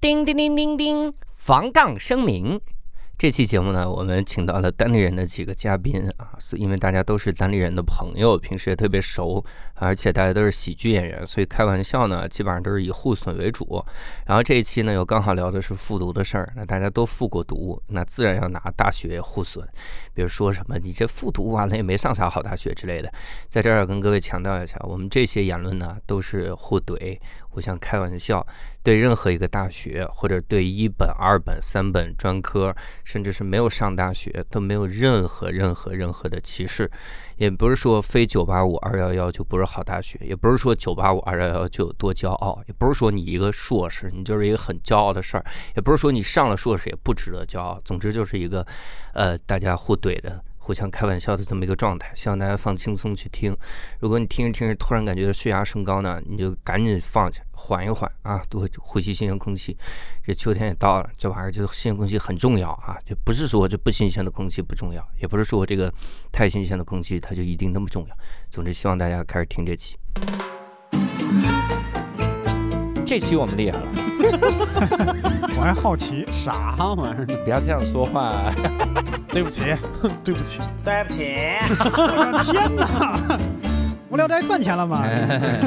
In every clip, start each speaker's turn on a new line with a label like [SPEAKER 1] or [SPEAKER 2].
[SPEAKER 1] 叮叮叮叮叮，防杠声明。这期节目呢，我们请到了单立人的几个嘉宾啊，是因为大家都是单立人的朋友，平时也特别熟，而且大家都是喜剧演员，所以开玩笑呢，基本上都是以互损为主。然后这一期呢，又刚好聊的是复读的事儿，那大家都复过读，那自然要拿大学互损，比如说什么你这复读完了也没上啥好大学之类的。在这儿要跟各位强调一下，我们这些言论呢，都是互怼，互相开玩笑，对任何一个大学或者对一本、二本、三本专科。甚至是没有上大学都没有任何任何任何的歧视，也不是说非九八五二幺幺就不是好大学，也不是说九八五二幺幺就有多骄傲，也不是说你一个硕士你就是一个很骄傲的事儿，也不是说你上了硕士也不值得骄傲。总之就是一个，呃，大家互怼的。互相开玩笑的这么一个状态，希望大家放轻松去听。如果你听着听着突然感觉血压升高呢，你就赶紧放下，缓一缓啊，多呼吸新鲜空气。这秋天也到了，这玩意儿就新鲜空气很重要啊，就不是说这不新鲜的空气不重要，也不是说这个太新鲜的空气它就一定那么重要。总之，希望大家开始听这期。
[SPEAKER 2] 这期我们厉害了，
[SPEAKER 3] 我还好奇，
[SPEAKER 4] 啥玩意儿？
[SPEAKER 2] 不要这样说话。
[SPEAKER 5] 对不起，对不起，
[SPEAKER 6] 对不起。
[SPEAKER 4] 哎
[SPEAKER 3] 我的天哪！无聊斋赚钱了吗？
[SPEAKER 2] 哎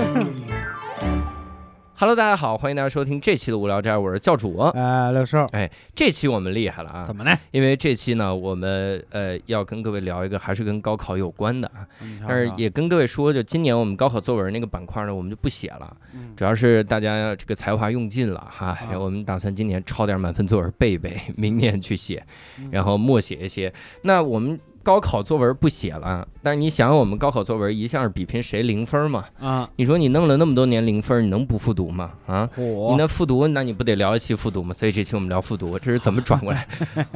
[SPEAKER 2] Hello，大家好，欢迎大家收听这期的无聊斋，我是教主。
[SPEAKER 4] 哎，六兽，
[SPEAKER 2] 哎，这期我们厉害了啊！
[SPEAKER 4] 怎么呢？
[SPEAKER 2] 因为这期呢，我们呃要跟各位聊一个还是跟高考有关的啊，但是也跟各位说，就今年我们高考作文那个板块呢，我们就不写了，
[SPEAKER 4] 嗯
[SPEAKER 2] 主要是大家这个才华用尽了哈，
[SPEAKER 4] 啊
[SPEAKER 2] 我们打算今年抄点满分作文背一背，明年去写
[SPEAKER 4] 嗯，
[SPEAKER 2] 然后默写一些。那我们。高考作文不写了，但是你想想，我们高考作文一向是比拼谁零分嘛？
[SPEAKER 4] 啊，
[SPEAKER 2] 你说你弄了那么多年零分，你能不复读吗？啊，你
[SPEAKER 4] 火
[SPEAKER 2] 那复读，那你不得聊一期复读吗？所以这期我们聊复读，这是怎么转过 来？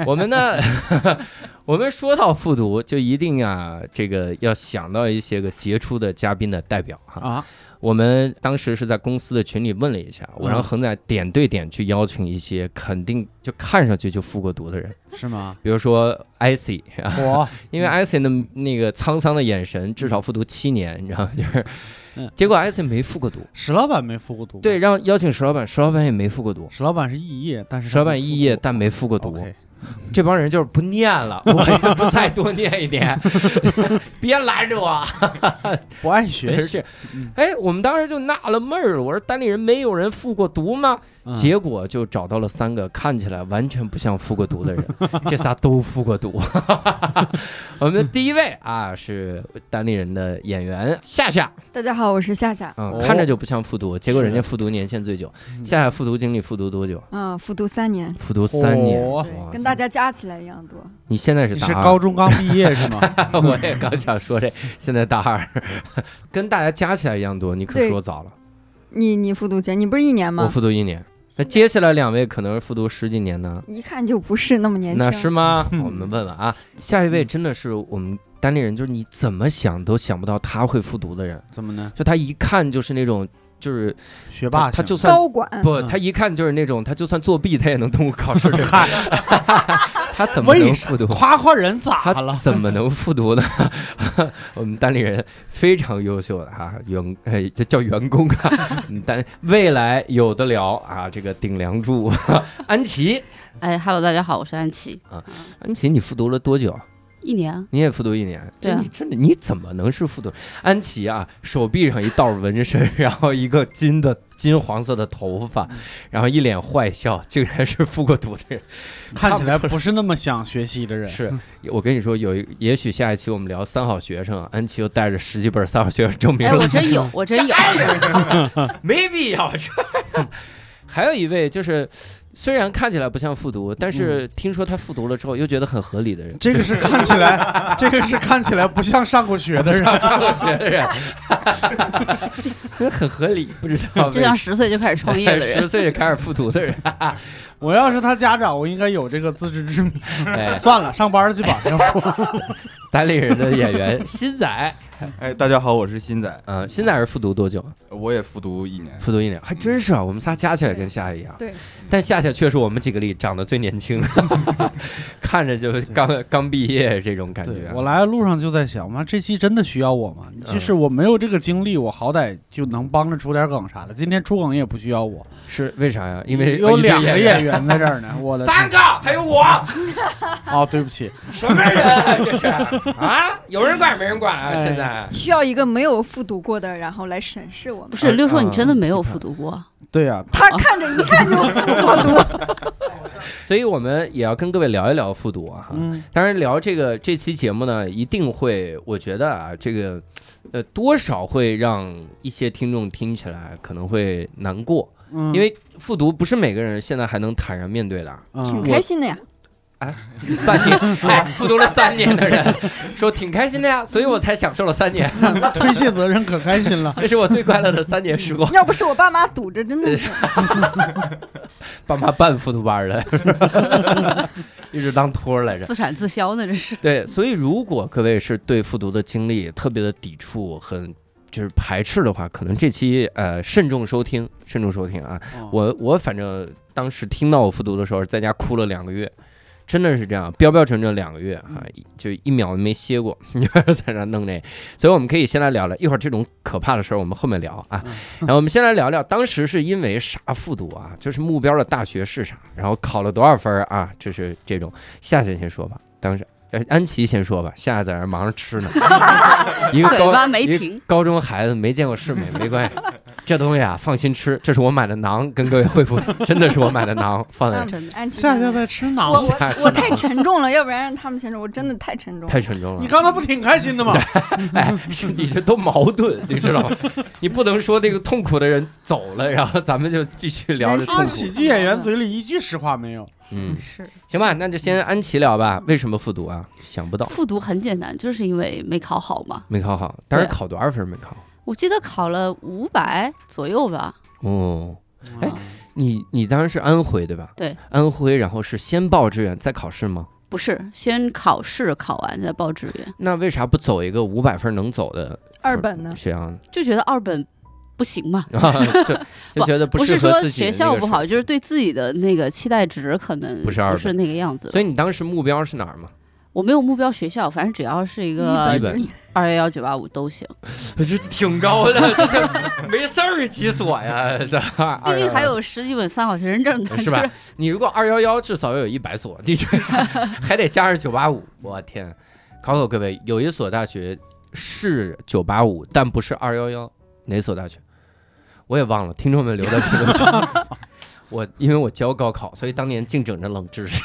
[SPEAKER 2] 我们呢， 我们说到复读，就一定啊，这个要想到一些个杰出的嘉宾的代表哈。
[SPEAKER 4] 啊，
[SPEAKER 2] 我们当时是在公司的群里问了一下，我让
[SPEAKER 4] 嗯
[SPEAKER 2] 恒仔点对点去邀请一些肯定就看上去就复过读的人，
[SPEAKER 4] 是吗？
[SPEAKER 2] 比如说 IC 啊，
[SPEAKER 4] 火，
[SPEAKER 2] 因为艾森的那个沧桑的眼神，至少复读七年，你知道吗？就是
[SPEAKER 4] 嗯，
[SPEAKER 2] 结果艾森没复过读，
[SPEAKER 4] 史老板没复过读，
[SPEAKER 2] 对，，让邀请石老板，石老板也没复过读，
[SPEAKER 4] 史老板是肄业，但是
[SPEAKER 2] 石老板肄
[SPEAKER 4] 嗯
[SPEAKER 2] 业但没复过
[SPEAKER 4] 不
[SPEAKER 2] 读，这帮人就是不念了，我也不再多念一年， 别拦着我，
[SPEAKER 4] 不爱
[SPEAKER 2] 确
[SPEAKER 4] 学
[SPEAKER 2] 实
[SPEAKER 4] 习，
[SPEAKER 2] 是，
[SPEAKER 4] 嗯
[SPEAKER 2] 哎，我们当时就纳了闷儿，我说单立人没有人复过读吗？
[SPEAKER 4] 嗯
[SPEAKER 2] 结果就找到了三个看起来完全不像复过读的 人，这仨都复过读。 我们第一位啊是单立人的演员夏夏，
[SPEAKER 7] 大家好，我是夏夏。
[SPEAKER 2] 嗯，
[SPEAKER 4] 哦
[SPEAKER 2] 看着就不像复读，结果
[SPEAKER 4] 是嗯
[SPEAKER 2] 人家复读年限最久。夏夏复读经历复读多久？
[SPEAKER 7] 嗯，复读三年，
[SPEAKER 2] 复读三年。
[SPEAKER 4] 哦
[SPEAKER 7] 对
[SPEAKER 2] 哇，
[SPEAKER 7] 跟大家加起来一样多。
[SPEAKER 2] 你现在是
[SPEAKER 4] 你
[SPEAKER 2] 大
[SPEAKER 4] 是
[SPEAKER 2] 二
[SPEAKER 4] 高中刚毕 业是吗？
[SPEAKER 2] 我也刚想说这，现在大二， 跟大家加起来一样多，你可
[SPEAKER 7] 对
[SPEAKER 2] 说早了。
[SPEAKER 7] 你你复读前，你不是一年
[SPEAKER 2] 我
[SPEAKER 7] 吗？
[SPEAKER 2] 复读一年，那接下来两位可能是复读十几年呢，
[SPEAKER 7] 一看就不是那么年轻。
[SPEAKER 2] 那是吗？
[SPEAKER 4] 嗯
[SPEAKER 2] 我们问问啊，下一位真的是我们单立人，就是你怎么想都想不到他会复读的人，
[SPEAKER 4] 怎么呢？
[SPEAKER 2] 就他一看就是那种。就是
[SPEAKER 4] 学
[SPEAKER 2] 他，
[SPEAKER 4] 霸
[SPEAKER 2] 他
[SPEAKER 4] 型
[SPEAKER 2] 就算
[SPEAKER 7] 高管。
[SPEAKER 2] 不，
[SPEAKER 4] 嗯
[SPEAKER 2] 他一看就是那种，他就算作弊，他也能通过考 试的人。
[SPEAKER 4] 嗨，
[SPEAKER 2] 他怎么能
[SPEAKER 4] 为
[SPEAKER 2] 复读？
[SPEAKER 4] 夸夸人咋
[SPEAKER 2] 他
[SPEAKER 4] 了？
[SPEAKER 2] 怎么能复读呢？ 我们单立人非常优秀的哈、员呃这叫员工啊， 嗯但未来有的聊啊，这个顶梁柱安琪，
[SPEAKER 8] 哎，Hello，大家好，我是安琪。
[SPEAKER 2] 安琪你复读了多久？
[SPEAKER 8] 一年，啊
[SPEAKER 2] 你也复读一年？
[SPEAKER 8] 对啊
[SPEAKER 2] 这你真的你怎么能是复读？安琪啊，手臂上一道纹身，然后一个金的金黄色的头发，然后一脸坏笑，竟然是复过读的人。
[SPEAKER 4] 看起来不是那么想学习的人，
[SPEAKER 2] 是我跟你说，有一也许下一期我们聊三好学生，啊安琪又带着十几本三好学生证明
[SPEAKER 8] 哎，
[SPEAKER 2] 了。哎
[SPEAKER 8] 我真有，我真有，
[SPEAKER 2] 没必要这。 还有一位就是，虽然看起来不像复读，但是听说他复读了之后又觉得很合理的人，
[SPEAKER 4] 这个是看起来，这个是看起来不像上过学的人。
[SPEAKER 2] 上过学的人，很合理，不知道
[SPEAKER 8] 就像十岁就开始创业的人
[SPEAKER 2] 哎十，岁就开始复读的人，
[SPEAKER 4] 我要是他家长，我应该有这个自知 之明。
[SPEAKER 2] 哎，
[SPEAKER 4] 算了，上班去吧，要不
[SPEAKER 2] 单立人的演员 新仔，
[SPEAKER 9] 哎，大家好，我是新仔，
[SPEAKER 2] 嗯，新仔是复读多久？
[SPEAKER 9] 我也复读一年。
[SPEAKER 2] 复读一年，还真是啊，我们仨加起来跟夏夏一样，
[SPEAKER 7] 对，
[SPEAKER 2] 但夏且确实我们几个里长得最年 轻，看着就刚刚毕业这种感觉
[SPEAKER 4] 对
[SPEAKER 2] 啊。
[SPEAKER 4] 我来的路上就在想，妈，这期真的需要我吗？即使我没有这个经历，我好歹就能帮着出点梗啥的。今天出梗也不需要我，
[SPEAKER 2] 是为啥呀？因为
[SPEAKER 4] 有
[SPEAKER 2] 一堆
[SPEAKER 4] 两个
[SPEAKER 2] 演
[SPEAKER 4] 演员在这 儿呢。我的
[SPEAKER 2] 三个，还有我，
[SPEAKER 4] 哦，对不起，
[SPEAKER 2] 什么人啊这 是啊？有人管没人管啊？现在
[SPEAKER 7] 需要一个没有复读过的，然后来审视我
[SPEAKER 8] 不
[SPEAKER 7] 们。
[SPEAKER 8] 是六叔，你真的没有
[SPEAKER 2] 嗯
[SPEAKER 8] 复读过？
[SPEAKER 4] 对呀、
[SPEAKER 2] 啊
[SPEAKER 7] 他看着一看就复读过多，
[SPEAKER 2] 所以我们也要跟各位聊一聊复读啊。
[SPEAKER 4] 嗯，
[SPEAKER 2] 当然，聊这个这期节目呢，一定会，我觉得啊，这个，呃，多少会让一些听众听起来可能会难过，
[SPEAKER 4] 嗯
[SPEAKER 2] 因为复读不是每个人现在还能坦然面对的啊。
[SPEAKER 7] 挺
[SPEAKER 4] 嗯，
[SPEAKER 7] 开心的呀。
[SPEAKER 2] 啊三 年，哎，复读了三年的人说挺开心的呀，所以我才享受了三年，
[SPEAKER 4] 推卸责任可开心了。
[SPEAKER 2] 这是我最快乐的三年 时光。
[SPEAKER 7] 要不是我爸妈堵着，真的是
[SPEAKER 2] 爸妈办复读班的， 一直当托儿来着。
[SPEAKER 8] 自产自销呢，这是。
[SPEAKER 2] 对，所以如果各位是对复读的经历特别的抵触，很就是排斥的话，可能这期呃慎重收听，慎重收听啊。
[SPEAKER 8] 哦
[SPEAKER 2] 我我反正当时听到我复读的时候，在家哭了两个月，真的是这样，标标准准两个月
[SPEAKER 8] 嗯
[SPEAKER 2] 啊，一就一秒都没歇过， 在那弄这。所以我们可以先来聊聊，一会儿这种可怕的事儿我们后面聊啊。
[SPEAKER 8] 嗯
[SPEAKER 2] 然后我们先来聊聊当时是因为啥复读啊？就是目标的大学是啥？然后考了多少分儿啊？这是这种。夏夏先说吧，当时。呃安琪先说吧，夏夏在那忙着吃 呢，一个
[SPEAKER 8] 嘴
[SPEAKER 2] 高
[SPEAKER 8] 巴没
[SPEAKER 2] 一个
[SPEAKER 8] 停
[SPEAKER 2] 高中孩子没见过世 面没关系，这东西啊放心吃，这是我买的馕，跟各位汇报，真的是我买的馕放哎在这儿，
[SPEAKER 8] 真
[SPEAKER 7] 嗯
[SPEAKER 8] 的
[SPEAKER 7] 安琪。
[SPEAKER 4] 夏夏在吃
[SPEAKER 7] 我
[SPEAKER 4] 馕，
[SPEAKER 7] 我我太沉重了，要不然让他们先说，我真的太沉重了。
[SPEAKER 2] 太沉重了。
[SPEAKER 4] 你刚才不挺开心 的吗？
[SPEAKER 2] 哎，是你这都矛盾，你知道吗？你不能说那个痛苦的人走了，然后咱们就继续聊着
[SPEAKER 7] 人生
[SPEAKER 2] 痛
[SPEAKER 4] 他
[SPEAKER 7] 痛
[SPEAKER 2] 苦
[SPEAKER 7] 苦。
[SPEAKER 4] 啊喜剧演员嘴里一句实话没有。
[SPEAKER 2] 嗯，
[SPEAKER 8] 是
[SPEAKER 2] 行吧，那就先安琪聊吧。为什么复读啊？想不到
[SPEAKER 8] 复读很简单，就是因为没考好嘛。
[SPEAKER 2] 没考好，当时
[SPEAKER 8] 对
[SPEAKER 2] 考多少分没考好？
[SPEAKER 8] 我记得考了五百左右吧，
[SPEAKER 2] 哦，哎你你当时是安徽对吧？
[SPEAKER 8] 对，
[SPEAKER 2] 安徽，然后是先报志愿再考试吗？
[SPEAKER 8] 不是先考试考完再报志愿，
[SPEAKER 2] 那为啥不走一个五百分能走的
[SPEAKER 7] 二本呢？
[SPEAKER 2] 学校呢？
[SPEAKER 8] 就觉得二本不行嘛。
[SPEAKER 2] 就就觉得
[SPEAKER 8] 不
[SPEAKER 2] 呃适
[SPEAKER 8] 是
[SPEAKER 2] 合
[SPEAKER 8] 说
[SPEAKER 2] 自己的那
[SPEAKER 8] 学校
[SPEAKER 2] 个
[SPEAKER 8] 不
[SPEAKER 2] 时
[SPEAKER 8] 好，就是对自己的那个期待值可能
[SPEAKER 2] 不是二本
[SPEAKER 8] 那个样子
[SPEAKER 2] 候，。所以你当时目标是哪儿 吗？
[SPEAKER 8] 我没有目标学校，反正只要是一个
[SPEAKER 2] 一本
[SPEAKER 8] 二幺幺九八五都行。
[SPEAKER 2] 这挺高的，这 这没事儿急死我呀！这
[SPEAKER 8] 毕竟还有十几本三好学生证呢，
[SPEAKER 2] 是
[SPEAKER 8] 就
[SPEAKER 2] 吧？你如果二幺幺，至少要有一百所，你这还得加上九八五，我天！考考各位，有一所大学是九八五，但不是二幺幺，哪所大学？我也忘了，听众们留在评论区。 我因为我教高考，所以当年净整着冷知识。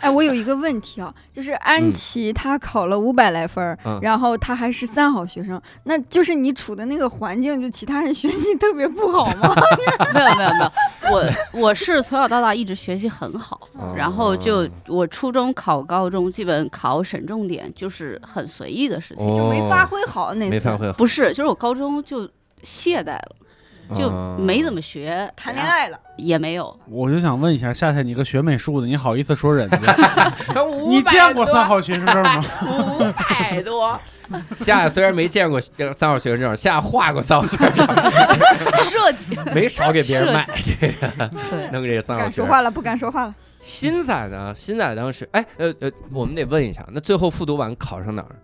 [SPEAKER 7] 哎，我有一个问题啊，就是安琪她考了五百来分儿，
[SPEAKER 2] 嗯
[SPEAKER 7] 然后她还是三好学生，那就是你处的那个环境，就其他人学习特别不好吗？
[SPEAKER 8] 没有没有没有，我我是从小到大一直学习很好，然后就我初中考高中基本考省重点就是很随意的事情，
[SPEAKER 7] 就没发
[SPEAKER 2] 哦
[SPEAKER 7] 挥好那
[SPEAKER 2] 没
[SPEAKER 7] 次
[SPEAKER 2] 发，挥好，
[SPEAKER 8] 不是，就是我高中就懈怠了，就没怎
[SPEAKER 2] 么。
[SPEAKER 8] 么学，
[SPEAKER 7] 谈恋爱了，
[SPEAKER 8] 也没有，
[SPEAKER 4] 我就想问一下，夏夏，你个学美术的，你好意思说人 家？你
[SPEAKER 2] 你
[SPEAKER 4] 见过三好学生证吗？
[SPEAKER 2] 五百多。夏夏虽然没见过这个三好学生证，夏夏画过三好学生证，
[SPEAKER 8] 设计
[SPEAKER 2] 没少给别人卖。这个
[SPEAKER 8] 对。
[SPEAKER 2] 弄这个三好
[SPEAKER 7] 敢
[SPEAKER 2] 学
[SPEAKER 7] 说
[SPEAKER 2] 生。
[SPEAKER 7] 话了，不敢说话了。
[SPEAKER 2] 新仔呢？新仔当时，哎，呃呃，我们得问一下，那最后复读完考上哪儿？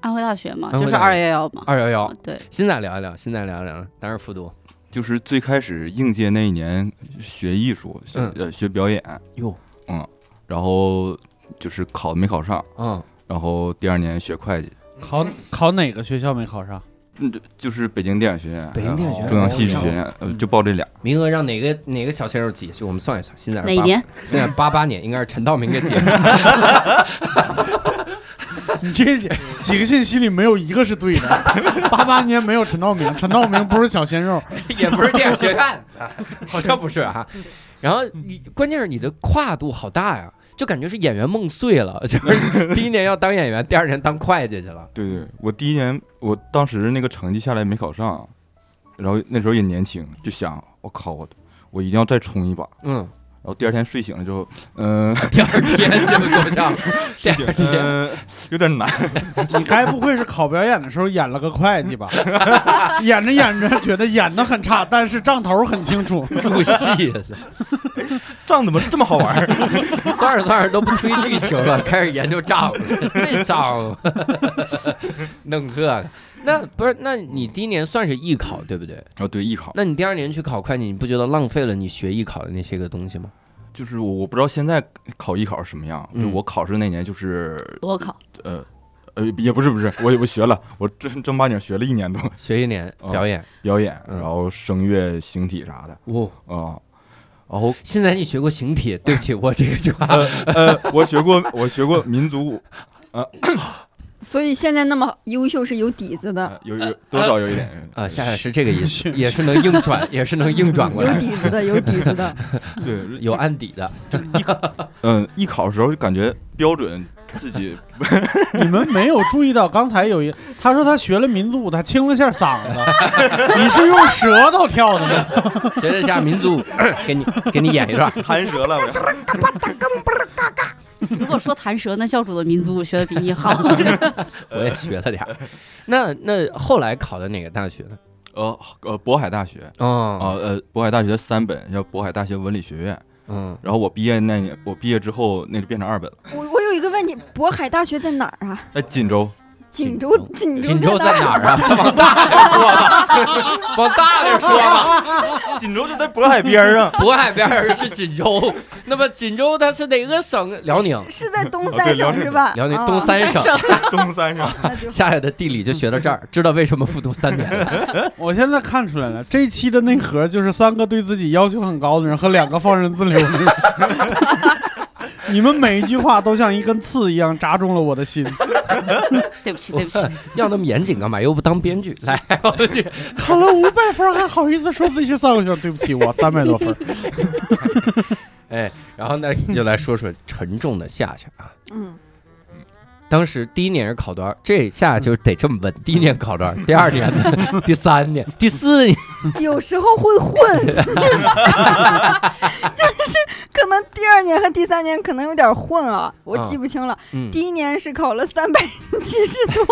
[SPEAKER 8] 安徽大学嘛，
[SPEAKER 2] 安徽
[SPEAKER 8] 就是
[SPEAKER 2] 大
[SPEAKER 8] 二
[SPEAKER 2] 学
[SPEAKER 8] 幺幺嘛。
[SPEAKER 2] 二幺幺。
[SPEAKER 8] 对，
[SPEAKER 2] 新仔聊一聊，新仔聊一聊，当时复读。
[SPEAKER 9] 就是最开始应届那一年学艺术，学、
[SPEAKER 2] 嗯
[SPEAKER 9] 呃学表演，嗯
[SPEAKER 2] 哟，
[SPEAKER 9] 然后就是考没考上，
[SPEAKER 2] 嗯，
[SPEAKER 9] 然后第二年学会计，
[SPEAKER 4] 考考哪个学校没考上？
[SPEAKER 9] 嗯，这就是北京电影学院、
[SPEAKER 2] 北京电影学院哦
[SPEAKER 9] 中央戏剧学院，呃，就报这俩。
[SPEAKER 2] 名额让哪个哪个小鲜肉挤？就我们算一算，新仔是
[SPEAKER 8] 哪一
[SPEAKER 2] 八
[SPEAKER 8] 年？
[SPEAKER 2] 现在八八年应该是陈道明给挤。
[SPEAKER 4] 你这几个信息里没有一个是对的。八八年没有陈道明，陈道明不是小鲜肉。
[SPEAKER 2] 也不是电影学 院的，好像不是啊。然后你关键是你的跨度好大呀，就感觉是演员梦碎了，就是第一年要当演员，第二年当会计去了。
[SPEAKER 9] 对对，我第一年我当时那个成绩下来没考上，然后那时候也年轻，就想我靠我我一定要再冲一把，
[SPEAKER 2] 嗯，
[SPEAKER 9] 然后第二天睡醒了之后，嗯、
[SPEAKER 2] 第二 天这个够呛， 第
[SPEAKER 9] 睡醒
[SPEAKER 2] 二天
[SPEAKER 9] 嗯、 有点难，
[SPEAKER 4] 你该不会是考表演的时候演了个会计吧？ 演着演着觉得演的很差，但是账头很清楚。
[SPEAKER 2] 入戏了，
[SPEAKER 9] 账怎么这么好玩儿？
[SPEAKER 2] 算着算着都不推剧情了，开始研究账了，这账弄这个。那不是？那你第一年算是艺考对不对？
[SPEAKER 9] 哦，对，艺考
[SPEAKER 2] 那你第二年去考会计，你不觉得浪费了你学艺考的那些个东西吗？
[SPEAKER 9] 就是我我不知道现在考艺考是什么样，就
[SPEAKER 2] 嗯
[SPEAKER 9] 我考试那年就是
[SPEAKER 8] 裸考，
[SPEAKER 9] 呃呃也不是不是，我我学了，我正正儿八经学了一年多
[SPEAKER 2] 学一年
[SPEAKER 9] 哦
[SPEAKER 2] 表演，
[SPEAKER 9] 表演，
[SPEAKER 2] 嗯
[SPEAKER 9] 然后声乐、形体啥的
[SPEAKER 2] 哦，
[SPEAKER 9] 啊。然后
[SPEAKER 2] 现在你学过形体，对不起，我这个句话
[SPEAKER 9] 呃呃，我学过我学过民族舞，
[SPEAKER 7] 所以现在那么优秀是有底子的，
[SPEAKER 9] 呃有有多少有一点
[SPEAKER 2] 啊，夏夏是这个意思，也是能硬转，也是能硬转过
[SPEAKER 7] 有
[SPEAKER 2] 来，
[SPEAKER 7] 底子的，有底 子的。
[SPEAKER 9] 对
[SPEAKER 2] 有案底的。
[SPEAKER 9] 嗯，艺考的时候就感觉标准自己
[SPEAKER 4] 你们没有注意到，刚才有一他说他学了民族舞，他清了下嗓子， 你是用舌头跳的吗？
[SPEAKER 2] 学着下民族舞， 给你给你演一段。
[SPEAKER 9] 弹舌了，
[SPEAKER 8] 如果说弹舌，那教主的民族舞学的比你好。
[SPEAKER 2] 我也学了点儿。呃 那那后来考的哪个大学呢？
[SPEAKER 9] 呃呃，渤海大学
[SPEAKER 2] 哦，
[SPEAKER 9] 啊呃，渤海大学三本叫渤海大学文理学院，
[SPEAKER 2] 嗯，
[SPEAKER 9] 然后我毕业那年，我毕业之后那就变成二本了，
[SPEAKER 7] 我我有一个问题，渤海大学在哪儿啊？
[SPEAKER 9] 在锦州，
[SPEAKER 7] 锦
[SPEAKER 9] 锦
[SPEAKER 7] 州，锦州
[SPEAKER 2] 锦州在
[SPEAKER 7] 哪
[SPEAKER 2] 哪儿啊？往大点说 吧，往大点说 吧。
[SPEAKER 9] 锦州就在渤海边 儿啊，
[SPEAKER 2] 渤海边儿是锦州，那么锦州它是哪个省？辽宁。
[SPEAKER 7] 是在东
[SPEAKER 9] 哦对
[SPEAKER 7] 三
[SPEAKER 9] 辽
[SPEAKER 7] 省
[SPEAKER 9] 宁
[SPEAKER 7] 是吧？
[SPEAKER 2] 辽宁
[SPEAKER 7] 哦
[SPEAKER 2] 东三省，
[SPEAKER 9] 东山上，
[SPEAKER 7] 那就
[SPEAKER 2] 夏夏的地理就学到这儿，知道为什么复读三年 了。
[SPEAKER 4] 我现在看出来了，这一期的内核就是三个对自己要求很高的人和两个放任自流的 人。你们每一句话都像一根刺一样扎中了我的心。
[SPEAKER 8] 对不起，对不起，
[SPEAKER 2] 要那么严谨干嘛？又不当编剧。来，我们去
[SPEAKER 4] 考了五百分，还好意思说自己是三个学？对不起，我三百多分。
[SPEAKER 2] 哎，然后呢，你就来说说沉重的夏夏啊。
[SPEAKER 7] 嗯，
[SPEAKER 2] 当时第一年是考多少？这下就得这么问：第一年考 多少？第二年呢？ 第三年？第四年？
[SPEAKER 7] 有时候会混， 就是可能第二年和第三年可能有点混啊，我记不清了。
[SPEAKER 2] 嗯，
[SPEAKER 7] 第一年是考了三百七十多，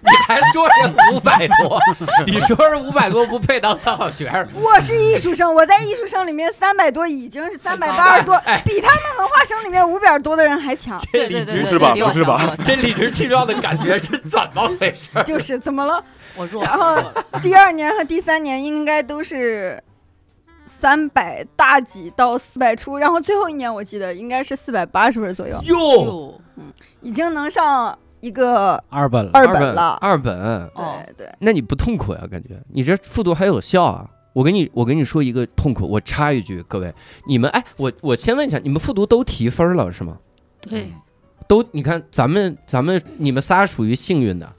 [SPEAKER 2] 你还说是五百多？ 你说是五百多不配当三好学生？
[SPEAKER 7] 我是艺术生，我在艺术生里面三百多已经是三百八十多，比他们文化生里面五百多的人还强。
[SPEAKER 8] 对对对
[SPEAKER 9] 不
[SPEAKER 8] 对，
[SPEAKER 9] 是吧
[SPEAKER 8] 比我
[SPEAKER 9] 不是吧
[SPEAKER 8] 强？比我强
[SPEAKER 2] 这理直气壮的感觉是怎么回事？
[SPEAKER 7] 就是怎么了？
[SPEAKER 8] 我弱。
[SPEAKER 7] 然后第二年和第三年应该都是三百大几到四百出，然后最后一年我记得应该是四百八十分左右，
[SPEAKER 2] 哟，
[SPEAKER 8] 哟
[SPEAKER 7] 已经能上一个
[SPEAKER 4] 二本了，
[SPEAKER 7] 二
[SPEAKER 2] 二
[SPEAKER 7] 本了。
[SPEAKER 2] 二本，
[SPEAKER 8] 哦，
[SPEAKER 7] 对对，
[SPEAKER 2] 那你不痛苦呀、感觉你这复读还有效啊？我跟你，我跟你说一个痛苦，我插一句，各位，你们哎，我我先问一下，你们复读都提分了是吗？
[SPEAKER 8] 对，
[SPEAKER 2] 都，你看咱们咱们你们仨属于幸运的，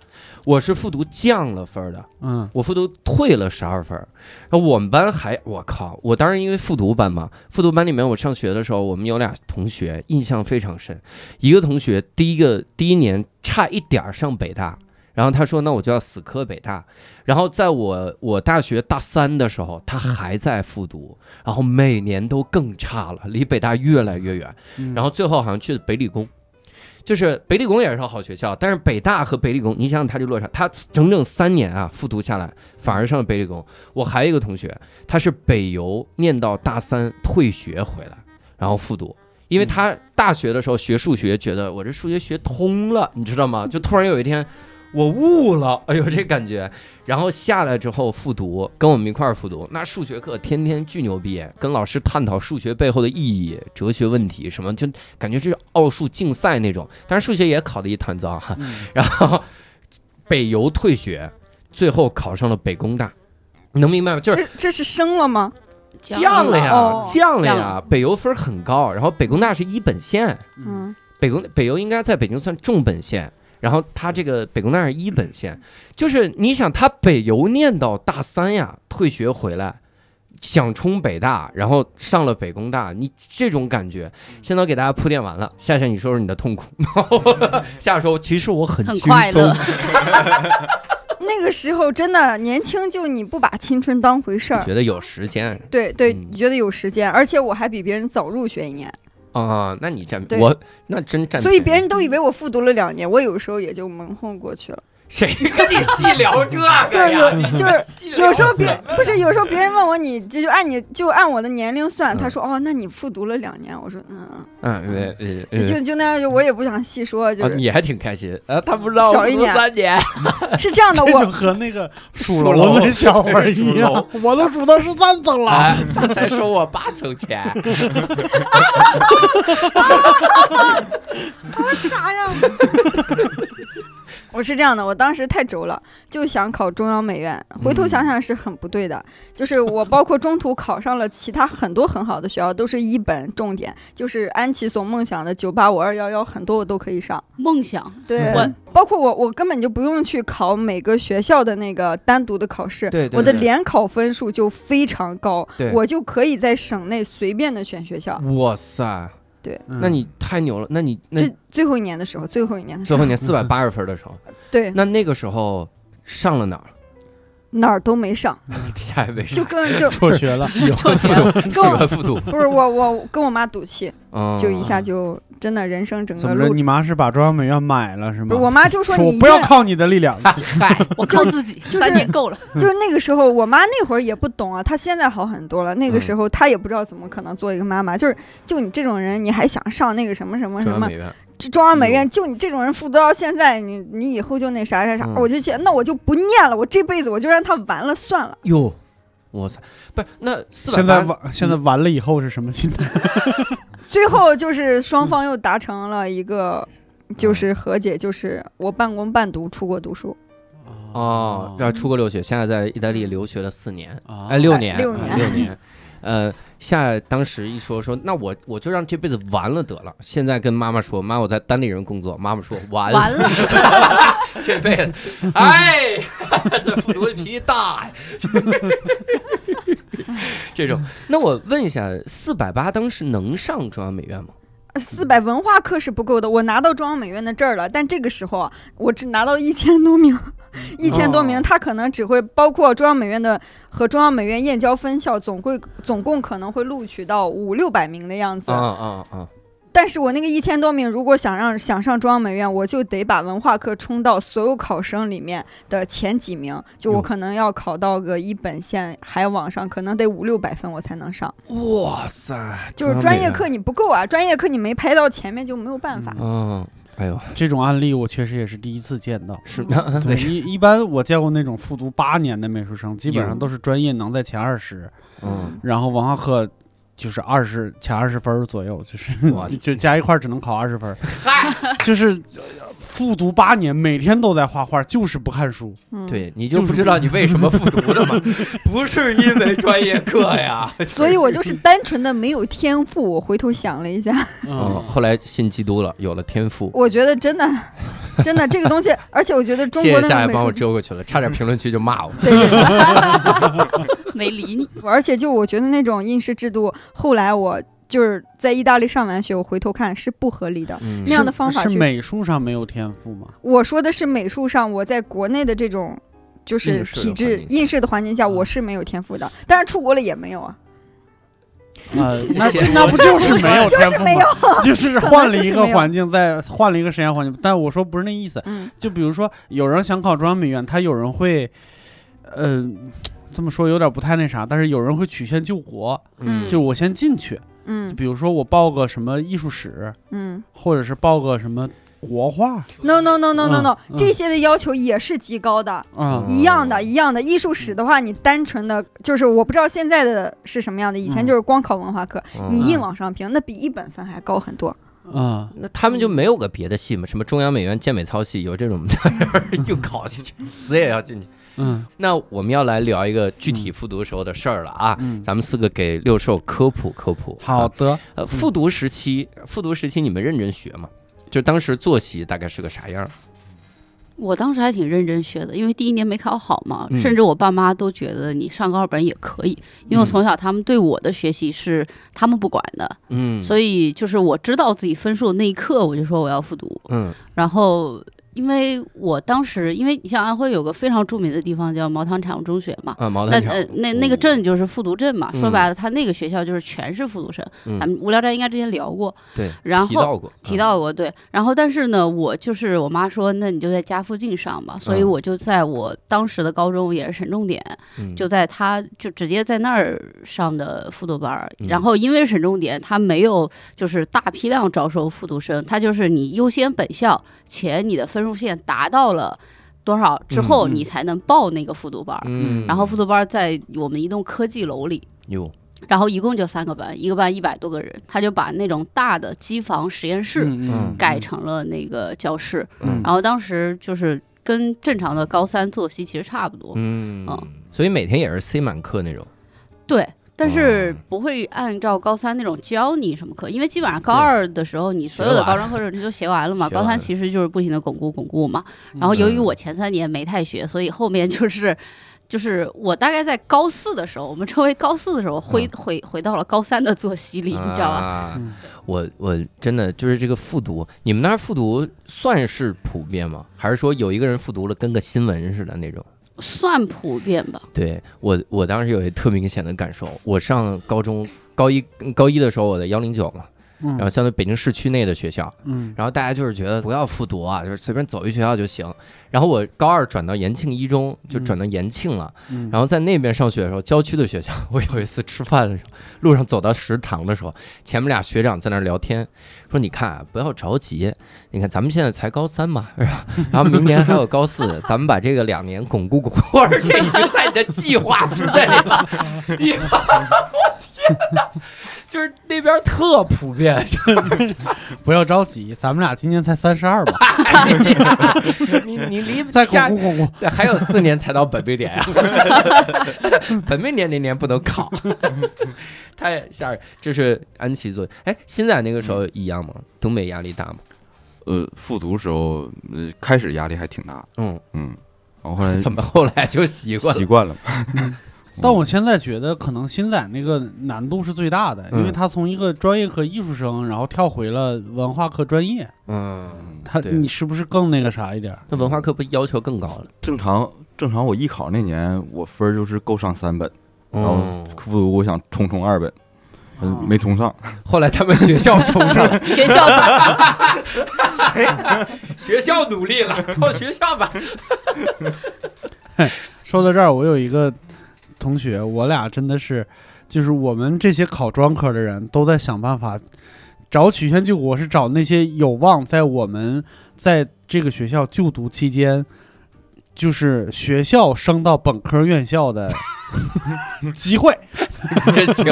[SPEAKER 2] 我是复读降了分儿的，
[SPEAKER 4] 嗯，
[SPEAKER 2] 我复读退了十二分儿，然后我们班还我靠，我当时因为复读班嘛，复读班里面我上学的时候，我们有俩同学印象非常深，一个同学第一个第一年差一点儿上北大，然后他说那我就要死磕北大，然后在我我大学大三的时候，他还在复读，然后每年都更差了，离北大越来越远，然后最后好像去北理工，就是北理工也是好学校，但是北大和北理工，你想想他这落差，他整整三年啊复读下来，反而上了北理工。我还有一个同学，他是北邮念到大三退学回来，然后复读。因为他大学的时候学数学，觉得我这数学学通了，你知道吗？就突然有一天，我悟了，哎呦这感觉。然后下来之后复读，跟我们一块儿复读，那数学课天天巨牛逼，跟老师探讨数学背后的意义、哲学问题什么，就感觉是奥数竞赛那种。但是数学也考得一团糟啊哈。
[SPEAKER 4] 嗯
[SPEAKER 2] 然后北邮退学，最后考上了北工大，你能明白吗？就是嗯
[SPEAKER 7] 这这是升了吗？
[SPEAKER 2] 降了呀
[SPEAKER 7] 哦，
[SPEAKER 2] 降了
[SPEAKER 8] 降
[SPEAKER 2] 呀
[SPEAKER 8] 了。
[SPEAKER 2] 北邮分儿很高，然后北工大是一本线，
[SPEAKER 7] 嗯，
[SPEAKER 2] 北工北邮应该在北京算重本线，然后他这个北工大是一本线，就是你想他北邮念到大三呀，退学回来。想冲北大，然后上了北工大，你这种感觉，现在我给大家铺垫完了。夏夏，你 说说你的痛苦。夏夏说，其实我很
[SPEAKER 8] 很
[SPEAKER 2] 轻
[SPEAKER 8] 快
[SPEAKER 2] 松
[SPEAKER 8] 乐，
[SPEAKER 7] 那个时候真的年轻，就你不把青春当回事儿。
[SPEAKER 2] 觉得有时间
[SPEAKER 7] 对对，
[SPEAKER 2] 嗯
[SPEAKER 7] 觉得有时间，而且我还比别人早入学一年，
[SPEAKER 2] 啊，那你占
[SPEAKER 7] 对
[SPEAKER 2] 我那真占便宜，
[SPEAKER 7] 所以别人
[SPEAKER 2] 嗯
[SPEAKER 7] 都以为我复读了两年，我有时候也就蒙混过去了。
[SPEAKER 2] 谁跟你细聊这个呀？
[SPEAKER 7] 就是有就是啊有时候别
[SPEAKER 2] 人
[SPEAKER 7] 不是有时候别人问我你这就按你就按我的年龄算，他说哦，那你复读了两年，我说嗯嗯，
[SPEAKER 2] 嗯呃
[SPEAKER 7] 就就
[SPEAKER 2] 呃
[SPEAKER 7] 就那样，就我也不想细说，就
[SPEAKER 2] 啊，
[SPEAKER 7] 是
[SPEAKER 2] 你还挺开心啊？他不知道
[SPEAKER 7] 少一
[SPEAKER 2] 我读
[SPEAKER 7] 年
[SPEAKER 2] 三 年，
[SPEAKER 7] 是这 样的，
[SPEAKER 4] 这
[SPEAKER 7] 我
[SPEAKER 4] 就和那个
[SPEAKER 2] 属
[SPEAKER 4] 属楼
[SPEAKER 2] 楼
[SPEAKER 4] 的小孩儿
[SPEAKER 2] 属
[SPEAKER 4] 一样
[SPEAKER 2] 楼，
[SPEAKER 4] 我都数到十三层了。
[SPEAKER 2] 哎， 他才收我八层 钱，
[SPEAKER 7] 啥呀？ 我是这样的，我当时太轴了，就想考中央美院。回
[SPEAKER 2] 嗯
[SPEAKER 7] 头想想是很不对的，就是我包括中途考上了其他很多很好的学校，都是一本重点，就是安琪所梦想的九八五二幺幺，很多我都可以上。
[SPEAKER 8] 梦想
[SPEAKER 7] 对，
[SPEAKER 8] 我
[SPEAKER 7] 包括我，我根本就不用去考每个学校的那个单独的考试，
[SPEAKER 2] 对对
[SPEAKER 7] 我的
[SPEAKER 2] 对
[SPEAKER 7] 联考分数就非常高
[SPEAKER 2] 对，
[SPEAKER 7] 我就可以在省内随便的选学校。
[SPEAKER 2] 哇塞，
[SPEAKER 4] 嗯
[SPEAKER 2] 那你太牛了，那你那
[SPEAKER 7] 这嗯最后一年的时候，最后一年的时
[SPEAKER 2] 最
[SPEAKER 7] 候，
[SPEAKER 2] 后你四百八十分的时候，
[SPEAKER 7] 对，
[SPEAKER 2] 那那个时候上了哪儿？
[SPEAKER 7] 哪儿都没上，
[SPEAKER 2] 下一位
[SPEAKER 7] 就跟就
[SPEAKER 4] 辍学 了，
[SPEAKER 2] 喜欢复读，喜欢复读，
[SPEAKER 7] 不是我我跟我妈赌气，
[SPEAKER 2] 嗯
[SPEAKER 7] 就一下就真的人生整
[SPEAKER 4] 怎
[SPEAKER 7] 个
[SPEAKER 4] 么着？
[SPEAKER 7] 路，
[SPEAKER 4] 你妈是把中央美院买了是
[SPEAKER 7] 不
[SPEAKER 4] 吗
[SPEAKER 7] 是？我妈就说
[SPEAKER 4] 说
[SPEAKER 7] 你哎
[SPEAKER 4] 我
[SPEAKER 7] 一
[SPEAKER 4] 不要
[SPEAKER 7] 定
[SPEAKER 4] 靠你的力量，
[SPEAKER 8] 嗨，我靠自己，
[SPEAKER 7] 是
[SPEAKER 8] 三年够了。
[SPEAKER 7] 就是那个时候，我妈那会儿也不懂啊，她现在好很多了。那个时候她也不知道怎么可能做一个妈妈，就是就你这种人，你还想上那个什么什么
[SPEAKER 2] 中
[SPEAKER 7] 什
[SPEAKER 2] 央
[SPEAKER 7] 么
[SPEAKER 2] 美院，
[SPEAKER 7] 这中央美院，就你这种人复读到现在，你你以后就那啥啥啥，
[SPEAKER 2] 嗯
[SPEAKER 7] 我就觉得那我就不念了，我这辈子我就让他完了算了。
[SPEAKER 2] 哟，我操，不是那四百
[SPEAKER 4] 现在完现在完了以后是什么心态？
[SPEAKER 7] 最后就是双方又达成了一个。就是和解，就是我半工半读出国读书，
[SPEAKER 2] 哦，嗯要出国留学，现在在意大利留学了四年，
[SPEAKER 4] 啊
[SPEAKER 2] 哎，六年，
[SPEAKER 7] 六
[SPEAKER 2] 啊
[SPEAKER 7] 年
[SPEAKER 2] 六年，呃，夏当时一说说，那我我就让这辈子完了得了。现在跟妈妈说，妈，我在单立人工作，妈妈说完了，
[SPEAKER 8] 完了，
[SPEAKER 2] 这辈子，哎，这复读的脾气大呀， 这种。那我问一下，四百八当时能上中央美院吗？
[SPEAKER 7] 四百文化课是不够的。我拿到中央美院的证儿了，但这个时候啊，我只拿到一千多
[SPEAKER 2] 哦
[SPEAKER 7] 名，一千多名，他可能只会包括中央美院的和中央美院燕郊分校，总共总共可能会录取到五六百名的样子。
[SPEAKER 2] 啊啊啊！
[SPEAKER 7] 但是我那个一千多名，如果想让想上中央美院，我就得把文化课冲到所有考生里面的前几名，就我
[SPEAKER 2] 哟
[SPEAKER 7] 可能要考到个一本线，还往上，可能得五六百分我才能上。
[SPEAKER 2] 哇塞，
[SPEAKER 7] 就是专业课你不够啊，专业课你没排到前面就没有办法。
[SPEAKER 2] 嗯，哎呦，
[SPEAKER 4] 这种案例我确实也是第一次见 到。
[SPEAKER 2] 是吗？
[SPEAKER 4] 对，一一般我见过那种复读八年的美术生，基本上都是专业能在前二十，
[SPEAKER 2] 嗯，
[SPEAKER 4] 然后文化课就是二十前二十分儿左右，就是
[SPEAKER 2] 哇
[SPEAKER 4] 就加一块儿只能考二十分儿，
[SPEAKER 2] 嗨，
[SPEAKER 4] 就是呃复读八年，每天都在画画，就是不看书。
[SPEAKER 7] 嗯，
[SPEAKER 2] 对，你就不知道你为什么复读的吗？ 不是因为专业课呀。
[SPEAKER 7] 所以我就是单纯的没有天赋。我回头想了一下，
[SPEAKER 2] 嗯，
[SPEAKER 4] 哦
[SPEAKER 2] 后来信基督了，有了天赋。
[SPEAKER 7] 我觉得 真的，真的这个东西，而且我觉得中
[SPEAKER 2] 谢
[SPEAKER 7] 国
[SPEAKER 2] 谢
[SPEAKER 7] 的
[SPEAKER 2] 夏
[SPEAKER 7] 那
[SPEAKER 2] 夏
[SPEAKER 7] 个
[SPEAKER 2] 帮我
[SPEAKER 7] 美术，
[SPEAKER 2] 遮过去了，差点评论区就骂 我。
[SPEAKER 7] 对对对
[SPEAKER 8] 没理你。
[SPEAKER 7] 而且就我觉得那种应试制度，后来我就是在意大利上完学，我回头看是不合理的。
[SPEAKER 2] 嗯
[SPEAKER 7] 那样的方法
[SPEAKER 4] 是
[SPEAKER 7] 去
[SPEAKER 4] 美术上没有天赋吗？
[SPEAKER 7] 我说的是美术上，我在国内的这种就是
[SPEAKER 2] 应试的
[SPEAKER 7] 体
[SPEAKER 2] 环境
[SPEAKER 7] 制
[SPEAKER 2] 下嗯
[SPEAKER 7] 应试的环境下，我是没有天赋的。但是出国了也没有啊，
[SPEAKER 4] 呃，那
[SPEAKER 2] 写
[SPEAKER 4] 那不就是没有
[SPEAKER 7] 就
[SPEAKER 4] 天
[SPEAKER 7] 是
[SPEAKER 4] 赋
[SPEAKER 7] 没
[SPEAKER 4] 吗？
[SPEAKER 7] 有。
[SPEAKER 4] 就是
[SPEAKER 7] 可能
[SPEAKER 4] 换了
[SPEAKER 7] 就是
[SPEAKER 4] 一
[SPEAKER 7] 没
[SPEAKER 4] 个
[SPEAKER 7] 有
[SPEAKER 4] 环境，再换了一个实验环境。但我说不是那意思，
[SPEAKER 7] 嗯，
[SPEAKER 4] 就比如说有人想考中央美院，他有人会，呃，这么说有点不太那啥，但是有人会曲线救国，
[SPEAKER 2] 嗯
[SPEAKER 4] 就我先进去，就
[SPEAKER 7] 嗯
[SPEAKER 4] 比如说我报个什么艺术史，
[SPEAKER 7] 嗯
[SPEAKER 4] 或者是报个什么国画
[SPEAKER 7] ，no no no no no no，、
[SPEAKER 4] 嗯嗯
[SPEAKER 7] 这些的要求也是极高的。
[SPEAKER 4] 啊
[SPEAKER 2] 嗯，
[SPEAKER 7] 一样的，一样的。艺术史的话，你单纯的就是我不知道现在的是什么样的，以前
[SPEAKER 4] 嗯
[SPEAKER 7] 就是光考文化课，你
[SPEAKER 2] 嗯
[SPEAKER 7] 硬往上评，那比一本分还高很多。
[SPEAKER 4] 啊，
[SPEAKER 2] 那他们就没有个别的系吗？什么中央美院健美操系有这种， 又考进去，死也要进去。
[SPEAKER 4] 嗯
[SPEAKER 2] 那我们要来聊一个具体复读时候的事儿了啊！
[SPEAKER 4] 嗯，
[SPEAKER 2] 咱们四个给六兽科普科普。
[SPEAKER 4] 好
[SPEAKER 2] 啊，
[SPEAKER 4] 的，
[SPEAKER 2] 呃，复读时期，复读时期你们认真学吗？就当时作息大概是个啥样儿？
[SPEAKER 8] 我当时还挺认真学的，因为第一年没考好嘛，
[SPEAKER 2] 嗯
[SPEAKER 8] 甚至我爸妈都觉得你上个二本也可以，因为我从小他们对我的学习是他们不管的，
[SPEAKER 2] 嗯
[SPEAKER 8] 所以就是我知道自己分数的那一刻，我就说我要复读，
[SPEAKER 2] 嗯
[SPEAKER 8] 然后因为我当时，因为你像安徽有个非常著名的地方叫毛塘产业中学嘛，
[SPEAKER 2] 啊，毛
[SPEAKER 8] 那
[SPEAKER 2] 蛋
[SPEAKER 8] 呃
[SPEAKER 2] 厂，
[SPEAKER 8] 那那个镇就是复读镇嘛，说
[SPEAKER 2] 嗯
[SPEAKER 8] 白了，他那个学校就是全是复读生。
[SPEAKER 2] 嗯
[SPEAKER 8] 咱们无聊斋应该之前聊过，
[SPEAKER 2] 对，
[SPEAKER 8] 然
[SPEAKER 2] 提
[SPEAKER 8] 后
[SPEAKER 2] 到过，啊
[SPEAKER 8] 提到过，对。然后，但是呢，我就是我妈说，那你就在家附近上吧，所以
[SPEAKER 2] 嗯
[SPEAKER 8] 我就在我当时的高中也是省重点，
[SPEAKER 2] 嗯
[SPEAKER 8] 就在她就直接在那儿上的复读班儿。
[SPEAKER 2] 嗯
[SPEAKER 8] 然后，因为省重点它没有就是大批量招收复读生，它就是你优先本校，且你的分数线达到了多少之后，
[SPEAKER 4] 嗯嗯
[SPEAKER 8] 你才能报那个复读班儿。
[SPEAKER 2] 嗯，
[SPEAKER 8] 然后复读班儿在我们一栋科技楼里，
[SPEAKER 2] 有
[SPEAKER 8] 然后一共就三个班，一个班一百多个人，他就把那种大的机房实验室。
[SPEAKER 4] 嗯
[SPEAKER 8] 改成了那个教室，
[SPEAKER 2] 嗯
[SPEAKER 8] 然后当时就是跟正常的高三作息其实差不多，
[SPEAKER 2] 嗯
[SPEAKER 8] 嗯，
[SPEAKER 2] 所以每天也是 C 满课那种，
[SPEAKER 8] 对，但是
[SPEAKER 2] 哦
[SPEAKER 8] 不会按照高三那种教你什么课，因为基本上高
[SPEAKER 2] 对
[SPEAKER 8] 二的时候你所有的
[SPEAKER 2] 学完
[SPEAKER 8] 高中课程你都学完了 嘛，
[SPEAKER 2] 学完
[SPEAKER 8] 高
[SPEAKER 2] 了
[SPEAKER 8] 三其实就是不停的巩固巩固嘛。然后由于
[SPEAKER 2] 嗯
[SPEAKER 8] 我前三年没太学，所以后面就是。 就是我大概在高四的时候，我们称为高四的时候，回回回到了高三的作息里，你知道吧？
[SPEAKER 2] 嗯啊
[SPEAKER 4] 嗯
[SPEAKER 2] 我我真的就是这个复读，你们那儿复读算是普遍吗？还是说有一个人复读了跟个新闻似的那种？
[SPEAKER 8] 算普遍吧。
[SPEAKER 2] 对我，我当时有一特明显的感受。我上高中高一高一的时候，我在幺零九嘛，然后
[SPEAKER 4] 嗯
[SPEAKER 2] 相对北京市区内的学校，
[SPEAKER 4] 嗯
[SPEAKER 2] 然后大家就是觉得不要复读啊，就是随便走一学校就行。然后我高二转到延庆一中，就转到延庆了。
[SPEAKER 4] 嗯，
[SPEAKER 2] 然后在那边上学的时候，郊区的学校，我有一次吃饭的时候，路上走到食堂的时候，前面俩学长在那儿聊天，说：“你看啊，不要着急，你看咱们现在才高三嘛，是吧？然后明年还有高四，咱们把这个两年巩固巩固。” 我说：“这已经在你的计划之内了。” 你我天哪，就是那边特普 遍，
[SPEAKER 4] 不要着急，咱们俩今年才三十二吧，
[SPEAKER 2] 你你离不
[SPEAKER 4] 再
[SPEAKER 2] 下
[SPEAKER 4] 巩固巩固。
[SPEAKER 2] 对， 还有四年才到本命年啊， 本命年那年不能考，太吓人。这是安琪做，哎，现在那个时候一样吗？东北压力大吗？
[SPEAKER 9] 呃，复读时候，呃，开始压力还挺大，
[SPEAKER 2] 嗯，
[SPEAKER 9] 嗯，然后后来
[SPEAKER 2] 怎么后来就习惯
[SPEAKER 9] 习
[SPEAKER 2] 了？
[SPEAKER 9] 惯了嘛，
[SPEAKER 4] 但
[SPEAKER 2] 嗯
[SPEAKER 4] 我现在觉得，可能新仔那个难度是最大的，
[SPEAKER 2] 嗯
[SPEAKER 4] 因为他从一个专业课艺术生，然后跳回了文化课专业，
[SPEAKER 2] 嗯，
[SPEAKER 4] 他
[SPEAKER 2] 对
[SPEAKER 4] 你是不是更那个啥一点儿？
[SPEAKER 2] 那文化课不要求更高了？
[SPEAKER 9] 正常正常，我艺考那年我分儿就是够上三本，
[SPEAKER 2] 哦，
[SPEAKER 9] 复读我想冲冲二本，嗯没冲上，
[SPEAKER 2] 后来他们学校冲上了，
[SPEAKER 8] 学校
[SPEAKER 2] 学校努力了，靠学校吧。
[SPEAKER 4] 说到这儿，我有一个同学，我俩真的是，就是我们这些考专科的人都在想办法找曲线救国，是找那些有望在我们在这个学校就读期间，就是学校升到本科院校 的机会，
[SPEAKER 2] 真行，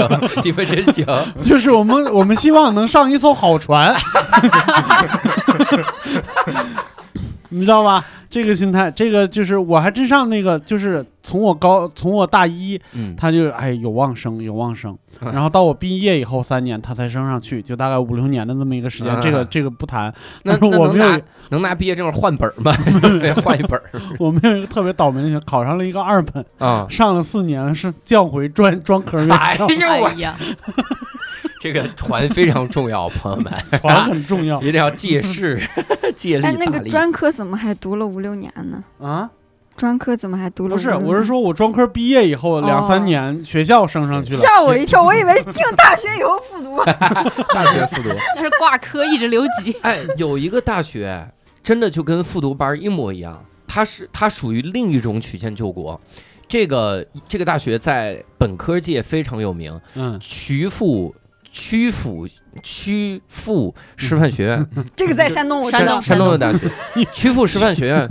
[SPEAKER 2] 你们真行，
[SPEAKER 4] 就是我们我们希望能上一艘好船。 你知道吧？这个心态，这个就是我还真上那个，就是从我高从我大一
[SPEAKER 2] 嗯，
[SPEAKER 4] 他就哎有望升有望升，然后到我毕业以后三年他才升上去，就大概五六年的那么一个时间，
[SPEAKER 2] 啊
[SPEAKER 4] 这个这个不谈。
[SPEAKER 2] 那
[SPEAKER 4] 但是
[SPEAKER 2] 那
[SPEAKER 4] 我
[SPEAKER 2] 能
[SPEAKER 4] 没有
[SPEAKER 2] 拿能拿毕业证换本儿 吗？ 得换一本儿
[SPEAKER 4] 我们有一个特别倒霉的学生，考上了一个二本，
[SPEAKER 2] 啊。
[SPEAKER 4] 上了四年是降回专专科院
[SPEAKER 2] 哎
[SPEAKER 4] 校，
[SPEAKER 2] 呦我
[SPEAKER 8] 哎呀，
[SPEAKER 2] 这个船非常重要，朋友们
[SPEAKER 4] 船很重要
[SPEAKER 2] 一定要借势 借力
[SPEAKER 7] 哎，那
[SPEAKER 2] 打
[SPEAKER 7] 个
[SPEAKER 2] 力。
[SPEAKER 7] 专科怎么还读了五六年呢？
[SPEAKER 4] 啊！
[SPEAKER 7] 专科怎么还读了？
[SPEAKER 4] 不是，我是，说我专科毕业以后两三年，学校升上去了，
[SPEAKER 7] 吓我一跳，我以为进大学以后复读。
[SPEAKER 2] 大学复读，。
[SPEAKER 8] 那是挂科一直留级
[SPEAKER 2] 哎，有一个大学真的就跟复读班一模一样，它是它属于另一种曲线救国。这个这个大学在本科界非常有名，
[SPEAKER 4] 嗯，
[SPEAKER 2] 曲阜曲阜曲阜师范学院，
[SPEAKER 7] 这个在山东，我知
[SPEAKER 8] 山
[SPEAKER 7] 道
[SPEAKER 8] 东。
[SPEAKER 2] 山东的大学， 曲阜师范学院。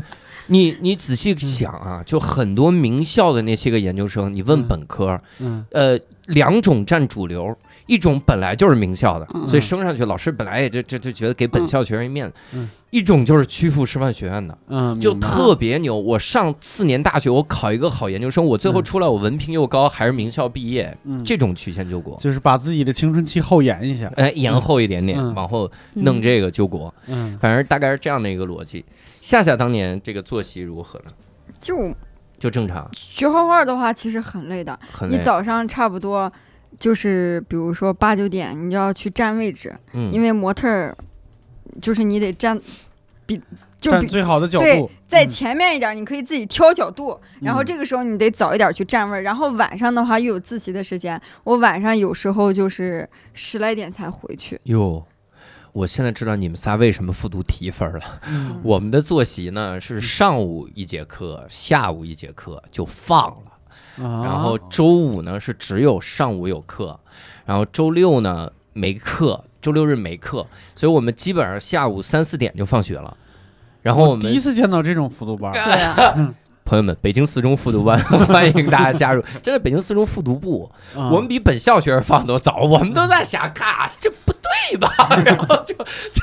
[SPEAKER 2] 你你仔细想啊，就很多名校的那些个研究生，你问
[SPEAKER 4] 嗯
[SPEAKER 2] 本科，
[SPEAKER 4] 嗯
[SPEAKER 2] 呃，两种占主流，一种本来就是名校的，
[SPEAKER 8] 嗯
[SPEAKER 2] 所以升上去老师本来也这这就觉得给本校学生一面子；
[SPEAKER 4] 嗯
[SPEAKER 2] 一种就是曲阜师范学院的，
[SPEAKER 4] 嗯，
[SPEAKER 2] 就
[SPEAKER 4] 明白
[SPEAKER 2] 特别牛。我上四年大学，我考一个好研究生，我最后
[SPEAKER 4] 嗯
[SPEAKER 2] 出来我文凭又高，还是名校毕业，
[SPEAKER 4] 嗯
[SPEAKER 2] 这种曲线救国。
[SPEAKER 4] 就是把自己的青春期后延一下，
[SPEAKER 2] 哎，延后一点点，
[SPEAKER 4] 嗯
[SPEAKER 2] 往后 弄这个救国，
[SPEAKER 4] 嗯，
[SPEAKER 2] 反正大概是这样的一个逻辑。夏夏当年这个作息如何呢？
[SPEAKER 7] 就
[SPEAKER 2] 就正常，
[SPEAKER 7] 学画画的话，其实很累的。
[SPEAKER 2] 很
[SPEAKER 7] 你
[SPEAKER 2] 累。
[SPEAKER 7] 早上差不多就是，比如说八九点，你就要去占位置，
[SPEAKER 2] 嗯，
[SPEAKER 7] 因为模特儿就是你得占。比就
[SPEAKER 4] 站
[SPEAKER 7] 比
[SPEAKER 4] 最好的角
[SPEAKER 7] 对
[SPEAKER 4] 度，
[SPEAKER 7] 在
[SPEAKER 4] 嗯
[SPEAKER 7] 前面一点，你可以自己挑角度，然后
[SPEAKER 4] 嗯
[SPEAKER 7] 这个时候你得早一点去站位儿，然后晚上的话又有自习的时间，我晚上有时候就是十来点才回去。
[SPEAKER 2] 哟，我现在知道你们仨为什么复读提分儿了。我们的作息呢是
[SPEAKER 4] 嗯
[SPEAKER 2] 上午一节课，下午一节课就放了，然
[SPEAKER 4] 然
[SPEAKER 2] 后周五呢是只有上午有课，然后周六呢没课，周六日没课，所以我们基本上下午三四点就放学了。然后我
[SPEAKER 4] 第一
[SPEAKER 2] 们
[SPEAKER 4] 次见到这种复读班儿，
[SPEAKER 8] 对啊，
[SPEAKER 2] 朋友们，北京四中复读班 欢迎大家加入，这是北京四中复读部，
[SPEAKER 4] 嗯
[SPEAKER 2] 我们比本校学生放得都早，我们都在想，嘎，这不对 吧？然后就就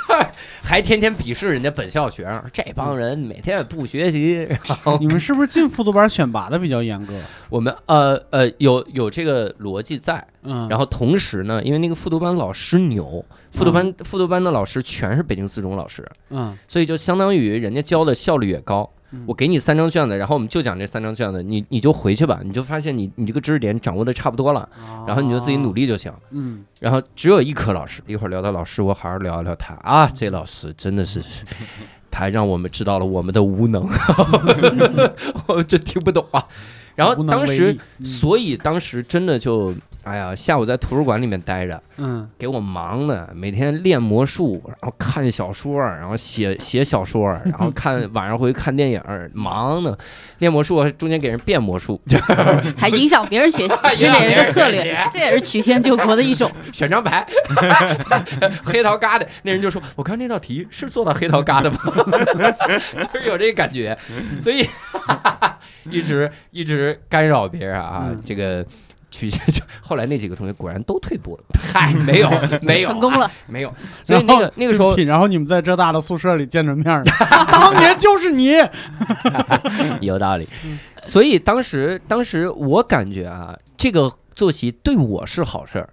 [SPEAKER 2] 还天天鄙视人家本校学生，这帮人每天也不学习。然后
[SPEAKER 4] 你们是不是进复读班儿选拔的比较严格？
[SPEAKER 2] 我们呃呃有有这个逻辑在，
[SPEAKER 4] 嗯，
[SPEAKER 2] 然后同时呢，因为那个复读班老师牛，复读班复读班的老师全是北京四中老师，
[SPEAKER 4] 嗯，
[SPEAKER 2] 所以就相当于人家教的效率也高
[SPEAKER 4] 嗯。
[SPEAKER 2] 我给你三张卷子，然后我们就讲这三张卷子，你你就回去吧，你就发现你你这个知识点掌握的差不多了，然后你就自己努
[SPEAKER 4] 力，
[SPEAKER 2] 力就行。
[SPEAKER 4] 嗯，
[SPEAKER 2] 然后只有一科老师，一会儿聊到老师，我好好聊一聊他啊，这老师真的 是，他让我们知道了我们的无能， 我就听不懂啊。然后
[SPEAKER 4] 无能
[SPEAKER 2] 当
[SPEAKER 4] 为
[SPEAKER 2] 时
[SPEAKER 4] 力，嗯
[SPEAKER 2] 所以当时真的就，哎呀，下午在图书馆里面待着，
[SPEAKER 4] 嗯
[SPEAKER 2] 给我忙的，每天练魔术，然后看小说，然后写写小说，然后看晚上回去看电影，忙呢，练魔术还啊中间给人变魔术，，
[SPEAKER 8] 还影响别人学习这
[SPEAKER 2] 影响
[SPEAKER 8] 也
[SPEAKER 2] 别
[SPEAKER 8] 是
[SPEAKER 2] 人
[SPEAKER 8] 个策
[SPEAKER 2] 学习
[SPEAKER 8] 略，这也是曲线救国的一种。
[SPEAKER 2] 选张牌， 黑桃疙瘩。那人就说：“我看这道题是做到黑桃疙瘩吗？” 就是有这个感觉，所以 一直一直干扰别人啊。
[SPEAKER 4] 嗯
[SPEAKER 2] 这个曲线就后来那几个同学果然都退步了，嗨，没有没有啊
[SPEAKER 8] 成功了，
[SPEAKER 2] 没有。所以那
[SPEAKER 4] 然
[SPEAKER 2] 个
[SPEAKER 4] 后
[SPEAKER 2] 那个时
[SPEAKER 4] 对
[SPEAKER 2] 候
[SPEAKER 4] 不起然后你们在浙大的宿舍里见着面儿了， 当年就是你，
[SPEAKER 2] 有道理。
[SPEAKER 4] 嗯
[SPEAKER 2] 所以当时当时我感觉啊，这个作息对我是好事儿。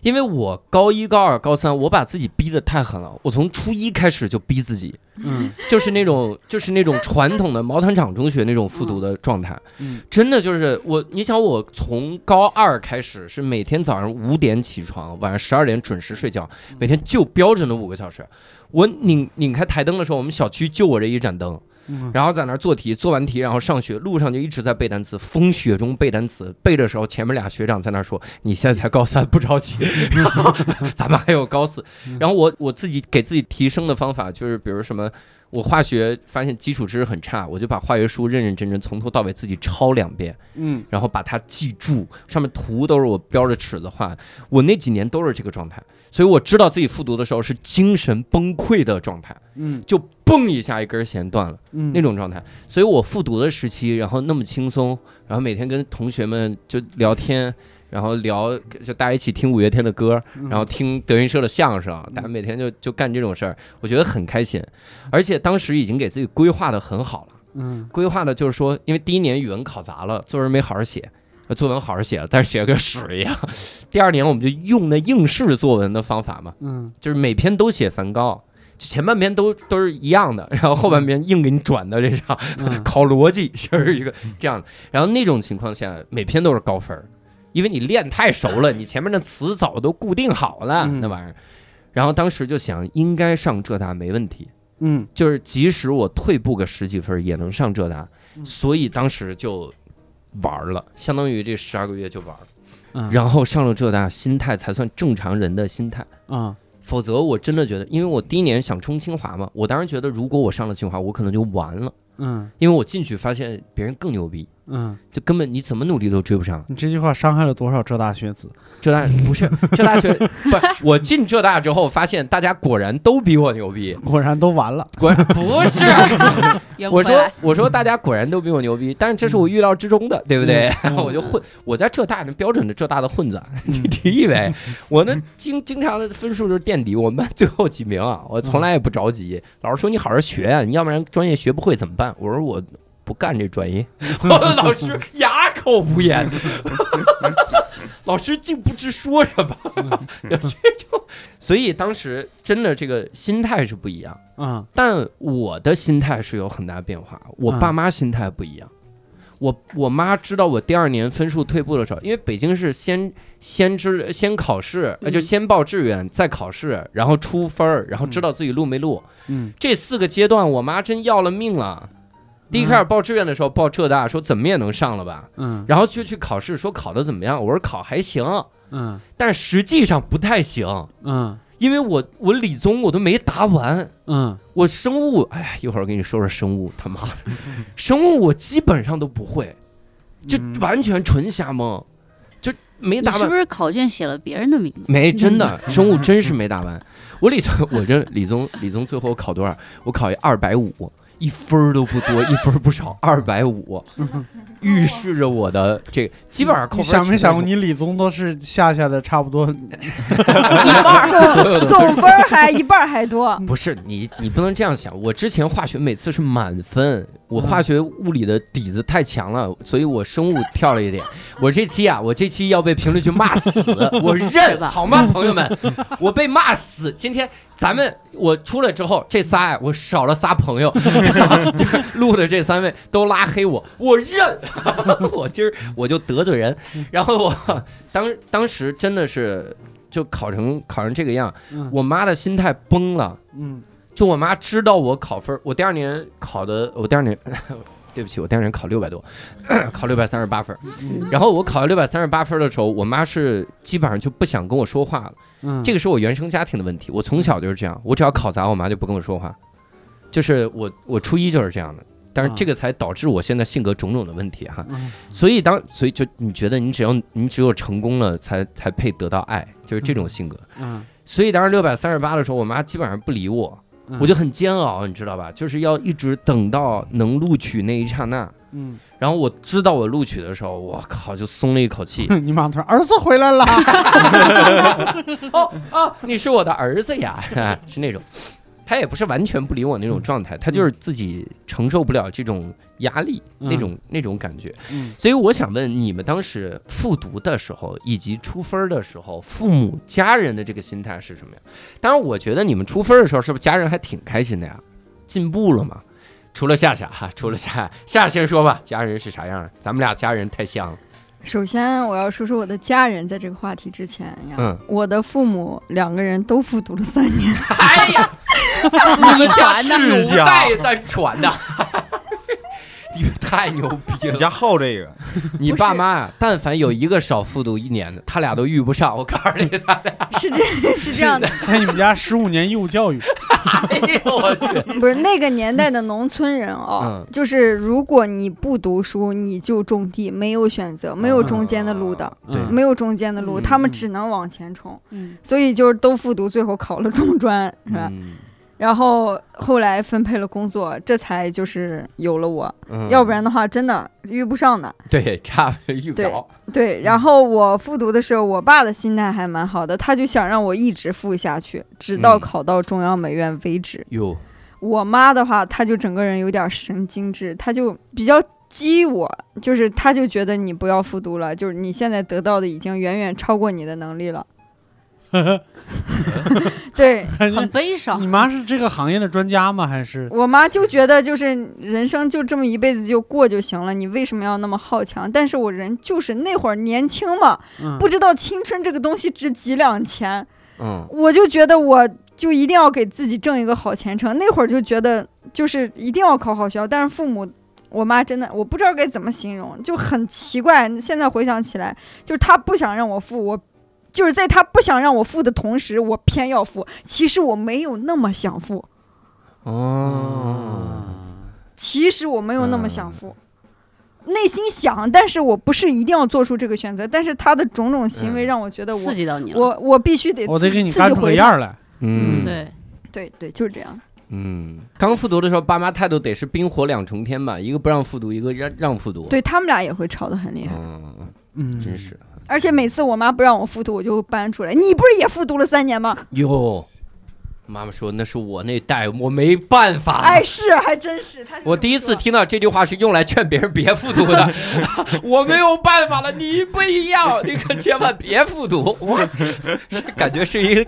[SPEAKER 2] 因为我高一、高二、高三，我把自己逼得太狠了。我从初一开始就逼自己，
[SPEAKER 4] 嗯
[SPEAKER 2] 就是那种就是那种传统的毛坦厂中学那种复读的状态，
[SPEAKER 4] 嗯
[SPEAKER 2] 真的就是我，你想我从高二开始是每天早上五点起床，晚上十二点准时睡觉，每天就标准的五个小时。我拧拧开台灯的时候，我们小区就我这一盏灯，
[SPEAKER 4] 嗯
[SPEAKER 2] 然后在那儿做题，做完题然后上学，路上就一直在背单词，风雪中背单词，背的时候前面俩学长在那儿说：“你现在才高三，不着急， 然后咱们还有高四。”然后我我自己给自己提升的方法就是，比如什么，我化学发现基础知识很差，我就把化学书认认真真从头到尾自己抄两遍，
[SPEAKER 4] 嗯
[SPEAKER 2] 然后把它记住，上面图都是我标着尺子画的。我那几年都是这个状态，所以我知道自己复读的时候是精神崩溃的状态，
[SPEAKER 4] 嗯
[SPEAKER 2] 就蹦一下一根弦断了。
[SPEAKER 4] 嗯
[SPEAKER 2] 那种状态。所以我复读的时期，然后那么轻松，然后每天跟同学们就聊天，然后聊就大家一起听五月天的歌，
[SPEAKER 4] 嗯，
[SPEAKER 2] 然后听德云社的相声，大家每天就就干这种事儿，我觉得很开心。而且当时已经给自己规划的很好了，
[SPEAKER 4] 嗯
[SPEAKER 2] 规划的就是说，因为第一年语文考砸了，作文没好好写。呃作文好好写了，但是写得跟屎一样。 第二年我们就用那应试作文的方法嘛，
[SPEAKER 4] 嗯
[SPEAKER 2] 就是每篇都写梵高，就前半篇都都是一样的，然后后半篇硬给你转到这上，
[SPEAKER 4] 嗯
[SPEAKER 2] 考逻辑 就是一个这样的。然后那种情况下，每篇都是高分儿，因为你练太熟了，你前面的词早都固定好了
[SPEAKER 4] 嗯
[SPEAKER 2] 那玩意儿。然后当时就想，应该上浙大没问题，
[SPEAKER 4] 嗯
[SPEAKER 2] 就是即使我退步个十几分儿也能上浙大，
[SPEAKER 4] 嗯
[SPEAKER 2] 所以当时就玩儿了，相当于这十二个月就玩儿了。
[SPEAKER 4] 嗯
[SPEAKER 2] 然后上了浙大，心态才算正常人的心态。
[SPEAKER 4] 嗯
[SPEAKER 2] 否则我真的觉得，因为我第一年想冲清华嘛，我当时觉得如果我上了清华，我可能就完了，
[SPEAKER 4] 嗯
[SPEAKER 2] 因为我进去发现别人更牛逼，
[SPEAKER 4] 嗯，
[SPEAKER 2] 就根本你怎么努力都追不上。
[SPEAKER 4] 你这句话伤害了多少浙大学子？
[SPEAKER 2] 浙大 不是浙大学， 不是我进浙大之后发现大家果然都比我牛逼，
[SPEAKER 4] 果然都完了，
[SPEAKER 2] 果然 不是，啊
[SPEAKER 8] 圆不
[SPEAKER 2] 我
[SPEAKER 8] 回
[SPEAKER 2] 说
[SPEAKER 8] 来嗯
[SPEAKER 2] 我说大家果然都比我牛逼，但是这是我预料之中的，对不对？
[SPEAKER 4] 嗯
[SPEAKER 2] 我就混，我在浙大那标准的浙大的混 子，你你以为我那经经常的分数就是垫底，我们班最后几名啊，我从来也不着 急。老师说你好好学啊，你要不然专业学不会怎么办？我说我。不干这专业， 我的老师哑口无言，老师竟不知说什么， 有这种，所以当时真的这个心态是不一样。
[SPEAKER 4] 嗯
[SPEAKER 2] 但我的心态是有很大变化，我
[SPEAKER 4] 嗯
[SPEAKER 2] 爸妈心态不一样。我我妈知道我第二年分数退步的时候，因为北京是先先知先考试，呃就
[SPEAKER 8] 嗯
[SPEAKER 2] 先报志愿，再考试，然后出分儿，然后知道自己录没录。
[SPEAKER 4] 嗯，
[SPEAKER 2] 这四个阶段，我妈真要了命了。第一开始报志愿的时候，报浙大，说怎么也能上了吧，
[SPEAKER 4] 嗯
[SPEAKER 2] 然后就去考试，说考的怎么样？我说考还行，
[SPEAKER 4] 嗯
[SPEAKER 2] 但实际上不太行，
[SPEAKER 4] 嗯
[SPEAKER 2] 因为我我理综我都没答完，
[SPEAKER 4] 嗯
[SPEAKER 2] 我生物，哎，一会儿给你说说生物，他妈的， 生物我基本上都不会，就
[SPEAKER 4] 嗯
[SPEAKER 2] 完全纯瞎蒙，就没
[SPEAKER 8] 你
[SPEAKER 2] 答
[SPEAKER 8] 是嗯
[SPEAKER 2] 完
[SPEAKER 8] 不。是考卷写了别人的 名字？
[SPEAKER 2] 没，真的，生物真是没答完。我理综，我这理 综，理综最后考多少？我考一二百五，一分儿都不 多，一分儿不少，二百五，预示着我的这个基本上扣
[SPEAKER 4] 你
[SPEAKER 2] 分。
[SPEAKER 4] 想没想过，你理综都是下下的差不多，
[SPEAKER 7] 一半
[SPEAKER 2] 所有
[SPEAKER 7] 儿
[SPEAKER 2] 的
[SPEAKER 7] 总分儿还一半儿还多。
[SPEAKER 2] 不是你，你不能这样想。我之前化学每次是满分，我化学物理的底子太强了，所以我生物跳了一点。我这期啊，我这期要被评论区骂死，我认好吗，朋友们？我被骂死。今天咱们我出来之后，这仨呀，我少了仨朋友， 就是录的这三位都拉黑我，我认。 我今儿我就得罪人，然后我当当时真的是就考成考成这个样，
[SPEAKER 4] 嗯
[SPEAKER 2] 我妈的心态崩了。
[SPEAKER 4] 嗯
[SPEAKER 2] 就我妈知道我考分儿，我第二年考的，我第二年， 对不起，我第二年考六百多， 考六百三十八分儿。
[SPEAKER 7] 嗯
[SPEAKER 4] 嗯
[SPEAKER 2] 然后我考六百三十八分儿的时候，我妈是基本上就不想跟我说话了。
[SPEAKER 4] 嗯，
[SPEAKER 2] 这个是我原生家庭的问题，我从小就是这样，我只要考砸，我妈就不跟我说话。就是我我初一就是这样的，但是
[SPEAKER 4] 啊
[SPEAKER 2] 这个才导致我现在性格种种的问题哈。
[SPEAKER 4] 嗯
[SPEAKER 2] 所以当所以就你觉得你只要你只有成功了才才配得到爱，就是这种性格。
[SPEAKER 4] 嗯，
[SPEAKER 2] 所以当时六百三十八的时候，我妈基本上不理我。
[SPEAKER 4] 嗯
[SPEAKER 2] 我就很煎熬，你知道吧？就是要一直等到能录取那一刹那。
[SPEAKER 4] 嗯，。
[SPEAKER 2] 然后我知道我录取的时候，我靠，就松了一口气
[SPEAKER 4] 你妈突然儿子回来了，
[SPEAKER 2] 哦哦，你是我的儿子 呀，是那种。他也不是完全不理我那种状态，他就是自己承受不了这种压力，
[SPEAKER 4] 嗯
[SPEAKER 2] 那种那种感觉。
[SPEAKER 4] 嗯
[SPEAKER 2] 所以我想问你们，当时复读的时候以及出分儿的时候，父母家人的这个心态是什么呀？当然，我觉得你们出分儿的时候，是不是家人还挺开心的呀？进步了嘛？除了夏夏哈，除了夏夏，夏夏先说吧，家人是啥样儿？咱们俩家人太像了。
[SPEAKER 7] 首先，我要说说我的家人，在这个话题之前呀，
[SPEAKER 2] 嗯
[SPEAKER 7] 我的父母两个人都复读了三年，
[SPEAKER 2] 哎呀，嗯
[SPEAKER 8] 你传的，
[SPEAKER 9] 世
[SPEAKER 2] 五
[SPEAKER 9] 家
[SPEAKER 2] 代单传的，你们太牛逼
[SPEAKER 9] 你
[SPEAKER 2] 了！
[SPEAKER 9] 家好这个，
[SPEAKER 2] 你
[SPEAKER 7] 不
[SPEAKER 2] 爸
[SPEAKER 7] 是
[SPEAKER 2] 妈啊，但凡有一个少复读一年的，他俩都遇不上。我告诉你，
[SPEAKER 7] 是这 是这样的，
[SPEAKER 4] 在你们家十五年义务教育，
[SPEAKER 2] 哎呦我去！
[SPEAKER 7] 不是那个年代的农村人哦，
[SPEAKER 4] 嗯
[SPEAKER 7] 就是如果你不读书，你就种地，没有选择，没有中间的路的，
[SPEAKER 2] 对
[SPEAKER 4] 嗯
[SPEAKER 7] 没有中间的路，
[SPEAKER 2] 嗯
[SPEAKER 7] 他们
[SPEAKER 4] 嗯
[SPEAKER 7] 只能往前冲，
[SPEAKER 8] 嗯，
[SPEAKER 7] 所以就是都复读，最后考了中 专，是吧？
[SPEAKER 2] 嗯
[SPEAKER 7] 然后后来分配了工作，这才就是有了我，
[SPEAKER 2] 嗯
[SPEAKER 7] 要不然的话真的遇不上的。
[SPEAKER 2] 对差遇不
[SPEAKER 7] 对
[SPEAKER 2] 着。
[SPEAKER 7] 对，然后我复读的时候，我爸的心态还蛮好的，他就想让我一直复下去，直到
[SPEAKER 2] 嗯
[SPEAKER 7] 考到中央美院为止。
[SPEAKER 2] 哟，
[SPEAKER 7] 我妈的话，她就整个人有点神经质，她就比较激我，就是她就觉得你不要复读了，就是你现在得到的已经远远超过你的能力了。 对
[SPEAKER 8] 很悲伤
[SPEAKER 4] 你。妈是这个行业的专家吗？还是
[SPEAKER 7] 我妈就觉得，就是人生就这么一辈子就过就行了，你为什么要那么好强？但是我人就是那会儿年轻嘛，
[SPEAKER 4] 嗯
[SPEAKER 7] 不知道青春这个东西值几两钱，
[SPEAKER 2] 嗯
[SPEAKER 7] 我就觉得我就一定要给自己挣一个好前程。那会儿就觉得就是一定要考好学校，但是父母。我妈真的，我不知道该怎么形容，就很奇怪。现在回想起来，就是她不想让我付，我就是在她不想让我付的同时，我偏要付。其实我没有那么想付，
[SPEAKER 2] 哦，
[SPEAKER 7] 其实我没有那么想付，内心想，但是我不是一定要做出这个选择。但是她的种种行为
[SPEAKER 2] 嗯
[SPEAKER 7] 让我觉得我、
[SPEAKER 8] 刺激到你了，
[SPEAKER 7] 我我必须得
[SPEAKER 4] 我
[SPEAKER 7] 自
[SPEAKER 4] 得给你
[SPEAKER 7] 自己
[SPEAKER 4] 干出个
[SPEAKER 7] 回
[SPEAKER 4] 样
[SPEAKER 7] 答。
[SPEAKER 4] 儿来。
[SPEAKER 2] 嗯，
[SPEAKER 8] 对，
[SPEAKER 7] 对对，就是这样。
[SPEAKER 2] 嗯，刚复读的时候，爸妈态度得是冰火两重天吧，一个不让复读，一个让让复读。，
[SPEAKER 7] 对他们俩也会吵得很厉害，
[SPEAKER 2] 嗯，
[SPEAKER 4] 嗯
[SPEAKER 2] 真是
[SPEAKER 7] 而且每次我妈不让我复读，我就搬出来。你不是也复读了三年吗？
[SPEAKER 2] 哟，妈妈说那是我那代，我没办法。
[SPEAKER 7] 哎，是，还真是。他
[SPEAKER 2] 啊我第一次
[SPEAKER 7] 听。
[SPEAKER 2] 听到这句话是用来劝别人别复读的，我没有办法了，你不一样， 你可千万别复读。我是感觉是一个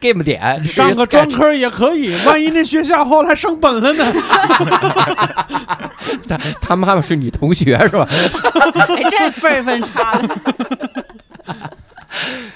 [SPEAKER 2] game 点，是一
[SPEAKER 4] 上个专
[SPEAKER 2] sketch
[SPEAKER 4] 科也可 以，万一那学校后来升本了呢？
[SPEAKER 2] 他他妈妈是女同学是吧？
[SPEAKER 8] 哎，这辈分差的。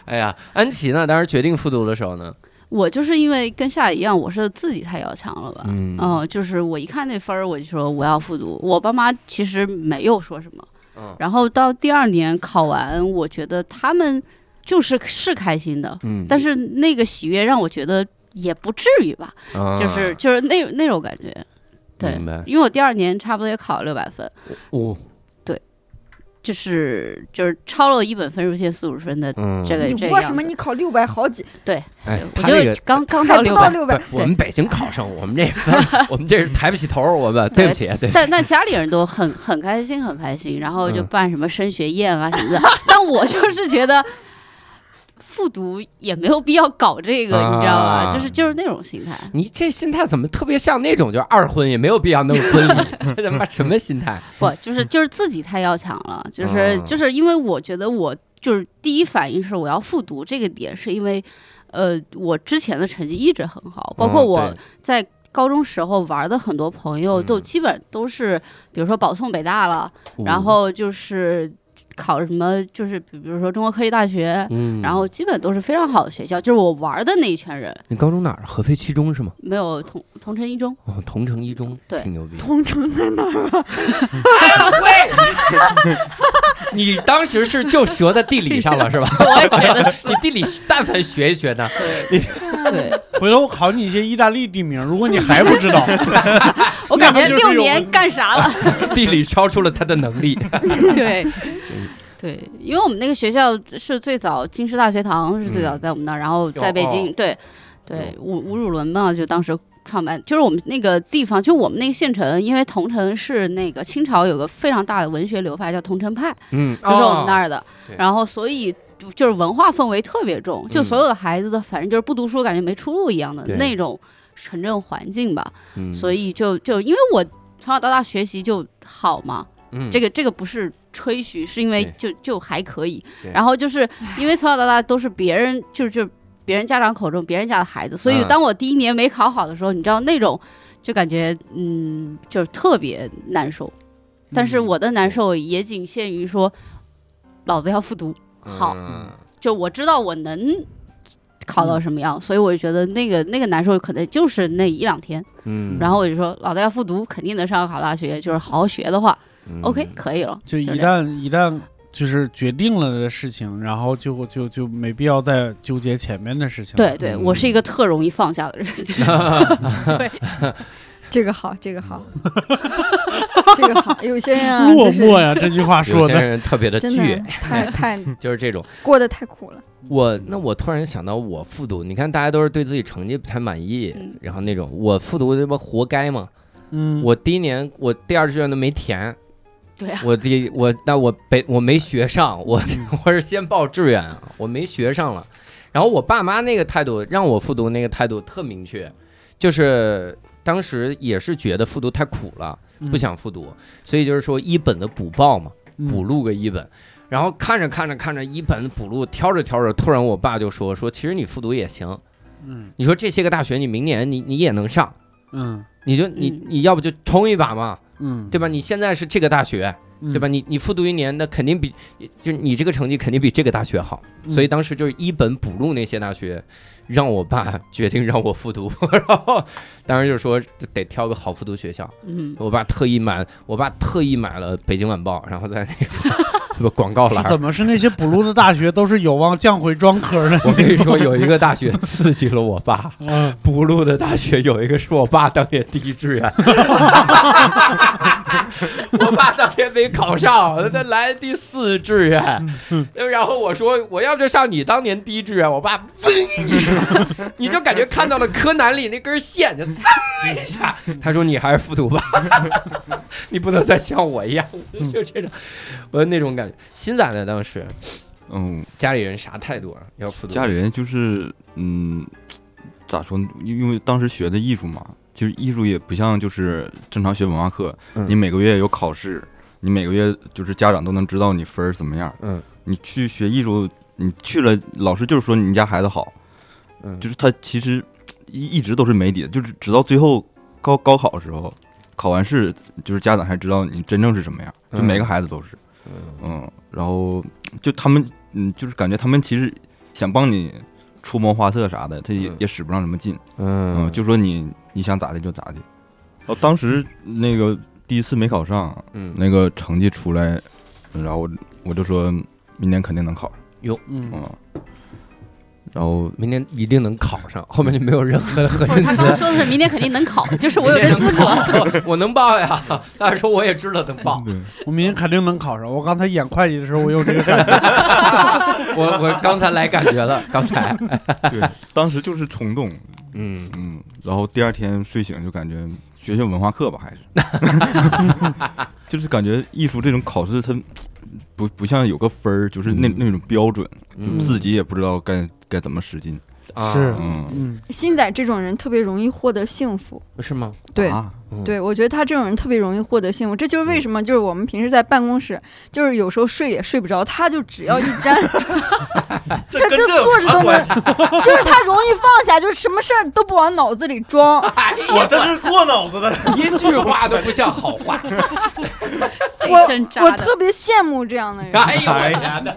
[SPEAKER 2] 哎呀，安琪呢？当时决定复读的时候呢，
[SPEAKER 8] 我就是因为跟夏一样，我是自己太要强了吧？
[SPEAKER 2] 嗯
[SPEAKER 8] 哦就是我一看那分儿，我就说我要复读。我爸妈其实没有说什么。
[SPEAKER 2] 嗯
[SPEAKER 8] 然后到第二年考完，我觉得他们就是是开心的，
[SPEAKER 2] 嗯
[SPEAKER 8] 但是那个喜悦让我觉得也不至于吧，就是
[SPEAKER 2] 啊
[SPEAKER 8] 就是那那种感觉。对
[SPEAKER 2] 明白，
[SPEAKER 8] 因为我第二年差不多也考了六百分，哦
[SPEAKER 2] 我
[SPEAKER 8] 就是就是超了一本分数线四五十分的。
[SPEAKER 2] 嗯
[SPEAKER 8] 这个
[SPEAKER 7] 你
[SPEAKER 8] 这
[SPEAKER 7] 为
[SPEAKER 8] 样
[SPEAKER 7] 什么
[SPEAKER 8] 子
[SPEAKER 7] 你考六百好几，
[SPEAKER 2] 哎，
[SPEAKER 8] 我
[SPEAKER 2] 他这
[SPEAKER 8] 就
[SPEAKER 2] 个。
[SPEAKER 8] 刚刚
[SPEAKER 7] 还不
[SPEAKER 8] 到六
[SPEAKER 7] 到
[SPEAKER 8] 百，
[SPEAKER 7] 六
[SPEAKER 2] 不
[SPEAKER 7] 百？
[SPEAKER 2] 我们北京考生，我们这 我们这是抬不起头，我们对不起，对，
[SPEAKER 8] 但但家里人都很很开心，很开心，然后就
[SPEAKER 2] 嗯
[SPEAKER 8] 办什么升学宴啊什么的。但我就是觉得复读也没有必要搞这个，你知道
[SPEAKER 2] 啊
[SPEAKER 8] 吗？就是就是那种心态。
[SPEAKER 2] 你这心态怎么特别像那种就是二婚也没有必要弄婚礼， 这他妈什么心态？
[SPEAKER 8] 不，就是就是自己太要强了，就是、
[SPEAKER 2] 嗯
[SPEAKER 8] 就是因为我觉得我就是第一反应是我要复读这个点，是因为呃我之前的成绩一直很好，包括
[SPEAKER 2] 嗯
[SPEAKER 8] 我
[SPEAKER 2] 对
[SPEAKER 8] 在高中时候玩的很多朋友
[SPEAKER 2] 嗯
[SPEAKER 8] 都
[SPEAKER 2] 哦
[SPEAKER 8] 基本都是，比如说保送北大了，然后就是考什么就是比比如说中国科技大学。
[SPEAKER 2] 嗯，
[SPEAKER 8] 然后基本都是非常好的学校，就是我玩的那一圈人，
[SPEAKER 2] 你高中哪儿？啊合肥七中是吗？
[SPEAKER 8] 没有同同城一中，
[SPEAKER 2] 哦，同城一中，
[SPEAKER 8] 对
[SPEAKER 2] 挺牛逼。
[SPEAKER 7] 同城在哪儿啊？
[SPEAKER 2] 你当时是就折在地理上了 是吧？
[SPEAKER 8] 我也觉得是
[SPEAKER 2] 你地理但凡学一学呢，
[SPEAKER 8] 对。
[SPEAKER 4] 回头我考你一些意大利地名，如果你还不 知道，
[SPEAKER 8] 我感觉
[SPEAKER 4] 那就是
[SPEAKER 8] 六
[SPEAKER 4] 有
[SPEAKER 8] 年干啥了？
[SPEAKER 2] 地理超出了他的能力。
[SPEAKER 8] 对，对，因为我们那个学校是最早京师大学堂是最
[SPEAKER 2] 嗯
[SPEAKER 8] 早在我们那儿，然后在北京，
[SPEAKER 2] 哦
[SPEAKER 8] 对，对，吴吴汝伦嘛，就当时创办，就是我们那个地方，就我们那个县城，因为桐城是那个清朝有个非常大的文学流派叫桐城派，
[SPEAKER 2] 嗯，
[SPEAKER 8] 就是我们那儿的，
[SPEAKER 2] 对
[SPEAKER 8] 然后所以。就是文化氛围特别重，就所有的孩子都反正就是不读书，感觉没出路一样的
[SPEAKER 2] 对
[SPEAKER 8] 那种城镇环境吧。
[SPEAKER 2] 嗯
[SPEAKER 8] 所以就就因为我从小到大学习就好嘛，
[SPEAKER 2] 嗯
[SPEAKER 8] 这个这个不是吹嘘，是因为
[SPEAKER 2] 对
[SPEAKER 8] 就就还可以
[SPEAKER 2] 对。
[SPEAKER 8] 然后就是因为从小到大都是别人，就是就别人家长口中别人家的孩子，所以
[SPEAKER 2] 嗯
[SPEAKER 8] 当我第一年没考好的时候，你知道那种就感觉嗯，就是特别难受。但
[SPEAKER 2] 嗯
[SPEAKER 8] 是我的难受也仅限于说，老子要复读，好，
[SPEAKER 2] 嗯
[SPEAKER 8] 就我知道我能。考到什么样，所以我就觉得那个那个难受可能就是那一两天，
[SPEAKER 2] 嗯
[SPEAKER 8] 然后我就说老子要复读，肯定能上好大学，就是好好学的话、
[SPEAKER 2] 嗯
[SPEAKER 8] o k 可以了。
[SPEAKER 4] 就一
[SPEAKER 8] 就这
[SPEAKER 4] 旦一旦就是决定了的事情，然后就就就没必要再纠结前面的事情 了。
[SPEAKER 8] 对对，我是一个特容易放下的人。
[SPEAKER 7] 这个好，这个好，这个好。有些人 啊，
[SPEAKER 4] 落
[SPEAKER 7] 就是
[SPEAKER 4] 寞呀，这句话
[SPEAKER 2] 有
[SPEAKER 4] 说
[SPEAKER 2] 些
[SPEAKER 4] 的。
[SPEAKER 2] 人特别的
[SPEAKER 7] 真的
[SPEAKER 2] 倔，
[SPEAKER 7] 太太
[SPEAKER 2] 就是这种。
[SPEAKER 7] 过得太苦了。
[SPEAKER 2] 我那我突然想到，我复读，你看大家都是对自己成绩不太满意，
[SPEAKER 8] 嗯
[SPEAKER 2] 然后那种我复读这不活该吗？
[SPEAKER 4] 嗯，
[SPEAKER 2] 我第一年我第二志愿都没填，
[SPEAKER 8] 对啊，嗯
[SPEAKER 2] 我第我那我北我没学上，我 我是先报志愿，啊我没学上了。然后我爸妈那个态度，让我复读那个态度特明确，就是当时也是觉得复读太苦了，不想复读，所以就是说一本的补报嘛，
[SPEAKER 4] 嗯
[SPEAKER 2] 补录个一本。然后看着看着看着一本补录，挑着挑着，突然我爸就说说，其实你复读也行，
[SPEAKER 4] 嗯
[SPEAKER 2] 你说这些个大学你明年你你也能上，
[SPEAKER 4] 嗯
[SPEAKER 2] 你就你
[SPEAKER 8] 嗯
[SPEAKER 2] 你要不就冲一把嘛，
[SPEAKER 4] 嗯，
[SPEAKER 2] 对吧？你现在是这个大学，
[SPEAKER 4] 嗯
[SPEAKER 2] 对吧？？你你复读一年，那肯定比就是你这个成绩肯定比这个大学好，
[SPEAKER 4] 嗯
[SPEAKER 2] 所以当时就是一本补录那些大学，让我爸决定让我复读， 然后当时就说得挑个好复读学校。
[SPEAKER 8] 嗯，
[SPEAKER 2] 我爸特意买，我爸特意买了《北京晚报》，然后在那个 什么广告栏
[SPEAKER 4] 是
[SPEAKER 2] 儿。
[SPEAKER 4] 怎么是那些补录的大学都是有望降回专科的？
[SPEAKER 2] 我跟你说，有一个大学刺激了我爸，
[SPEAKER 4] 嗯，
[SPEAKER 2] 补录的大学有一个是我爸当年第一志愿， 我爸当年没考上，他来第四志愿， 然后我说我要不就上你当年第一志愿，我爸嗡一声， 你就感觉看到了柯南里那根线，就嗖一下，他说你还是复读吧， 你不能再像我一样，就这种，我那种感觉。新仔呢，当时
[SPEAKER 9] 嗯，
[SPEAKER 2] 家里人啥态度啊？要复读？
[SPEAKER 9] 家里人就是嗯，咋说呢？因为当时学的艺术嘛，就是艺术也不像就是正常学文化课，
[SPEAKER 2] 嗯
[SPEAKER 9] 你每个月有考试，你每个月就是家长都能知道你分儿怎么样。
[SPEAKER 2] 嗯，
[SPEAKER 9] 你去学艺术，你去了，老师就是说你家孩子好，
[SPEAKER 2] 嗯
[SPEAKER 9] 就是他其实一一直都是没底的，就是直到最后高高考的时候，考完试就是家长才知道你真正是什么样，就
[SPEAKER 2] 嗯
[SPEAKER 9] 每个孩子都是，嗯，然后就他们，嗯，就是感觉他们其实想帮你出谋划策啥的，他也、
[SPEAKER 2] 嗯
[SPEAKER 9] 也使不上什么劲，嗯，
[SPEAKER 2] 嗯
[SPEAKER 9] 就说你你想咋的就咋的。哦，当时那个第一次没考上，
[SPEAKER 2] 嗯，
[SPEAKER 9] 那个成绩出来，然后我就说明年肯定能考上，
[SPEAKER 4] 嗯，
[SPEAKER 9] 嗯，然后
[SPEAKER 2] 明年一定能考上， 后面就没有任何的 核
[SPEAKER 8] 不是
[SPEAKER 2] 心
[SPEAKER 8] 他
[SPEAKER 2] 词
[SPEAKER 8] 刚。刚说的是明年肯定能考，就是我 有这资格。
[SPEAKER 2] 我我能报呀！ 大家说我也知道能报，
[SPEAKER 4] 我明年肯定能考上。我刚才演会计的时候，我有 这个感觉。
[SPEAKER 2] 我我刚才来感觉 了，刚才，
[SPEAKER 9] 对，当时就是冲动，
[SPEAKER 2] 嗯，
[SPEAKER 9] 嗯，然后第二天睡醒就感觉学学文化课吧，还是， 就是感觉艺术这种考试它不不像有个分儿，就是那
[SPEAKER 2] 嗯
[SPEAKER 9] 那种标准，
[SPEAKER 2] 嗯
[SPEAKER 9] 自己也不知道该该怎么使劲，
[SPEAKER 2] 啊
[SPEAKER 4] 是
[SPEAKER 9] 嗯，
[SPEAKER 4] 嗯，
[SPEAKER 7] 新仔这种人特别容易获得幸福，
[SPEAKER 2] 是吗？
[SPEAKER 7] 对
[SPEAKER 9] 啊，
[SPEAKER 2] 嗯
[SPEAKER 7] 对我觉得他这种人特别容易获得幸福，这就是为什么就是我们平时在办公室，就是有时候睡也睡不着，他就只要一 沾，他就坐着都能，就是他容易放下，就是什么事儿都不往脑子里装。
[SPEAKER 5] 我这是过脑子的，
[SPEAKER 2] 哎一句话都不像好话。
[SPEAKER 8] 这真渣
[SPEAKER 7] 我
[SPEAKER 8] 的
[SPEAKER 7] 特别羡慕这样的 人。
[SPEAKER 2] 哎呦我天哪！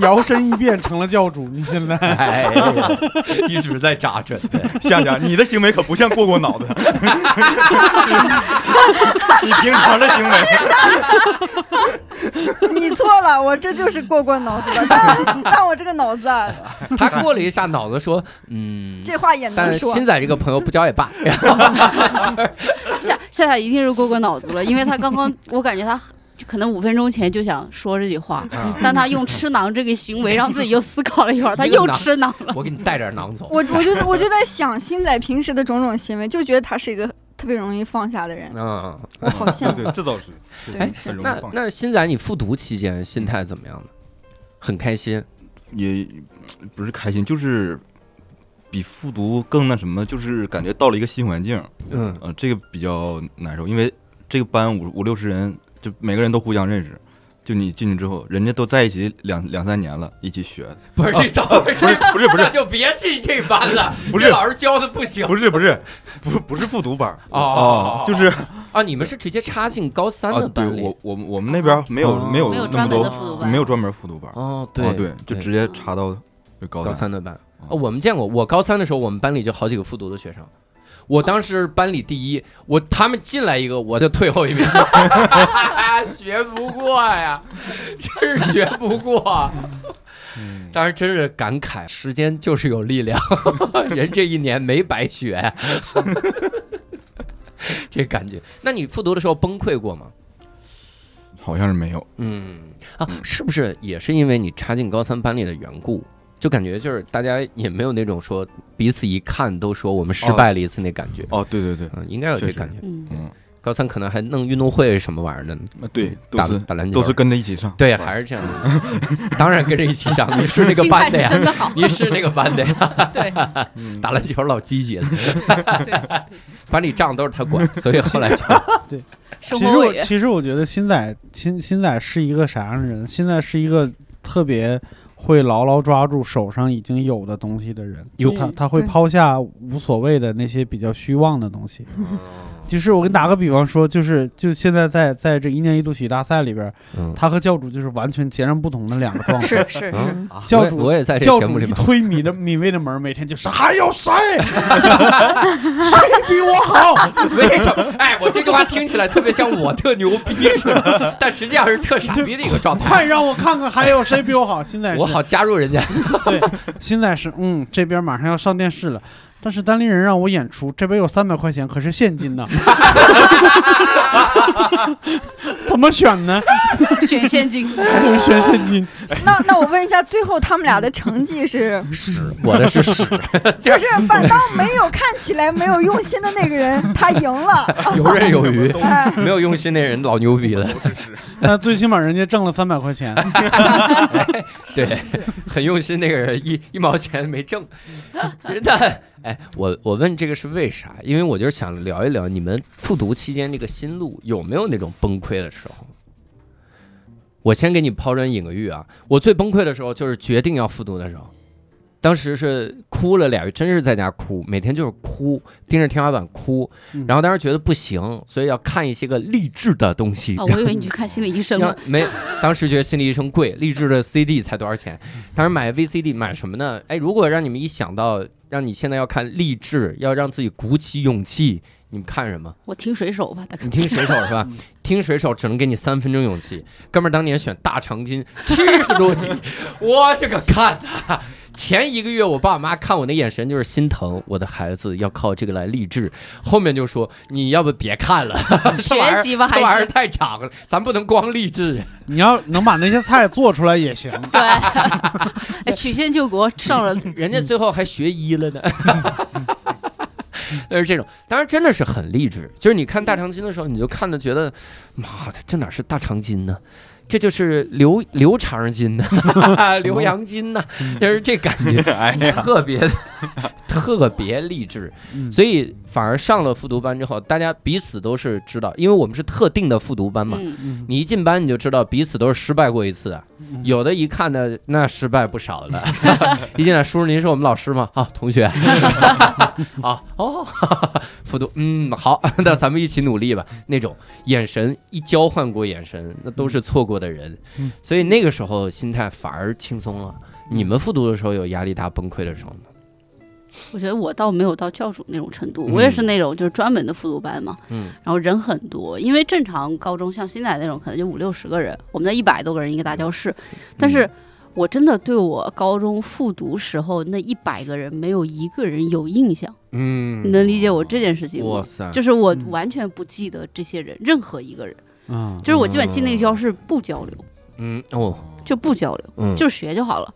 [SPEAKER 4] 摇身一变成了教主，你现在。
[SPEAKER 2] 哎呀， 一直在扎着。
[SPEAKER 9] 夏夏，你的行为可不像过过 脑子，你平常的行为。
[SPEAKER 7] 你错了，我这就是过过脑子的，但但我这个脑子啊，
[SPEAKER 2] 他过了一下脑子说：“嗯。”
[SPEAKER 7] 这话也能
[SPEAKER 2] 但
[SPEAKER 7] 说。
[SPEAKER 2] 新仔这个朋友不交也 罢，
[SPEAKER 8] 夏夏夏一定是过过脑子了，因为他刚刚我感觉他就可能五分钟前就想说这句话，
[SPEAKER 2] 啊
[SPEAKER 8] 但他用吃馕这个行为让自己又思考了一会儿，他又吃馕了。
[SPEAKER 2] 我给你带点囊走。
[SPEAKER 7] 我我就我就在想新仔平时的种种行为，就觉得他是一个特别容易放下 的人，
[SPEAKER 2] 嗯，
[SPEAKER 7] 我好羡慕。
[SPEAKER 9] 对，这倒是，
[SPEAKER 7] 对
[SPEAKER 9] 很容
[SPEAKER 2] 那
[SPEAKER 9] 易放下。
[SPEAKER 2] 那新仔，你复读期间心态怎么样呢？很开心，
[SPEAKER 9] 也不是开心，就是比复读更那什么，就是感觉到了一个新环境，
[SPEAKER 2] 嗯
[SPEAKER 9] 呃，这个比较难受，因为这个班五五六十人，就每个人都互相认识。就你进去之后，人家都在一起两两三年了，一起学的，
[SPEAKER 2] 不是这等会
[SPEAKER 9] 不是
[SPEAKER 2] 儿，
[SPEAKER 9] 不是不
[SPEAKER 2] 那
[SPEAKER 9] 是
[SPEAKER 2] 就别进这班了，
[SPEAKER 9] 不是
[SPEAKER 2] 这老师教的不行
[SPEAKER 9] 不是不是不不是复读班儿
[SPEAKER 2] 哦
[SPEAKER 9] 哦，就是
[SPEAKER 2] 啊！你们是直接插进高三
[SPEAKER 9] 啊
[SPEAKER 2] 的，
[SPEAKER 9] 对
[SPEAKER 2] 班里
[SPEAKER 9] 我我们我们那边儿没有
[SPEAKER 2] 哦
[SPEAKER 9] 没有
[SPEAKER 8] 没有
[SPEAKER 9] 那
[SPEAKER 8] 专
[SPEAKER 9] 么
[SPEAKER 8] 门的
[SPEAKER 9] 多，
[SPEAKER 8] 复读班，
[SPEAKER 9] 没有专门复读班儿，
[SPEAKER 2] 哦，
[SPEAKER 9] 啊
[SPEAKER 2] 对
[SPEAKER 9] 对，就直接查到就
[SPEAKER 2] 高
[SPEAKER 9] 高三
[SPEAKER 2] 三的班啊
[SPEAKER 9] 嗯，
[SPEAKER 2] 我们见过。我高三的时候，我们班里就好几个复读的学生。我当时班里第一，我他们进来一个，我就退后一遍， 学不过呀，真是学不过。
[SPEAKER 9] 嗯
[SPEAKER 2] 当时真是感慨，时间就是有力量， 人这一年没白 学，这感觉。那你复读的时候崩溃过吗？
[SPEAKER 9] 好像是没有，
[SPEAKER 2] 嗯啊，是不是也是因为你插进高三班里的缘故？就感觉就是大家也没有那种说彼此一看都说我们失败了一次那感觉，
[SPEAKER 9] 哦，对对对，
[SPEAKER 2] 嗯，应该有这
[SPEAKER 9] 确实
[SPEAKER 2] 感觉。
[SPEAKER 8] 嗯，
[SPEAKER 9] 嗯，
[SPEAKER 2] 高三可能还弄运动会什么玩意儿的，
[SPEAKER 9] 那对，都
[SPEAKER 2] 打
[SPEAKER 9] 是
[SPEAKER 2] 打篮球，
[SPEAKER 9] 都是跟着一起上，
[SPEAKER 2] 对，
[SPEAKER 9] 吧
[SPEAKER 2] 还是这样的。当然跟着一起上，你是那个
[SPEAKER 8] 心态
[SPEAKER 2] 班的
[SPEAKER 8] 是
[SPEAKER 2] 呀，
[SPEAKER 8] 真的好，
[SPEAKER 2] 你是那个班的呀，
[SPEAKER 8] 对
[SPEAKER 9] 嗯
[SPEAKER 2] 打篮球老积极了，
[SPEAKER 8] 对，
[SPEAKER 2] 班里账都是他管，所以后来就
[SPEAKER 8] 生
[SPEAKER 4] 其
[SPEAKER 8] 活
[SPEAKER 4] 实
[SPEAKER 8] 委
[SPEAKER 4] 我
[SPEAKER 8] 员
[SPEAKER 4] 其实我觉得新仔新新仔是一个啥样的人？新仔是一个特别会牢牢抓住手上已经有的东西的人，
[SPEAKER 2] 有
[SPEAKER 4] 就他
[SPEAKER 8] 嗯
[SPEAKER 4] 他会
[SPEAKER 7] 对
[SPEAKER 4] 抛下无所谓的那些比较虚妄的东西。
[SPEAKER 2] 哦
[SPEAKER 4] 就是我给你打个比方说，就是就现在在在这一年一度喜剧大赛里边，
[SPEAKER 2] 嗯，
[SPEAKER 4] 他和教主就是完全截然不同的两个状态。
[SPEAKER 8] 是是是，
[SPEAKER 2] 嗯
[SPEAKER 4] 教主
[SPEAKER 2] 我也我也在这
[SPEAKER 4] 教
[SPEAKER 2] 节目
[SPEAKER 4] 主
[SPEAKER 2] 里
[SPEAKER 4] 一
[SPEAKER 2] 面，
[SPEAKER 4] 推米的米未的门，每天就是还有谁谁比我好？
[SPEAKER 2] 为什么？哎，我这句话听起来特别像我特牛逼似的，但实际上是特傻逼的一个状态。
[SPEAKER 4] 快让我看看还有谁比我好！现在
[SPEAKER 2] 我好加入人家，
[SPEAKER 4] 现在是嗯，这边马上要上电视了，但是单立人让我演出，这边有三百块钱，可是现金呢， 怎么选呢？
[SPEAKER 8] 选现金，
[SPEAKER 4] 选现金，
[SPEAKER 7] 那那我问一下，最后他们俩的成绩是，
[SPEAKER 2] 我的是屎，
[SPEAKER 7] 就是 反倒没有看起来没有用心的那个人他赢了，
[SPEAKER 2] 游刃有 余，
[SPEAKER 7] 哎，
[SPEAKER 2] 没有用心的人老牛逼了，
[SPEAKER 4] 那最起码人家挣了三百块钱。
[SPEAKER 2] 对，很用心那个人一一毛钱没挣， 那哎，我我问这个是为啥？因为我就是想聊一聊你们复读期间这个心路有没有那种崩溃的时候。我先给你抛砖引个玉啊，我最崩溃的时候就是决定要复读的时候，当时是哭了俩月，真是在家哭，每天就是哭，盯着天花板哭，
[SPEAKER 4] 嗯
[SPEAKER 2] 然后当时觉得不行，所以要看一些个励志的东西。
[SPEAKER 8] 哦，我以为你去看心理医生
[SPEAKER 2] 要
[SPEAKER 8] 了。
[SPEAKER 2] 没，当时觉得心理医生贵，励志的 CD 才多少钱？当时买 VCD 买什么呢？哎，如果让你们一想到让你现在要看励志，要让自己鼓起勇气，你们看什么？
[SPEAKER 8] 我听水手吧，大概
[SPEAKER 2] 你听水手是吧
[SPEAKER 4] 嗯？
[SPEAKER 2] 听水手只能给你三分钟勇气。哥们儿当年选大长今七十多集，我这个看啊！前一个月我爸妈看我那眼神就是心疼，我的孩子要靠这个来励志。后面就说你要不别看了， 这玩意儿
[SPEAKER 8] 学习吧
[SPEAKER 2] 这玩意
[SPEAKER 8] 还
[SPEAKER 2] 儿
[SPEAKER 8] 是
[SPEAKER 2] 太长了，咱不能光励志。
[SPEAKER 4] 你要能把那些菜做出来也行。
[SPEAKER 8] 对， 哎曲线救国上了，
[SPEAKER 2] 人家最后还学医了呢。就是这种，当然真的是很励志。就是你看大长今的时候，你就看的觉得，妈的，这哪是大长今呢？这就是刘刘长今呢，刘洋金呢，就是这感觉，
[SPEAKER 9] 哎呀，
[SPEAKER 2] 特别特别励志。
[SPEAKER 4] 嗯
[SPEAKER 2] 所以反而上了复读班之后，大家彼此都是知道，因为我们是特定的复读班嘛。
[SPEAKER 8] 嗯，
[SPEAKER 4] 嗯
[SPEAKER 2] 你一进班你就知道彼此都是失败过一次啊的，
[SPEAKER 4] 嗯
[SPEAKER 2] 有的一看呢，那失败不少了。 一进来，叔叔您是我们老师吗？啊，同学。 啊，哦， 复读，嗯，好，那咱们一起努力吧。那种眼神一交换过眼神，那都是错过的人
[SPEAKER 4] 嗯，
[SPEAKER 2] 所以那个时候心态反而轻松了。你们复读的时候有压力大、崩溃的时候吗？
[SPEAKER 8] 我觉得我倒没有到教主那种程度，
[SPEAKER 2] 嗯
[SPEAKER 8] 我也是那种就是专门的复读班嘛，
[SPEAKER 2] 嗯，
[SPEAKER 8] 然后人很多，因为正常高中像现在那种可能就五六十个人，我们那一百多个人一个大教室，
[SPEAKER 2] 嗯
[SPEAKER 8] 但是我真的对我高中复读时候那一百个人没有一个人有印象，
[SPEAKER 2] 嗯
[SPEAKER 8] 你能理解我这件事情吗
[SPEAKER 2] 哇？塞，
[SPEAKER 8] 就是我
[SPEAKER 4] 嗯
[SPEAKER 8] 完全不记得这些人，任何一个人，
[SPEAKER 4] 嗯
[SPEAKER 8] 就是我基本进那个教室不交流，
[SPEAKER 2] 嗯哦，
[SPEAKER 8] 就不交流，
[SPEAKER 2] 嗯，
[SPEAKER 8] 就是学就好了，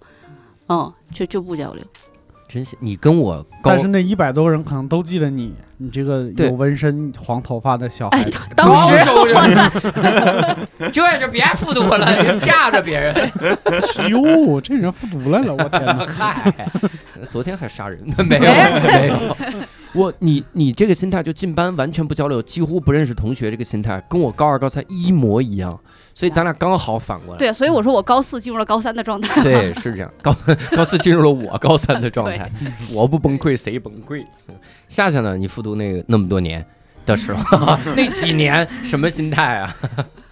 [SPEAKER 8] 嗯，就就不交流。
[SPEAKER 2] 真是你跟我高
[SPEAKER 4] 但是那一百多个人可能都记得你，你这个
[SPEAKER 2] 对
[SPEAKER 4] 有纹身、黄头发的小孩
[SPEAKER 8] 哎，。当时
[SPEAKER 2] 高中 人这就别复读了，你吓着别人。
[SPEAKER 4] 哟，哎这人复读来了，我天哪！
[SPEAKER 2] 嗨， 昨天还杀人， 没有
[SPEAKER 7] 哎
[SPEAKER 2] 没有。我你你这个心态就进班完全不交流，几乎不认识同学，这个心态跟我高二高三一模一样，所以咱俩刚好反过来。
[SPEAKER 8] 对，啊所以我说我高四进入了高三的状态。
[SPEAKER 2] 对，是这样。高三 高四进入了我高三的状态，我不崩溃谁崩溃？嗯夏夏呢？你复读那个那么多年的时 候，那几年什么心态啊？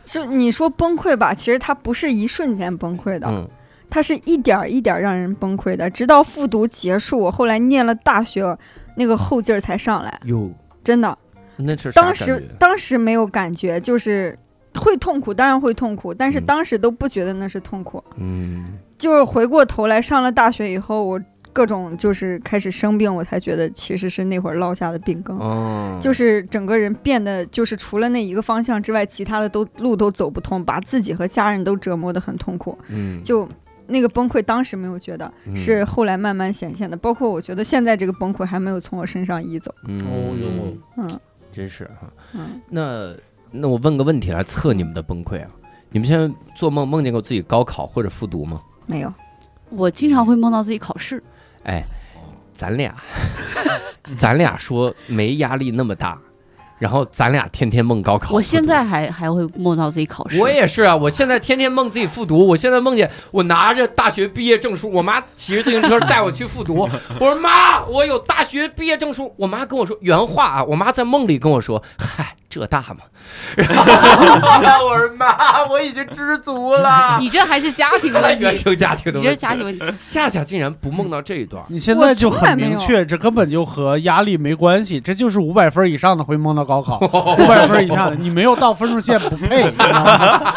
[SPEAKER 7] 是你说崩溃吧？其实它不是一瞬间崩溃的，
[SPEAKER 2] 嗯
[SPEAKER 7] 它是一点儿一点儿让人崩溃的，直到复读结束，我后来念了大学，那个后劲儿才上来，
[SPEAKER 2] 哟，
[SPEAKER 7] 真的。
[SPEAKER 2] 那是啥
[SPEAKER 7] 当
[SPEAKER 2] 感
[SPEAKER 7] 时
[SPEAKER 2] 觉
[SPEAKER 7] 当时没有感觉，就是会痛苦，当然会痛苦，但是
[SPEAKER 2] 嗯
[SPEAKER 7] 当时都不觉得那是痛苦。
[SPEAKER 2] 嗯
[SPEAKER 7] 就是回过头来上了大学以后，我各种就是开始生病，我才觉得其实是那会儿落下的病根。
[SPEAKER 2] 哦，
[SPEAKER 7] 就是整个人变得，就是除了那一个方向之外，其他的都路都走不通，把自己和家人都折磨得很痛苦。
[SPEAKER 2] 嗯
[SPEAKER 7] 就那个崩溃，当时没有觉得，
[SPEAKER 2] 嗯
[SPEAKER 7] 是后来慢慢显现的。包括我觉得现在这个崩溃还没有从我身上移走。
[SPEAKER 2] 嗯
[SPEAKER 8] 嗯，
[SPEAKER 7] 嗯
[SPEAKER 2] 真是哈。
[SPEAKER 7] 嗯，
[SPEAKER 2] 那那我问个问题来测你们的崩溃啊！你们现在做梦梦见过自己高考或者复读吗？
[SPEAKER 7] 没 有。
[SPEAKER 8] 我经常会梦到自己考试，
[SPEAKER 2] 哎，咱俩， 咱俩说没压力那么大，然后咱俩天天梦高考。
[SPEAKER 8] 我现在还还会梦到自己考试。
[SPEAKER 2] 我也是啊，我现在天天梦自己复读，我现在梦见我拿着大学毕业证书，我妈骑着自行车带我去 复读，我说妈，我有大学毕业证书，我妈跟我说原话啊，我妈在梦里跟我说，嗨，浙大嘛，然 后我说 妈，我已经知足了，
[SPEAKER 8] 你这还是家庭问
[SPEAKER 2] 原
[SPEAKER 8] 题，
[SPEAKER 2] 生家庭的
[SPEAKER 8] 你这
[SPEAKER 2] 问
[SPEAKER 8] 是
[SPEAKER 2] 题，
[SPEAKER 8] 家庭 问题。
[SPEAKER 2] 夏夏竟然不梦到这一段，
[SPEAKER 4] 你现
[SPEAKER 7] 我
[SPEAKER 4] 在就
[SPEAKER 7] 从来
[SPEAKER 4] 很
[SPEAKER 7] 没
[SPEAKER 4] 明
[SPEAKER 7] 有
[SPEAKER 4] 确，这根本就和压力没关系，这就是五百分以上的会梦到高考，五百分以下的你没有到分数线不配，你知道吗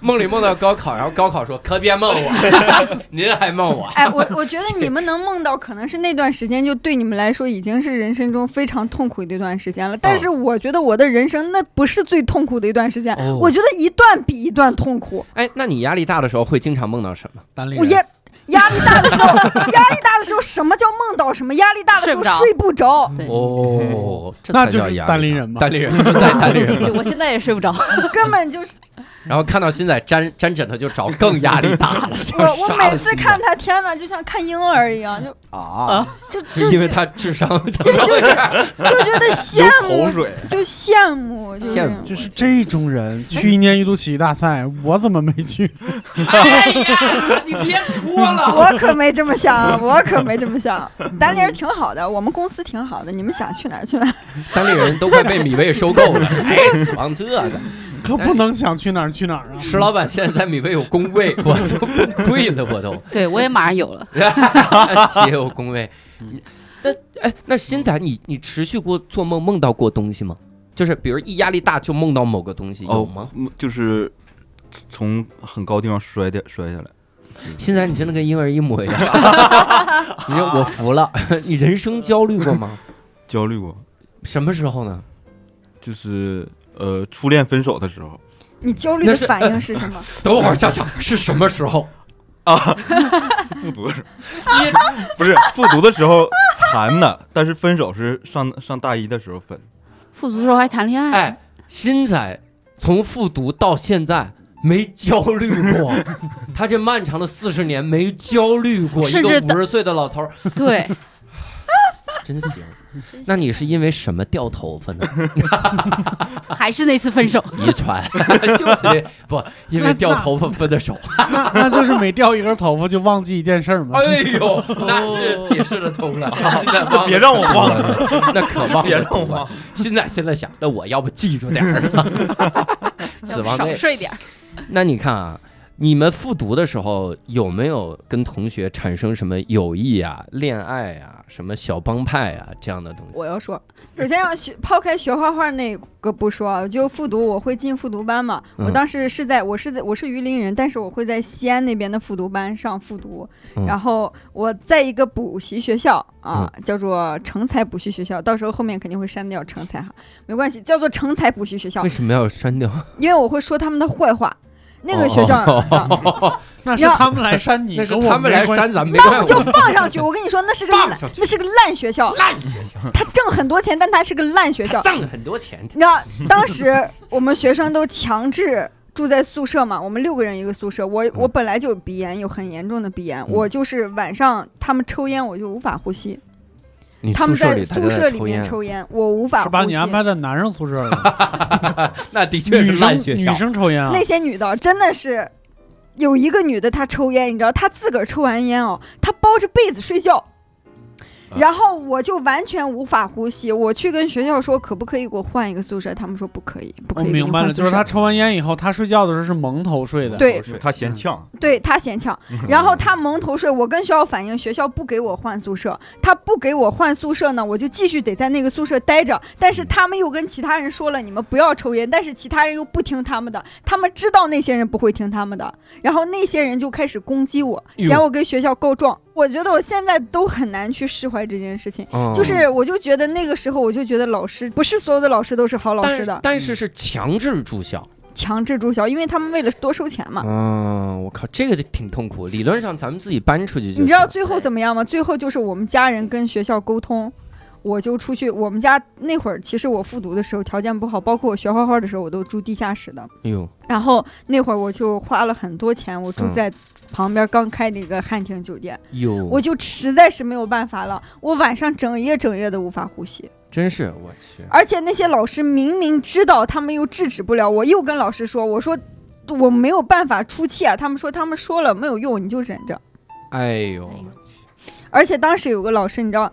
[SPEAKER 2] 梦里梦到高考，然后高考说可别梦 我，您还梦我。
[SPEAKER 7] 哎，我我觉得你们能梦到，可能是那段时间就对你们来说已经是人生中非常痛苦的一段时间了。但
[SPEAKER 2] 哦
[SPEAKER 7] 是我觉得我的人生那不是最痛苦的一段时间，
[SPEAKER 2] 哦
[SPEAKER 7] 我觉得一段比一段痛苦。
[SPEAKER 2] 哎，那你压力大的时候会经常梦到什么？
[SPEAKER 4] 单立
[SPEAKER 7] 我
[SPEAKER 4] 人
[SPEAKER 7] 压压力大的时候，压力大的时候，什么叫梦到什么？压力大的时候
[SPEAKER 8] 睡不着
[SPEAKER 7] 睡不着。
[SPEAKER 8] 对，
[SPEAKER 2] 哦，这
[SPEAKER 4] 那
[SPEAKER 2] 才
[SPEAKER 4] 就
[SPEAKER 2] 叫
[SPEAKER 4] 是
[SPEAKER 2] 压
[SPEAKER 4] 单
[SPEAKER 2] 力
[SPEAKER 4] 立
[SPEAKER 2] 大
[SPEAKER 4] 人嘛
[SPEAKER 2] 单立人就在单立人 了。
[SPEAKER 8] 对我现在也睡不着。
[SPEAKER 2] 嗯
[SPEAKER 7] 根本就是
[SPEAKER 2] 然后看到新仔粘粘枕头就着，更压力大了。
[SPEAKER 7] 我，
[SPEAKER 2] 想
[SPEAKER 7] 我
[SPEAKER 2] 杀了
[SPEAKER 7] 每次
[SPEAKER 2] 新仔
[SPEAKER 7] 看他，天哪，就像看婴儿一样，就
[SPEAKER 5] 啊，
[SPEAKER 7] 就就
[SPEAKER 2] 因
[SPEAKER 7] 就
[SPEAKER 2] 为他智商
[SPEAKER 7] 就 觉得
[SPEAKER 9] 流
[SPEAKER 7] 羡
[SPEAKER 9] 口
[SPEAKER 7] 慕，
[SPEAKER 9] 水。
[SPEAKER 7] 就羡慕，就是
[SPEAKER 2] 羡慕
[SPEAKER 4] 就是这种人，去一年一度喜剧大赛，我怎么没 去？
[SPEAKER 2] 哎呀，你别戳了。
[SPEAKER 7] 我可没这么想，啊我可没这么想。啊单立人挺好的，我们公司挺好的，你们想去哪儿去哪儿。
[SPEAKER 2] 单立人都快被米未收购了，哎，指望这个。
[SPEAKER 4] 可不能想去哪儿去哪儿啊！
[SPEAKER 2] 石老板现在在米未有工位，我都崩溃了，我都。
[SPEAKER 8] 对我也马上有了。
[SPEAKER 2] 也有工位。
[SPEAKER 7] 嗯
[SPEAKER 2] 但哎，那新仔，你你持续过做梦梦到过东西吗？就是比如一压力大就梦到某个东西，有吗
[SPEAKER 9] 哦？，就是从很高地方摔掉摔下来。
[SPEAKER 2] 新仔，你真的跟婴儿一模 一样。你说我服了。 你人生焦虑过吗？
[SPEAKER 9] 焦虑过，
[SPEAKER 2] 什么时候呢？
[SPEAKER 9] 就是呃，初恋分手的时候
[SPEAKER 7] 你焦虑
[SPEAKER 2] 那
[SPEAKER 7] 的
[SPEAKER 2] 是
[SPEAKER 7] 反应是什么？
[SPEAKER 2] 等会儿想想是什么时候？
[SPEAKER 9] 啊，复读的时候， 不是复读的时候谈的，但是分手是上上大一的时候分，
[SPEAKER 8] 复读的时候还谈恋爱，
[SPEAKER 2] 哎，新仔从复读到现在。没焦虑 过，他这漫长的四十年没焦虑过。一
[SPEAKER 8] 甚
[SPEAKER 2] 个
[SPEAKER 8] 至
[SPEAKER 2] 五十岁的老头儿，
[SPEAKER 8] 对，
[SPEAKER 2] 真行。那你是因为什么掉头发呢？
[SPEAKER 8] 还是那次分手。
[SPEAKER 2] 遗传， 就是那不因为掉头发分的手。
[SPEAKER 4] 那那就是每掉一根头发就忘记一件事儿嘛。
[SPEAKER 2] 哎呦，哦那是解释得通了。现在忘了
[SPEAKER 9] 别让我忘
[SPEAKER 2] 了， 那可忘了，
[SPEAKER 9] 别让我忘了。
[SPEAKER 2] 现在现在想，那我要不记住点儿呢？ 死亡
[SPEAKER 8] 少
[SPEAKER 2] 内。
[SPEAKER 8] 睡点儿。
[SPEAKER 2] 那你看啊，你们复读的时候有没有跟同学产生什么友谊啊、恋爱啊、什么小帮派啊这样的 东西？
[SPEAKER 7] 我要说，首先要学抛开学画画那个不说啊，就复读我会进复读班嘛。
[SPEAKER 2] 嗯
[SPEAKER 7] 我当时是在我是在我是榆林人，但是我会在西安那边的复读班上复读，
[SPEAKER 2] 嗯
[SPEAKER 7] 然后我在一个补习学校啊，叫做成才补习学校，到时候后面肯定会删掉成才哈，没关系，叫做成才补习 学校
[SPEAKER 2] 为，什么要删掉
[SPEAKER 7] 因为我会说他们的坏话。那个学校、
[SPEAKER 2] 哦
[SPEAKER 7] 啊
[SPEAKER 4] 那是他们来删你，
[SPEAKER 2] 那是
[SPEAKER 4] 跟我
[SPEAKER 2] 他们来
[SPEAKER 4] 没关
[SPEAKER 2] 删
[SPEAKER 4] 系
[SPEAKER 2] 咱们 没
[SPEAKER 7] 那
[SPEAKER 2] 关
[SPEAKER 7] 我
[SPEAKER 2] 系
[SPEAKER 7] 就。放上去。我跟你说，那是个
[SPEAKER 2] 放
[SPEAKER 7] 烂
[SPEAKER 2] 上去
[SPEAKER 7] 那是个烂学校，
[SPEAKER 2] 烂学校，
[SPEAKER 7] 他挣很多钱，但他是个烂学 校。
[SPEAKER 2] 挣很多钱。
[SPEAKER 7] 你知道当时我们学生都强制住在宿舍嘛，我们六个人一个宿舍。
[SPEAKER 2] 嗯
[SPEAKER 7] 我我本来就有鼻炎，有很严重的鼻炎，我就是晚上他们抽烟，我就无法呼吸。
[SPEAKER 2] 你
[SPEAKER 7] 他们
[SPEAKER 2] 宿舍
[SPEAKER 7] 在
[SPEAKER 2] 里大家
[SPEAKER 7] 宿舍里
[SPEAKER 2] 抽烟
[SPEAKER 7] 面，抽烟，我无法
[SPEAKER 4] 是把
[SPEAKER 7] 呼
[SPEAKER 4] 你
[SPEAKER 7] 吸。
[SPEAKER 4] 安排在男生宿舍了，
[SPEAKER 2] 那的 确是
[SPEAKER 4] 女生
[SPEAKER 2] 烂学校。
[SPEAKER 4] 女生抽烟啊
[SPEAKER 7] 那，些女的真的是。有一个女的，她抽烟，你知道，她自个儿抽完烟哦，她包着被子睡觉，
[SPEAKER 2] 啊
[SPEAKER 7] 然后我就完全无法呼吸。我去跟学校说，可不可以给我换一个宿舍？他们说不可以，不可
[SPEAKER 4] 我
[SPEAKER 7] 以给你
[SPEAKER 4] 哦明白
[SPEAKER 7] 换
[SPEAKER 4] 了，
[SPEAKER 7] 宿
[SPEAKER 4] 就是他
[SPEAKER 7] 舍。
[SPEAKER 4] 抽完烟以后，他睡觉的时候是蒙头睡的。
[SPEAKER 7] 对
[SPEAKER 9] 他嫌呛，
[SPEAKER 7] 对她嫌呛，然后他蒙头睡，我跟学校反映，学校不给我换宿舍，他不给我换宿舍呢，我就继续得在那个宿舍待着。但是他们又跟其他人说了，你们不要抽烟，但是其他人又不听他们的，他们知道那些人不会听他们的，然后那些人就开始攻击我，
[SPEAKER 2] 呦
[SPEAKER 7] 嫌我跟学校告状。我觉得我现在都很难去释怀这件事情，
[SPEAKER 2] 嗯
[SPEAKER 7] 就是我就觉得那个时候，我就觉得老师不是所有的老师都是好老
[SPEAKER 2] 但
[SPEAKER 7] 师的，嗯
[SPEAKER 2] 但是是强制住校。
[SPEAKER 7] 强制住校，因为他们为了多收钱嘛。
[SPEAKER 2] 嗯，我靠，这个就挺痛苦。理论上咱们自己搬出去就行
[SPEAKER 7] 你知道最后怎么样吗？最后就是我们家人跟学校沟通，我就出去。我们家那会儿，其实我复读的时候条件不好，包括我学画画的时候，我都住地下室的。
[SPEAKER 2] 哎呦，
[SPEAKER 7] 然后那会儿我就花了很多钱，我住
[SPEAKER 2] 嗯
[SPEAKER 7] 在旁边刚开的一个汉庭酒店，
[SPEAKER 2] 呦，
[SPEAKER 7] 我就实在是没有办法了。我晚上整夜整夜的无法呼吸，
[SPEAKER 2] 真是我去，
[SPEAKER 7] 而且那些老师明明知道，他们又制止不了我，又跟老师说，我说。我没有办法出气啊！他们说他们说了没有用，你就忍着。
[SPEAKER 2] 哎呦，
[SPEAKER 7] 而且当时有个老师，你知道，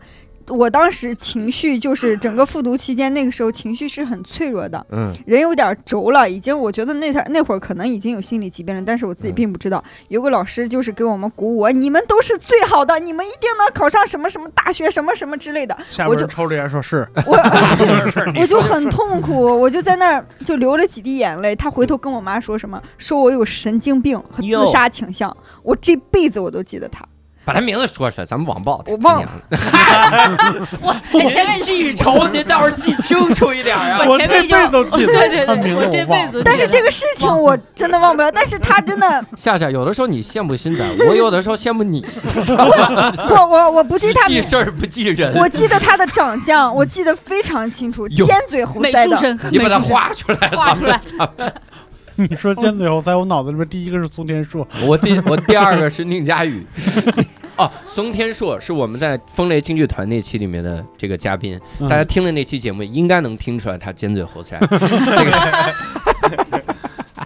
[SPEAKER 7] 我当时情绪就是整个复读期间，那个时候情绪是很脆弱的，
[SPEAKER 2] 嗯
[SPEAKER 7] 人有点轴了，已经我觉得那天那会儿可能已经有心理疾病了，但是我自己并不知道。有个老师就是给我们鼓舞，你们都是最好的，你们一定能考上什么什么大学，什么什么之类的。
[SPEAKER 4] 下
[SPEAKER 7] 我
[SPEAKER 4] 边
[SPEAKER 7] 就
[SPEAKER 4] 抽着烟说是，
[SPEAKER 7] 我我就很痛苦，我就在那儿就流了几滴眼泪。他回头跟我妈说什么，说我有神经病和
[SPEAKER 1] 哟
[SPEAKER 7] 自杀倾向，我这辈子我都记得他。
[SPEAKER 2] 把他名字说出来，咱们网暴他。
[SPEAKER 7] 我忘了
[SPEAKER 2] 了，
[SPEAKER 8] 我 哎前面是
[SPEAKER 2] 记仇您倒是记清楚一点啊！
[SPEAKER 8] 我
[SPEAKER 4] 我
[SPEAKER 8] 前
[SPEAKER 4] 这
[SPEAKER 8] 面
[SPEAKER 4] 辈
[SPEAKER 8] 就
[SPEAKER 4] 子都记得
[SPEAKER 8] 对对
[SPEAKER 4] 他
[SPEAKER 8] 对，
[SPEAKER 4] 名
[SPEAKER 8] 我
[SPEAKER 4] 字
[SPEAKER 8] 这
[SPEAKER 4] 我忘
[SPEAKER 8] 辈
[SPEAKER 4] 了
[SPEAKER 8] 子都记得。
[SPEAKER 7] 但是这个事情我真的忘不了，但是他真的，
[SPEAKER 2] 夏夏，有的时候你羡慕新仔，我有的时候羡慕你，
[SPEAKER 7] 我我我不记
[SPEAKER 2] 只
[SPEAKER 7] 他
[SPEAKER 2] 记
[SPEAKER 7] 名，
[SPEAKER 2] 事儿不记人。
[SPEAKER 7] 我记得他的长相，我记得非常清楚，
[SPEAKER 2] 有
[SPEAKER 7] 尖嘴猴
[SPEAKER 8] 美
[SPEAKER 7] 腮
[SPEAKER 8] 术
[SPEAKER 7] 的，
[SPEAKER 8] 生，
[SPEAKER 2] 你把它
[SPEAKER 8] 美术生
[SPEAKER 2] 画出来，
[SPEAKER 8] 画出来，
[SPEAKER 4] 你说尖嘴猴腮，我脑子里面第一个是松田硕，
[SPEAKER 2] 我第我第二个是宁佳宇， 哦，松天硕是我们在风雷京剧团那期里面的这个嘉宾，
[SPEAKER 4] 嗯
[SPEAKER 2] 大家听的那期节目应该能听出来他尖嘴猴腮，这个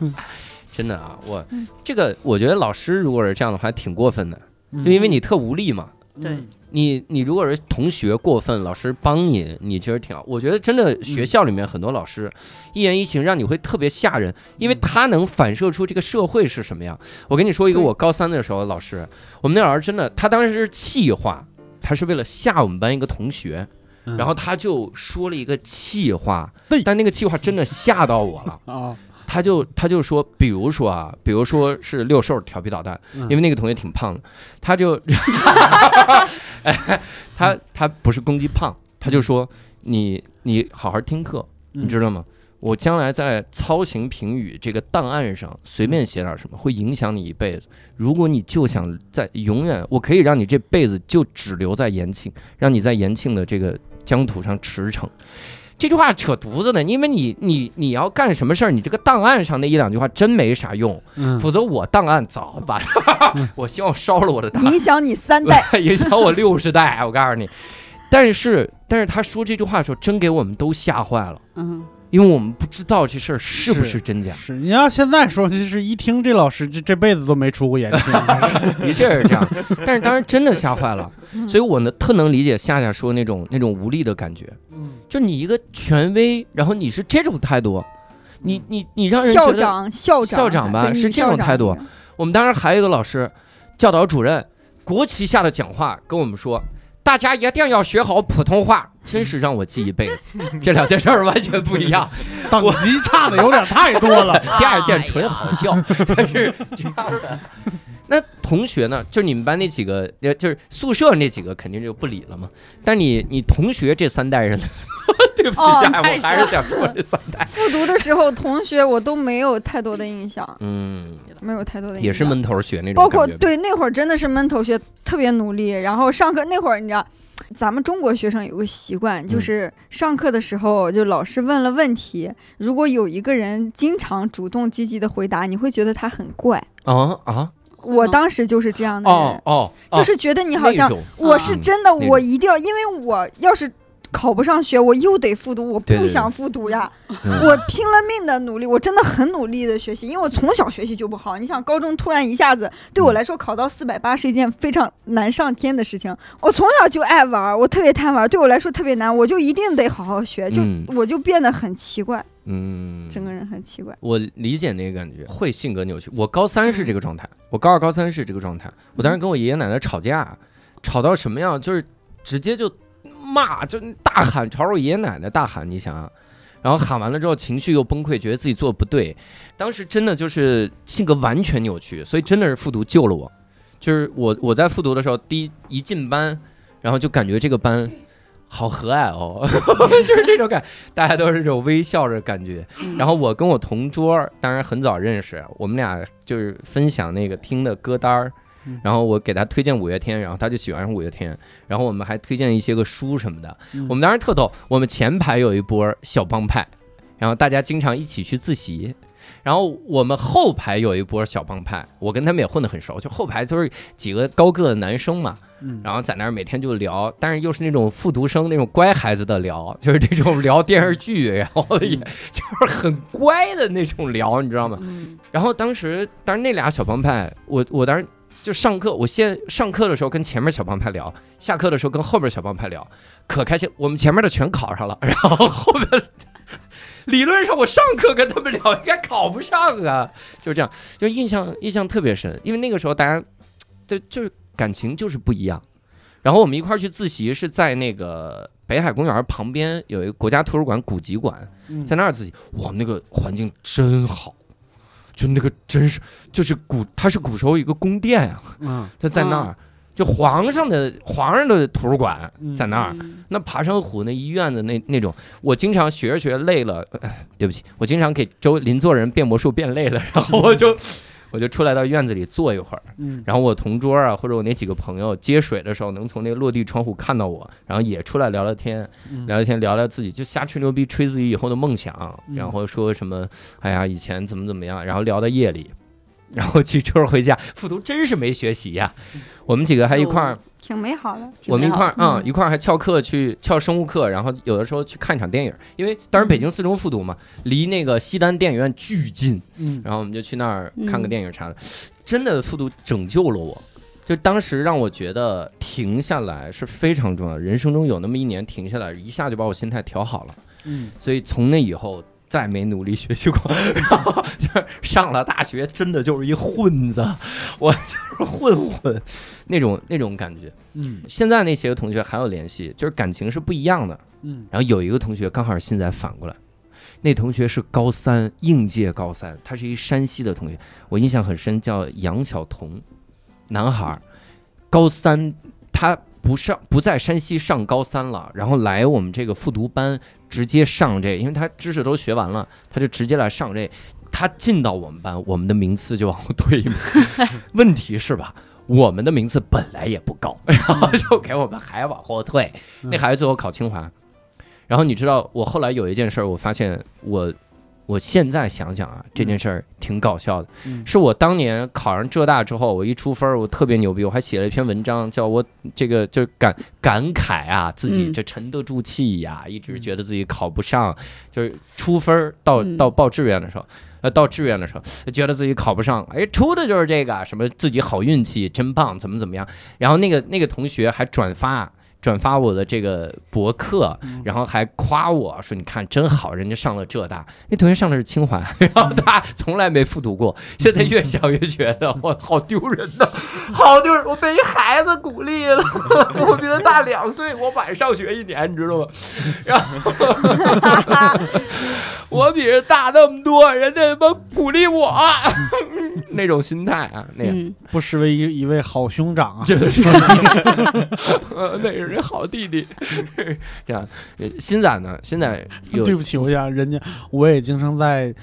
[SPEAKER 2] 真的啊，我这个我觉得老师如果是这样的话，挺过分的，
[SPEAKER 4] 嗯
[SPEAKER 2] 就因为你特无力嘛。
[SPEAKER 8] 对
[SPEAKER 2] 你你如果是同学过分，老师帮你，你确实挺好。我觉得真的
[SPEAKER 4] 嗯
[SPEAKER 2] 学校里面很多老师、一言一行让你会特别吓人，因
[SPEAKER 4] 嗯
[SPEAKER 2] 为他能反射出这个社会是什么样。我跟你说一个，
[SPEAKER 8] 对
[SPEAKER 2] 我高三的时候老师，我们那老师真的，他当时是气话，他是为了吓我们班一个同学，
[SPEAKER 4] 嗯
[SPEAKER 2] 然后他就说了一个气话
[SPEAKER 4] 对，
[SPEAKER 2] 但那个气话真的吓到我了。
[SPEAKER 4] 啊，
[SPEAKER 2] 他就他就说，比如说啊，比如说是六兽调皮捣蛋，
[SPEAKER 4] 因
[SPEAKER 2] 因为那个同学挺胖的，他就， 哎他他不是攻击胖，他就说你你好好听课，你知道吗？我将来在操行评语这个档案上随便写点什么，会影响你一辈子。如果你就想在永远，我可以让你这辈子就只留在延庆，让你在延庆的这个疆土上驰骋。这句话扯犊子呢，因为你你你要干什么事儿，你这个档案上那一两句话真没啥用。
[SPEAKER 4] 嗯
[SPEAKER 2] 否则我档案早把， 我希望烧了我的档
[SPEAKER 7] 影响你三代。
[SPEAKER 2] 案，影响我六十代。我告诉你，但是但是他说这句话的时候，真给我们都吓坏了，
[SPEAKER 8] 嗯，
[SPEAKER 2] 因为我们不知道这事儿是不
[SPEAKER 4] 是
[SPEAKER 2] 是真假，
[SPEAKER 4] 是你要现在说，就是一听这老师这这辈子都没出过延 庆，
[SPEAKER 2] 的确是这样。 但是当然真的吓坏了，
[SPEAKER 7] 嗯
[SPEAKER 2] 所以我呢特能理解夏夏说那种那种无力的感觉，
[SPEAKER 4] 嗯
[SPEAKER 2] 就你一个权威，然后你是这种态度，你你你 让人觉
[SPEAKER 7] 校
[SPEAKER 2] 得
[SPEAKER 7] 长，校长，
[SPEAKER 2] 校长吧
[SPEAKER 7] 对
[SPEAKER 2] 是
[SPEAKER 7] 女
[SPEAKER 2] 这种
[SPEAKER 7] 校长
[SPEAKER 2] 态 度我们当时还有一个老师，教导主任，国旗下的讲话跟我们说，大家一定要学好普通话，真是让我记一辈子。 这两件事儿完全不一样，
[SPEAKER 4] 等级差的有点太 多了。
[SPEAKER 2] 第二件纯好笑，但是这样的。那同学呢？就是你们班那几个，呃，就是宿舍那几个，肯定就不理了嘛。但你你同学这三代人呢， 对不起，
[SPEAKER 7] 哦
[SPEAKER 2] 夏夏，
[SPEAKER 8] 太
[SPEAKER 2] 我还是想说这三代。
[SPEAKER 7] 复读的时候，同学我都没有太多的印象，
[SPEAKER 2] 嗯，
[SPEAKER 7] 没有太多的印象。
[SPEAKER 2] 也是闷头学那种
[SPEAKER 7] 包
[SPEAKER 2] 感觉吧。
[SPEAKER 7] 括对那会儿真的是闷头学，特别努力。然后上课那会儿，你知道，咱们中国学生有个习惯，就
[SPEAKER 2] 嗯
[SPEAKER 7] 是上课的时候，就老师问了问题，如果有一个人经常主动积极的回答，你会觉得他很怪。
[SPEAKER 2] 啊啊
[SPEAKER 7] 我当时就是这样的人，
[SPEAKER 2] 哦哦，哦
[SPEAKER 7] 就是觉得你好
[SPEAKER 2] 那
[SPEAKER 7] 像
[SPEAKER 2] 种
[SPEAKER 7] 我是
[SPEAKER 2] 嗯
[SPEAKER 7] 真的，
[SPEAKER 2] 那
[SPEAKER 7] 我
[SPEAKER 2] 种
[SPEAKER 7] 一定要，因为我要是。考不上学，我又得复读，我
[SPEAKER 2] 对对
[SPEAKER 7] 不
[SPEAKER 2] 对
[SPEAKER 7] 想复读呀！
[SPEAKER 2] 嗯
[SPEAKER 7] 我拼了命的努力，我真的很努力的学习，因为我从小学习就不好。你想，高中突然一下子对
[SPEAKER 2] 嗯
[SPEAKER 7] 我来说考到四百八是一件非常难上天的事情。我从小就爱玩儿，我特别贪玩儿，对我来说特别难，我就一定得好好学，就、
[SPEAKER 2] 嗯
[SPEAKER 7] 我就变得很奇怪，
[SPEAKER 2] 嗯，
[SPEAKER 7] 整个人很奇怪。
[SPEAKER 2] 我理解那个感觉，会性格扭曲。我高三是这个状态，我高二、高三是这个状态。我当时跟我爷爷奶奶吵架，吵到什么样，就是直接就骂，就大喊，朝着我爷爷奶奶大喊。你想想，啊然后喊完了之后，情绪又崩溃，觉得自己做的不对。当时真的就是性格完全扭曲，所以真的是复读救了我。就是我我在复读的时候，第一一进班，然后就感觉这个班好和蔼哦， 就是这种感，大家都是这种微笑着感觉。然后我跟我同桌，当然很早认识，我们俩就是分享那个听的歌单儿
[SPEAKER 4] 嗯。
[SPEAKER 2] 然后我给他推荐五月天，然后他就喜欢上五月天，然后我们还推荐一些个书什么的。
[SPEAKER 4] 嗯
[SPEAKER 2] 我们当时特逗，我们前排有一波小帮派，然后大家经常一起去自习，然后我们后排有一波小帮派，我跟他们也混得很熟，就后排都是几个高个的男生嘛，
[SPEAKER 4] 嗯
[SPEAKER 2] 然后在那儿每天就聊，但是又是那种复读生那种乖孩子的聊，就是这种聊电视剧，然后也就是很乖的那种聊，你知道吗？
[SPEAKER 8] 嗯
[SPEAKER 2] 然后当时，当然那俩小帮派，我我当时就上课，我先上课的时候跟前面小帮派聊，下课的时候跟后面小帮派聊，可开心。我们前面的全考上了， 然后后面理论上我上课跟他们聊应该考不上啊， 就是这样，就印象印象特别深，因为那个时候大家就就是感情就是不一样。然后我们一块儿去自习是在那个北海公园旁边有一个国家图书馆古籍馆，
[SPEAKER 4] 嗯
[SPEAKER 2] 在那儿自习，哇，那个环境真好。就那个真是，就是古，它是古时候一个宫殿呀、
[SPEAKER 4] 嗯
[SPEAKER 2] 他在那儿，就皇上的皇上的图书馆
[SPEAKER 4] 嗯
[SPEAKER 2] 在那儿。
[SPEAKER 8] 嗯
[SPEAKER 2] 那爬山虎那医院的那那种，我经常学着学着累了，哎，对不起，我经常给周邻座人变魔术变累了，然后我 就我就出来到院子里坐一会儿，
[SPEAKER 4] 嗯，
[SPEAKER 2] 然后我同桌啊或者我那几个朋友接水的时候能从那落地窗户看到我，然后也出来聊聊天，
[SPEAKER 4] 嗯
[SPEAKER 2] 聊聊天聊聊自己，就瞎吹牛逼吹自己以后的梦想，
[SPEAKER 4] 嗯
[SPEAKER 2] 然后说什么哎呀以前怎么怎么样，然后聊到夜里。 然后骑车回家，复读真是没学习呀、
[SPEAKER 4] 嗯
[SPEAKER 2] 我们几个还一块儿，
[SPEAKER 7] 挺美好的。
[SPEAKER 8] 哦挺
[SPEAKER 2] 我们一
[SPEAKER 8] 美好
[SPEAKER 2] 块儿
[SPEAKER 8] 的
[SPEAKER 2] 啊、
[SPEAKER 7] 嗯
[SPEAKER 2] 一块儿还翘课去翘生物课，然后有的时候去看一场电影，因为
[SPEAKER 4] 嗯
[SPEAKER 2] 当时北京四中复读嘛，离那个西单电影院巨近，
[SPEAKER 4] 嗯
[SPEAKER 2] 然后我们就去那儿看个电影啥的，真的复读拯救了我。就当时让我觉得停下来是非常重要的，人生中有那么一年停下来，一下就把我心态调好了。
[SPEAKER 4] 嗯，
[SPEAKER 2] 所以从那以后再没努力学习过， 然后就是上了大学，真的就是一混子，我就是混混那种那种感觉。
[SPEAKER 4] 嗯
[SPEAKER 2] 现在那些同学还有联系，就是感情是不一样的。
[SPEAKER 4] 嗯
[SPEAKER 2] 然后有一个同学刚好现在反过来，那同学是高三应届高三，他是一山西的同学，我印象很深，叫杨晓彤，男孩儿，高三他不上不在山西上高三了，然后来我们这个复读班直接上这，因为他知识都学完了，他就直接来上这。他进到我们班，我们的名次就往后退一步。问题是吧，我们的名次本来也不高， 然后就给我们还往后退。
[SPEAKER 4] 嗯
[SPEAKER 2] 那孩子最后考清华，然后你知道，我后来有一件事儿，我发现我我现在想想啊，这件事儿挺搞笑的。
[SPEAKER 4] 嗯
[SPEAKER 2] 是我当年考上浙大之后，我一出分儿，我特别牛逼，我还写了一篇文章，叫我这个就是感感慨啊，自己
[SPEAKER 8] 嗯
[SPEAKER 2] 这沉得住气呀、一直觉得自己考不上，就是出分儿到
[SPEAKER 8] 嗯
[SPEAKER 2] 到报志愿的时候。呃，到志愿的时候，觉得自己考不上，哎，出的就是这个，什么自己好运气，真棒，怎么怎么样。然后那个那个同学还转发转发我的这个博客，
[SPEAKER 4] 嗯
[SPEAKER 2] 然后还夸我说：“你看真好，人家上了浙大，那同学上的是清华，然后他从来没复读过，现在越想越觉得我好丢人呐，好丢人！我被一孩子鼓励了， 我比他大两岁，我晚上学一年，你知道吗？然后 我比人大那么多，人家他妈鼓励我， 那种心态啊，那样。
[SPEAKER 8] 嗯，
[SPEAKER 4] 不失为一一位好兄 长啊。
[SPEAKER 2] 真的是， 那是人好弟弟。 这样，呃新仔呢？新仔有
[SPEAKER 4] 对不起，我想人家我也经常在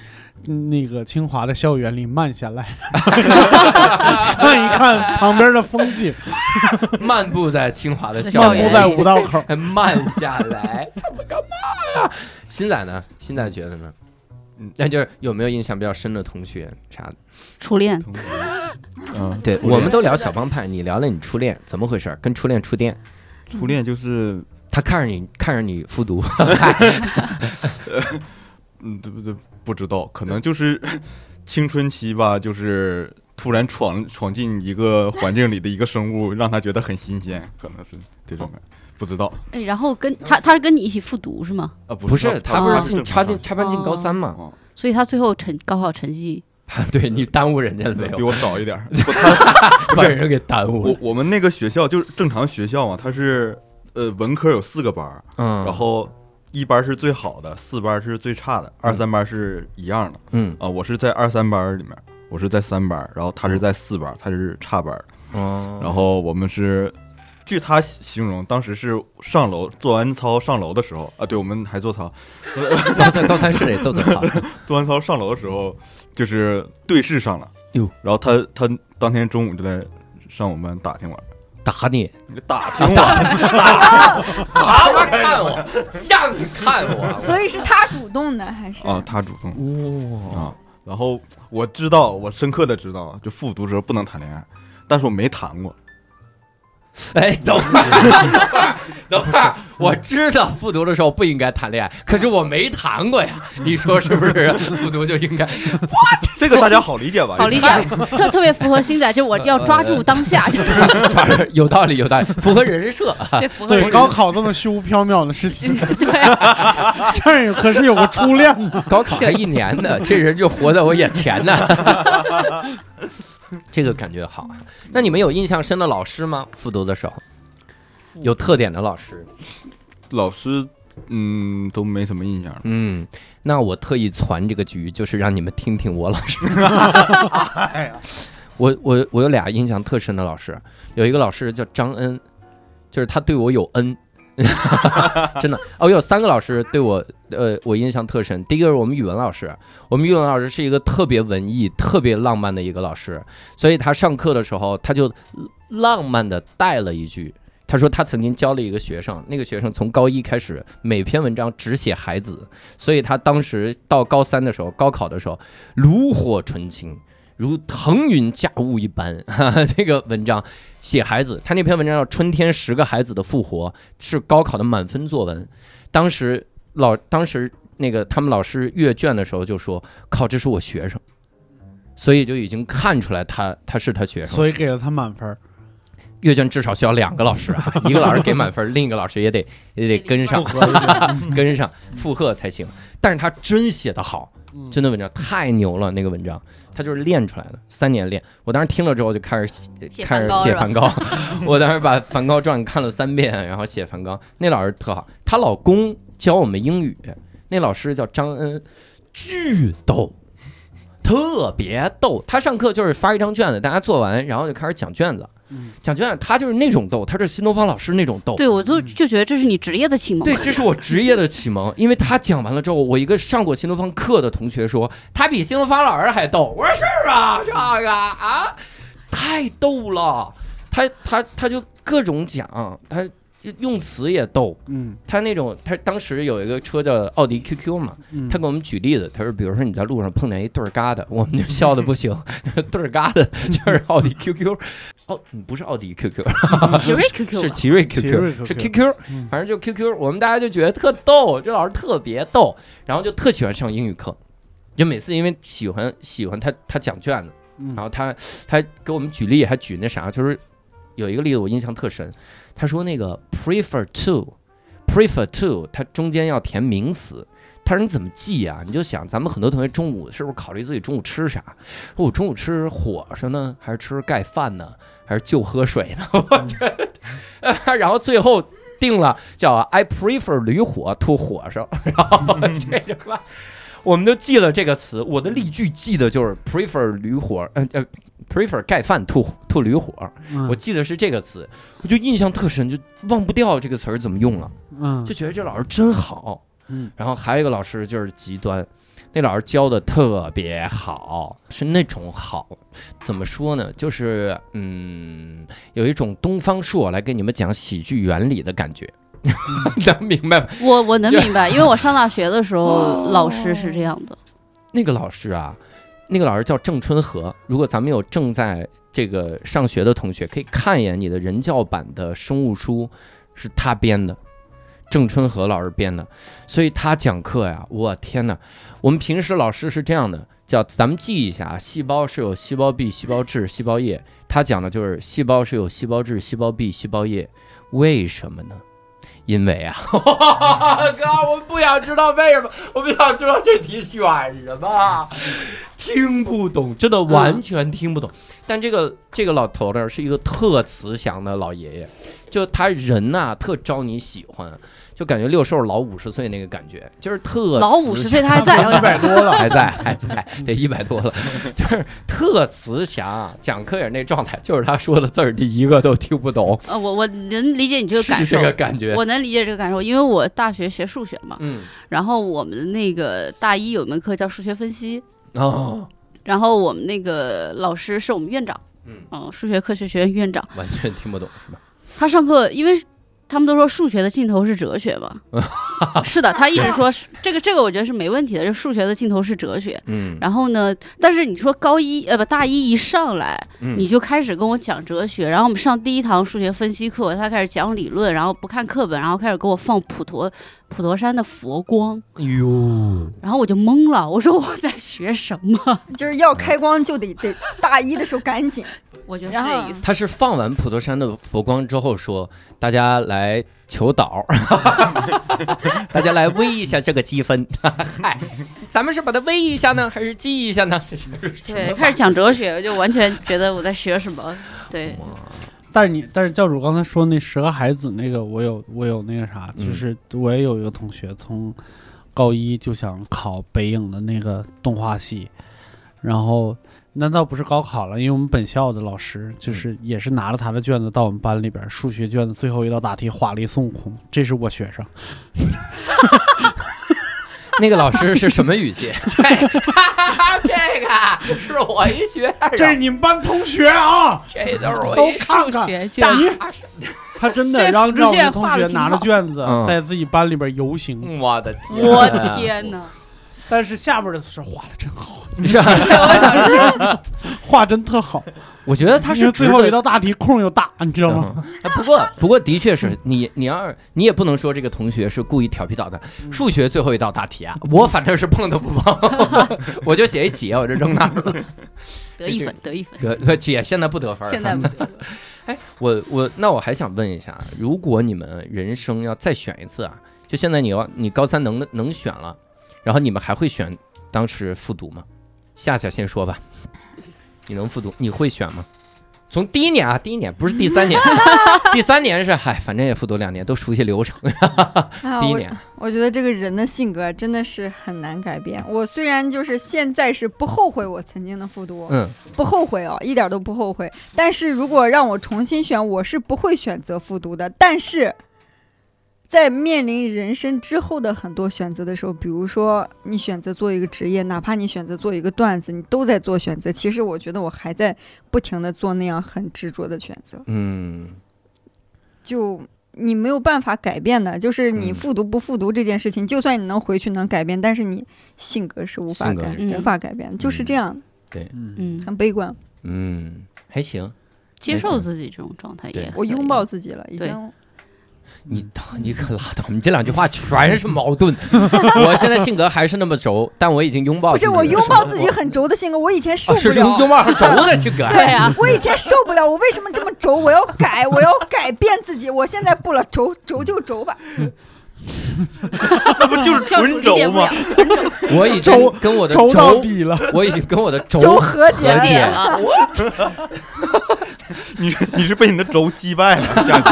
[SPEAKER 4] 嗯那个清华的校园里慢下来， 看一看旁边的风景，
[SPEAKER 2] 漫步在清华的校
[SPEAKER 8] 校
[SPEAKER 4] 漫
[SPEAKER 8] 园
[SPEAKER 4] 步
[SPEAKER 8] 里
[SPEAKER 4] 在
[SPEAKER 2] 园，
[SPEAKER 4] 五道 口。
[SPEAKER 2] 还 慢下来，怎么干嘛呀？新仔呢？新仔觉得呢
[SPEAKER 9] 嗯？
[SPEAKER 2] 那就是有没有印象比较深的同学啥的？
[SPEAKER 8] 初恋，
[SPEAKER 9] 同学嗯，
[SPEAKER 2] 对，
[SPEAKER 9] 初恋
[SPEAKER 2] 我们都聊小帮派，你聊聊你初恋怎么回事儿？跟初恋触电，
[SPEAKER 9] 初恋就是
[SPEAKER 2] 他看着你看着你复读，
[SPEAKER 9] 嗯，对不对？不知道，可能就是青春期吧，就是突然闯闯进一个环境里的一个生物，让他觉得很新鲜，可能是这种感觉。不知道
[SPEAKER 8] 哎，然后跟他他是跟你一起复读是吗？
[SPEAKER 9] 啊，不
[SPEAKER 2] 不是他不是进
[SPEAKER 9] 正
[SPEAKER 2] 插
[SPEAKER 9] 常
[SPEAKER 2] 进插班进高三嘛？
[SPEAKER 8] 所以他最后成高考成绩，
[SPEAKER 2] 对你耽误人家了没
[SPEAKER 9] 比
[SPEAKER 2] 有？
[SPEAKER 9] 我少一 点儿。不他
[SPEAKER 2] 把人给耽误
[SPEAKER 9] 我
[SPEAKER 2] 了。
[SPEAKER 9] 我们那个学校就是正常学校嘛，它是呃文科有四个班儿，
[SPEAKER 2] 嗯，
[SPEAKER 9] 然后一班是最好的，四班是最差的，二三班是一样的
[SPEAKER 2] 嗯
[SPEAKER 9] 啊。我是在二三班里面，我是在三班，然后他是在四班，他是差班。
[SPEAKER 2] 哦，
[SPEAKER 9] 然后我们是，据他形容，当时是上楼做完操上楼的时候啊，对，我们还做操，
[SPEAKER 2] 高三高三是得做做好。
[SPEAKER 9] 做完操上楼的时候就是对视上了，
[SPEAKER 2] 哟，
[SPEAKER 9] 然后他他当天中午就来上我们班打听 我，
[SPEAKER 2] 打你，
[SPEAKER 9] 你打听我，打
[SPEAKER 2] 打我看我，让你看我。
[SPEAKER 7] 所以是他主动的还是？
[SPEAKER 9] 啊，他主动
[SPEAKER 2] 哇、
[SPEAKER 9] 啊，然后我知道，我深刻的知道，就复读时候不能谈恋爱， 但是我没谈过，
[SPEAKER 2] 哎，等会儿，等会儿，我知道复读的时候不应该谈恋爱，可是我没谈过呀，你说是不是？复读就应该
[SPEAKER 9] 这个大家好理解吧？
[SPEAKER 8] 好理解，特特别符合星仔，就我要抓住当
[SPEAKER 2] 呃
[SPEAKER 8] 下，就是
[SPEAKER 2] 有道理，有道理，符合人设。
[SPEAKER 8] 对符合人
[SPEAKER 4] 对高考这么虚无缥缈的事情，
[SPEAKER 8] 对啊
[SPEAKER 4] 这儿有可是有个初恋呢。
[SPEAKER 2] 高考还一年呢，这人就活在我眼前呢。 这个感觉好啊。那你们有印象深的老师吗？复读的时候，有特点的老师。
[SPEAKER 9] 老师，嗯，都没什么 印象了。
[SPEAKER 2] 嗯，那我特意攒这个局，就是让你们听听我老师。我我我有俩印象特深的老师，有一个老师叫张恩，就是他对我有恩， 真的。哦，有三个老师对我，呃，我印象特深。第一个是我们语文老师，我们语文老师是一个特别文艺、特别浪漫的一个老师，所以他上课的时候，他就浪漫的带了一句。他说他曾经教了一个学生，那个学生从高一开始每篇文章只写孩子，所以他当时到高三的时候，高考的时候炉火纯青，如腾云驾雾一般。 哈哈，那个文章写孩子，他那篇文章叫《春天十个孩子的复活》，是高考的满分作文。当时老当时那个他们老师阅卷的时候就说：“靠，这是我学生。”所以就已经看出来他他是他学生了。
[SPEAKER 4] 所以给了他满 分儿。
[SPEAKER 2] 阅卷至少需要两个老师啊，一个老师给满分，另一个老师也得也得跟上， 跟上附和才行。但是他真写得好，真的文章太牛了，那个文章他就是练出来的，三年练。我当时听了之后就开始
[SPEAKER 8] 写
[SPEAKER 2] 开
[SPEAKER 8] 梵
[SPEAKER 2] 始
[SPEAKER 8] 高
[SPEAKER 2] 写
[SPEAKER 8] 是吧
[SPEAKER 2] 梵高， 我当时把《梵高传》看了三遍，然后写梵高。那老师特好，她老公教我们英语，那老师叫张恩，巨逗。特别逗，他上课就是发一张卷子，大家做完，然后就开始讲卷子。讲卷子，他就是那种逗，他是新东方老师那种逗。
[SPEAKER 8] 对，我就就觉得这是你职业的启蒙啊
[SPEAKER 2] 对，。这是我职业的启蒙，因为他讲完了之后，我一个上过新东方课的同学说，他比新东方老师还逗。我说是啊，这个啊，太逗了。他他他就各种讲，他用词也逗。
[SPEAKER 4] 嗯
[SPEAKER 2] 他那种，他当时有一个车叫奥迪 QQ 嘛，
[SPEAKER 4] 嗯
[SPEAKER 2] 他给我们举例子，他说，比如说你在路上碰见一对儿疙瘩，我们就笑的不 行，对儿疙瘩就是奥迪 QQ，哦，不是奥迪 QQ，
[SPEAKER 8] 奇瑞 QQ
[SPEAKER 2] 是
[SPEAKER 8] 吧
[SPEAKER 2] 奇瑞
[SPEAKER 4] 奇
[SPEAKER 2] QQ，
[SPEAKER 4] 瑞 QQ
[SPEAKER 2] 是 QQ，
[SPEAKER 4] 嗯
[SPEAKER 2] 反正就 QQ，我们大家就觉得特逗，这老师特别逗，然后就特喜欢上英语课，就每次因为喜欢喜欢他，他讲卷子，
[SPEAKER 4] 嗯
[SPEAKER 2] 然后他他给我们举例，还举那啥，就是有一个例子我印象特深，他说那个 prefer to prefer to，它中间要填名词。他说你怎么记啊？你就想咱们很多同学中午是不是考虑自己中午吃啥？说我中午吃火烧呢，还是吃盖饭呢，还是就喝水呢？ 我觉得， 然后最后定了叫啊 I prefer 驴火 to 火烧， 然后这啊什么，我们都记了这个词。我的例句记的
[SPEAKER 4] 嗯
[SPEAKER 2] 就是 prefer 驴火，呃呃，prefer 盖饭 to to 驴火，
[SPEAKER 4] 嗯
[SPEAKER 2] 我记得是这个词，我就印象特深，就忘不掉这个词儿怎么用了，
[SPEAKER 4] 嗯
[SPEAKER 2] 就觉得这老师真好。
[SPEAKER 4] 嗯，
[SPEAKER 2] 然后还有一个老师就是极端，那老师教的特别好，是那种好，怎么说呢？就是嗯，有一种东方朔来给你们讲喜剧原理的感觉，
[SPEAKER 4] 嗯
[SPEAKER 2] 能明白吗？
[SPEAKER 8] 我我能明白，因为我上大学的时
[SPEAKER 2] 哦
[SPEAKER 8] 候，老师是这样的。
[SPEAKER 2] 那个老师啊，那个老师叫郑春和。如果咱们有正在这个上学的同学，可以看一眼你的人教版的生物书，是他编的，郑春和老师编的。所以他讲课呀，我天哪！我们平时老师是这样的，叫咱们记一下啊，细胞是有细胞壁、细胞质、细胞液。他讲的就是细胞是有细胞质、细胞壁、细胞液，为什么呢？因为啊， 哥，我不想知道为什么，我不想知道这题选什么，听不懂，真的完全听不懂。但这个这个老头儿呢，是一个特慈祥的老爷爷，就他人呐、特招你喜欢，就感觉六兽老五十岁那个感觉，就是特
[SPEAKER 8] 老
[SPEAKER 2] 慈
[SPEAKER 8] 五十
[SPEAKER 2] 祥
[SPEAKER 8] 岁他还 在，啊我
[SPEAKER 9] 一百多了，
[SPEAKER 2] 还在，还在，得一百多了， 就是特慈祥，讲课也是那状态，就是他说的字儿，你一个都听不懂，
[SPEAKER 8] 呃，我我能理解你这个感
[SPEAKER 2] 是
[SPEAKER 8] 受
[SPEAKER 2] 这，个感觉。
[SPEAKER 8] 我能理解这个感受，因为我大学学数学嘛，
[SPEAKER 2] 嗯，
[SPEAKER 8] 然后我们那个大一有一门课叫数学分析，
[SPEAKER 2] 哦，
[SPEAKER 8] 然后我们那个老师是我们院长，呃
[SPEAKER 2] 嗯
[SPEAKER 8] 数学科学学院院长，
[SPEAKER 2] 完全听不懂是吧？
[SPEAKER 8] 他上课因为。他们都说数学的尽头是哲学 吧？是的，他一直说是这个，这个我觉得是没问题的，就数学的尽头是哲学。
[SPEAKER 1] 嗯，
[SPEAKER 8] 然后呢，但是你说高一呃不大一一上来，
[SPEAKER 1] 嗯
[SPEAKER 8] 你就开始跟我讲哲学，然后我们上第一堂数学分析课，他开始讲理论，然后不看课本，然后开始给我放普陀普陀山的佛光，
[SPEAKER 1] 哎
[SPEAKER 2] 哟，
[SPEAKER 8] 然后我就懵了，我说我在学什么？
[SPEAKER 7] 就是
[SPEAKER 2] 嗯
[SPEAKER 7] 要开光就得得大一的时候赶紧，
[SPEAKER 8] 我觉得
[SPEAKER 7] 然
[SPEAKER 8] 是
[SPEAKER 7] 后
[SPEAKER 8] 这个意思。
[SPEAKER 2] 他是放完普陀山的佛光之后说，大家来求导，
[SPEAKER 1] 大家来微一下这个积分。嗨，咱们是把它微一下呢，还是记一下呢？
[SPEAKER 8] 对，开始讲哲学，我就完全觉得我在学什么。对，
[SPEAKER 4] 但是你，但是教主刚才说那十个孩子那个，我有我有那个啥，
[SPEAKER 1] 嗯
[SPEAKER 4] 就是我也有一个同学从高一就想考北影的那个动画系，然后那倒不是高考了，因为我们本校的老师就是也是拿着他的卷子到我们班里边，数学卷子最后一道答题画了一孙悟
[SPEAKER 1] 嗯
[SPEAKER 4] 空，这是我学生，
[SPEAKER 2] 那个老师是什么语气？
[SPEAKER 1] 这个是我一学
[SPEAKER 4] 这是
[SPEAKER 1] 生，
[SPEAKER 4] 你们班同学啊，
[SPEAKER 1] 这都是我
[SPEAKER 4] 都
[SPEAKER 1] 一
[SPEAKER 4] 看看
[SPEAKER 8] 数。学就
[SPEAKER 4] 大他真的
[SPEAKER 8] 这
[SPEAKER 4] 让让我们同
[SPEAKER 8] 福
[SPEAKER 4] 学
[SPEAKER 8] 建画得挺
[SPEAKER 4] 拿着卷子
[SPEAKER 1] 好嗯
[SPEAKER 4] 在自己班里边游行，
[SPEAKER 1] 我的天，
[SPEAKER 8] 我 天哪！
[SPEAKER 4] 但是下边的是画的真好，
[SPEAKER 2] 是吧
[SPEAKER 4] 画真特好。
[SPEAKER 2] 我觉得他
[SPEAKER 4] 因
[SPEAKER 2] 是
[SPEAKER 4] 为最
[SPEAKER 2] 值
[SPEAKER 4] 后
[SPEAKER 2] 得
[SPEAKER 4] 一道大题空又大，你知道吗？
[SPEAKER 2] 嗯哎不过不过的确是你，你要是你也不能说这个同学是故意调皮捣蛋。
[SPEAKER 8] 嗯
[SPEAKER 2] 数学最后一道大题啊，我反正是碰都不碰， 我就写一解，我就扔那儿 了。
[SPEAKER 8] 得一分，得一分，
[SPEAKER 2] 得解现在不得分儿，
[SPEAKER 8] 现在不得了
[SPEAKER 2] 我我那我还想问一下，如果你们人生要再选一次啊，就现在你要你高三能能选了，然后你们还会选当时复读吗？夏夏先说吧，你能复读，你会选吗？从第一年啊，第一年不是第三年， 第三年是嗨，反正也复读两年，都熟悉流程。
[SPEAKER 7] 啊，
[SPEAKER 2] 第一
[SPEAKER 7] 我
[SPEAKER 2] 年，
[SPEAKER 7] 我觉得这个人的性格啊真的是很难改变。我虽然就是现在是不后悔我曾经的复读，
[SPEAKER 2] 嗯，
[SPEAKER 7] 不后悔哦，一点都不后悔。但是如果让我重新选，我是不会选择复读的。但是在面临人生之后的很多选择的时候，比如说你选择做一个职业，哪怕你选择做一个段子，你都在做选择。其实我觉得我还在不停的做那样很执着的选择。
[SPEAKER 2] 嗯，
[SPEAKER 7] 就你没有办法改变的，就是你
[SPEAKER 2] 嗯
[SPEAKER 7] 复读不复读这件事情，就算你能回去能改变，但是你性格是无法
[SPEAKER 2] 性格
[SPEAKER 7] 改、
[SPEAKER 8] 是
[SPEAKER 7] 无法改变的，就是这样，
[SPEAKER 4] 嗯，
[SPEAKER 8] 嗯，
[SPEAKER 7] 很悲观。
[SPEAKER 2] 嗯，还行。
[SPEAKER 8] 接受自己这种状态也
[SPEAKER 2] 对
[SPEAKER 8] 可以
[SPEAKER 7] 我拥抱自己了，已
[SPEAKER 8] 对
[SPEAKER 7] 经
[SPEAKER 2] 你你可拉倒，你这两句话全是矛盾。 我现在性格还是那么轴，但我已经拥抱
[SPEAKER 7] 不是
[SPEAKER 2] 自己
[SPEAKER 7] 我
[SPEAKER 2] 了
[SPEAKER 7] 拥抱自己很轴的性格，我以前受
[SPEAKER 2] 啊
[SPEAKER 7] 不
[SPEAKER 2] 是是
[SPEAKER 7] 了。
[SPEAKER 2] 拥抱上轴的性格。
[SPEAKER 8] 对啊，
[SPEAKER 7] 我以前受不了，我为什么这么轴？我要改，我要改变自己。我现在不了，轴轴就轴 吧。
[SPEAKER 5] 那不就是
[SPEAKER 8] 教主
[SPEAKER 5] 纯
[SPEAKER 8] 理
[SPEAKER 5] 轴
[SPEAKER 8] 解不
[SPEAKER 5] 吗
[SPEAKER 8] 了？，
[SPEAKER 2] 我已经
[SPEAKER 4] 轴
[SPEAKER 2] 跟我的
[SPEAKER 4] 轴到
[SPEAKER 2] 轴，
[SPEAKER 4] 底了，
[SPEAKER 2] 我已经跟我的轴
[SPEAKER 7] 轴和解
[SPEAKER 2] 和
[SPEAKER 7] 了
[SPEAKER 8] 解
[SPEAKER 2] 解了。
[SPEAKER 8] 了，
[SPEAKER 9] 你是你是被你的轴击败了，下去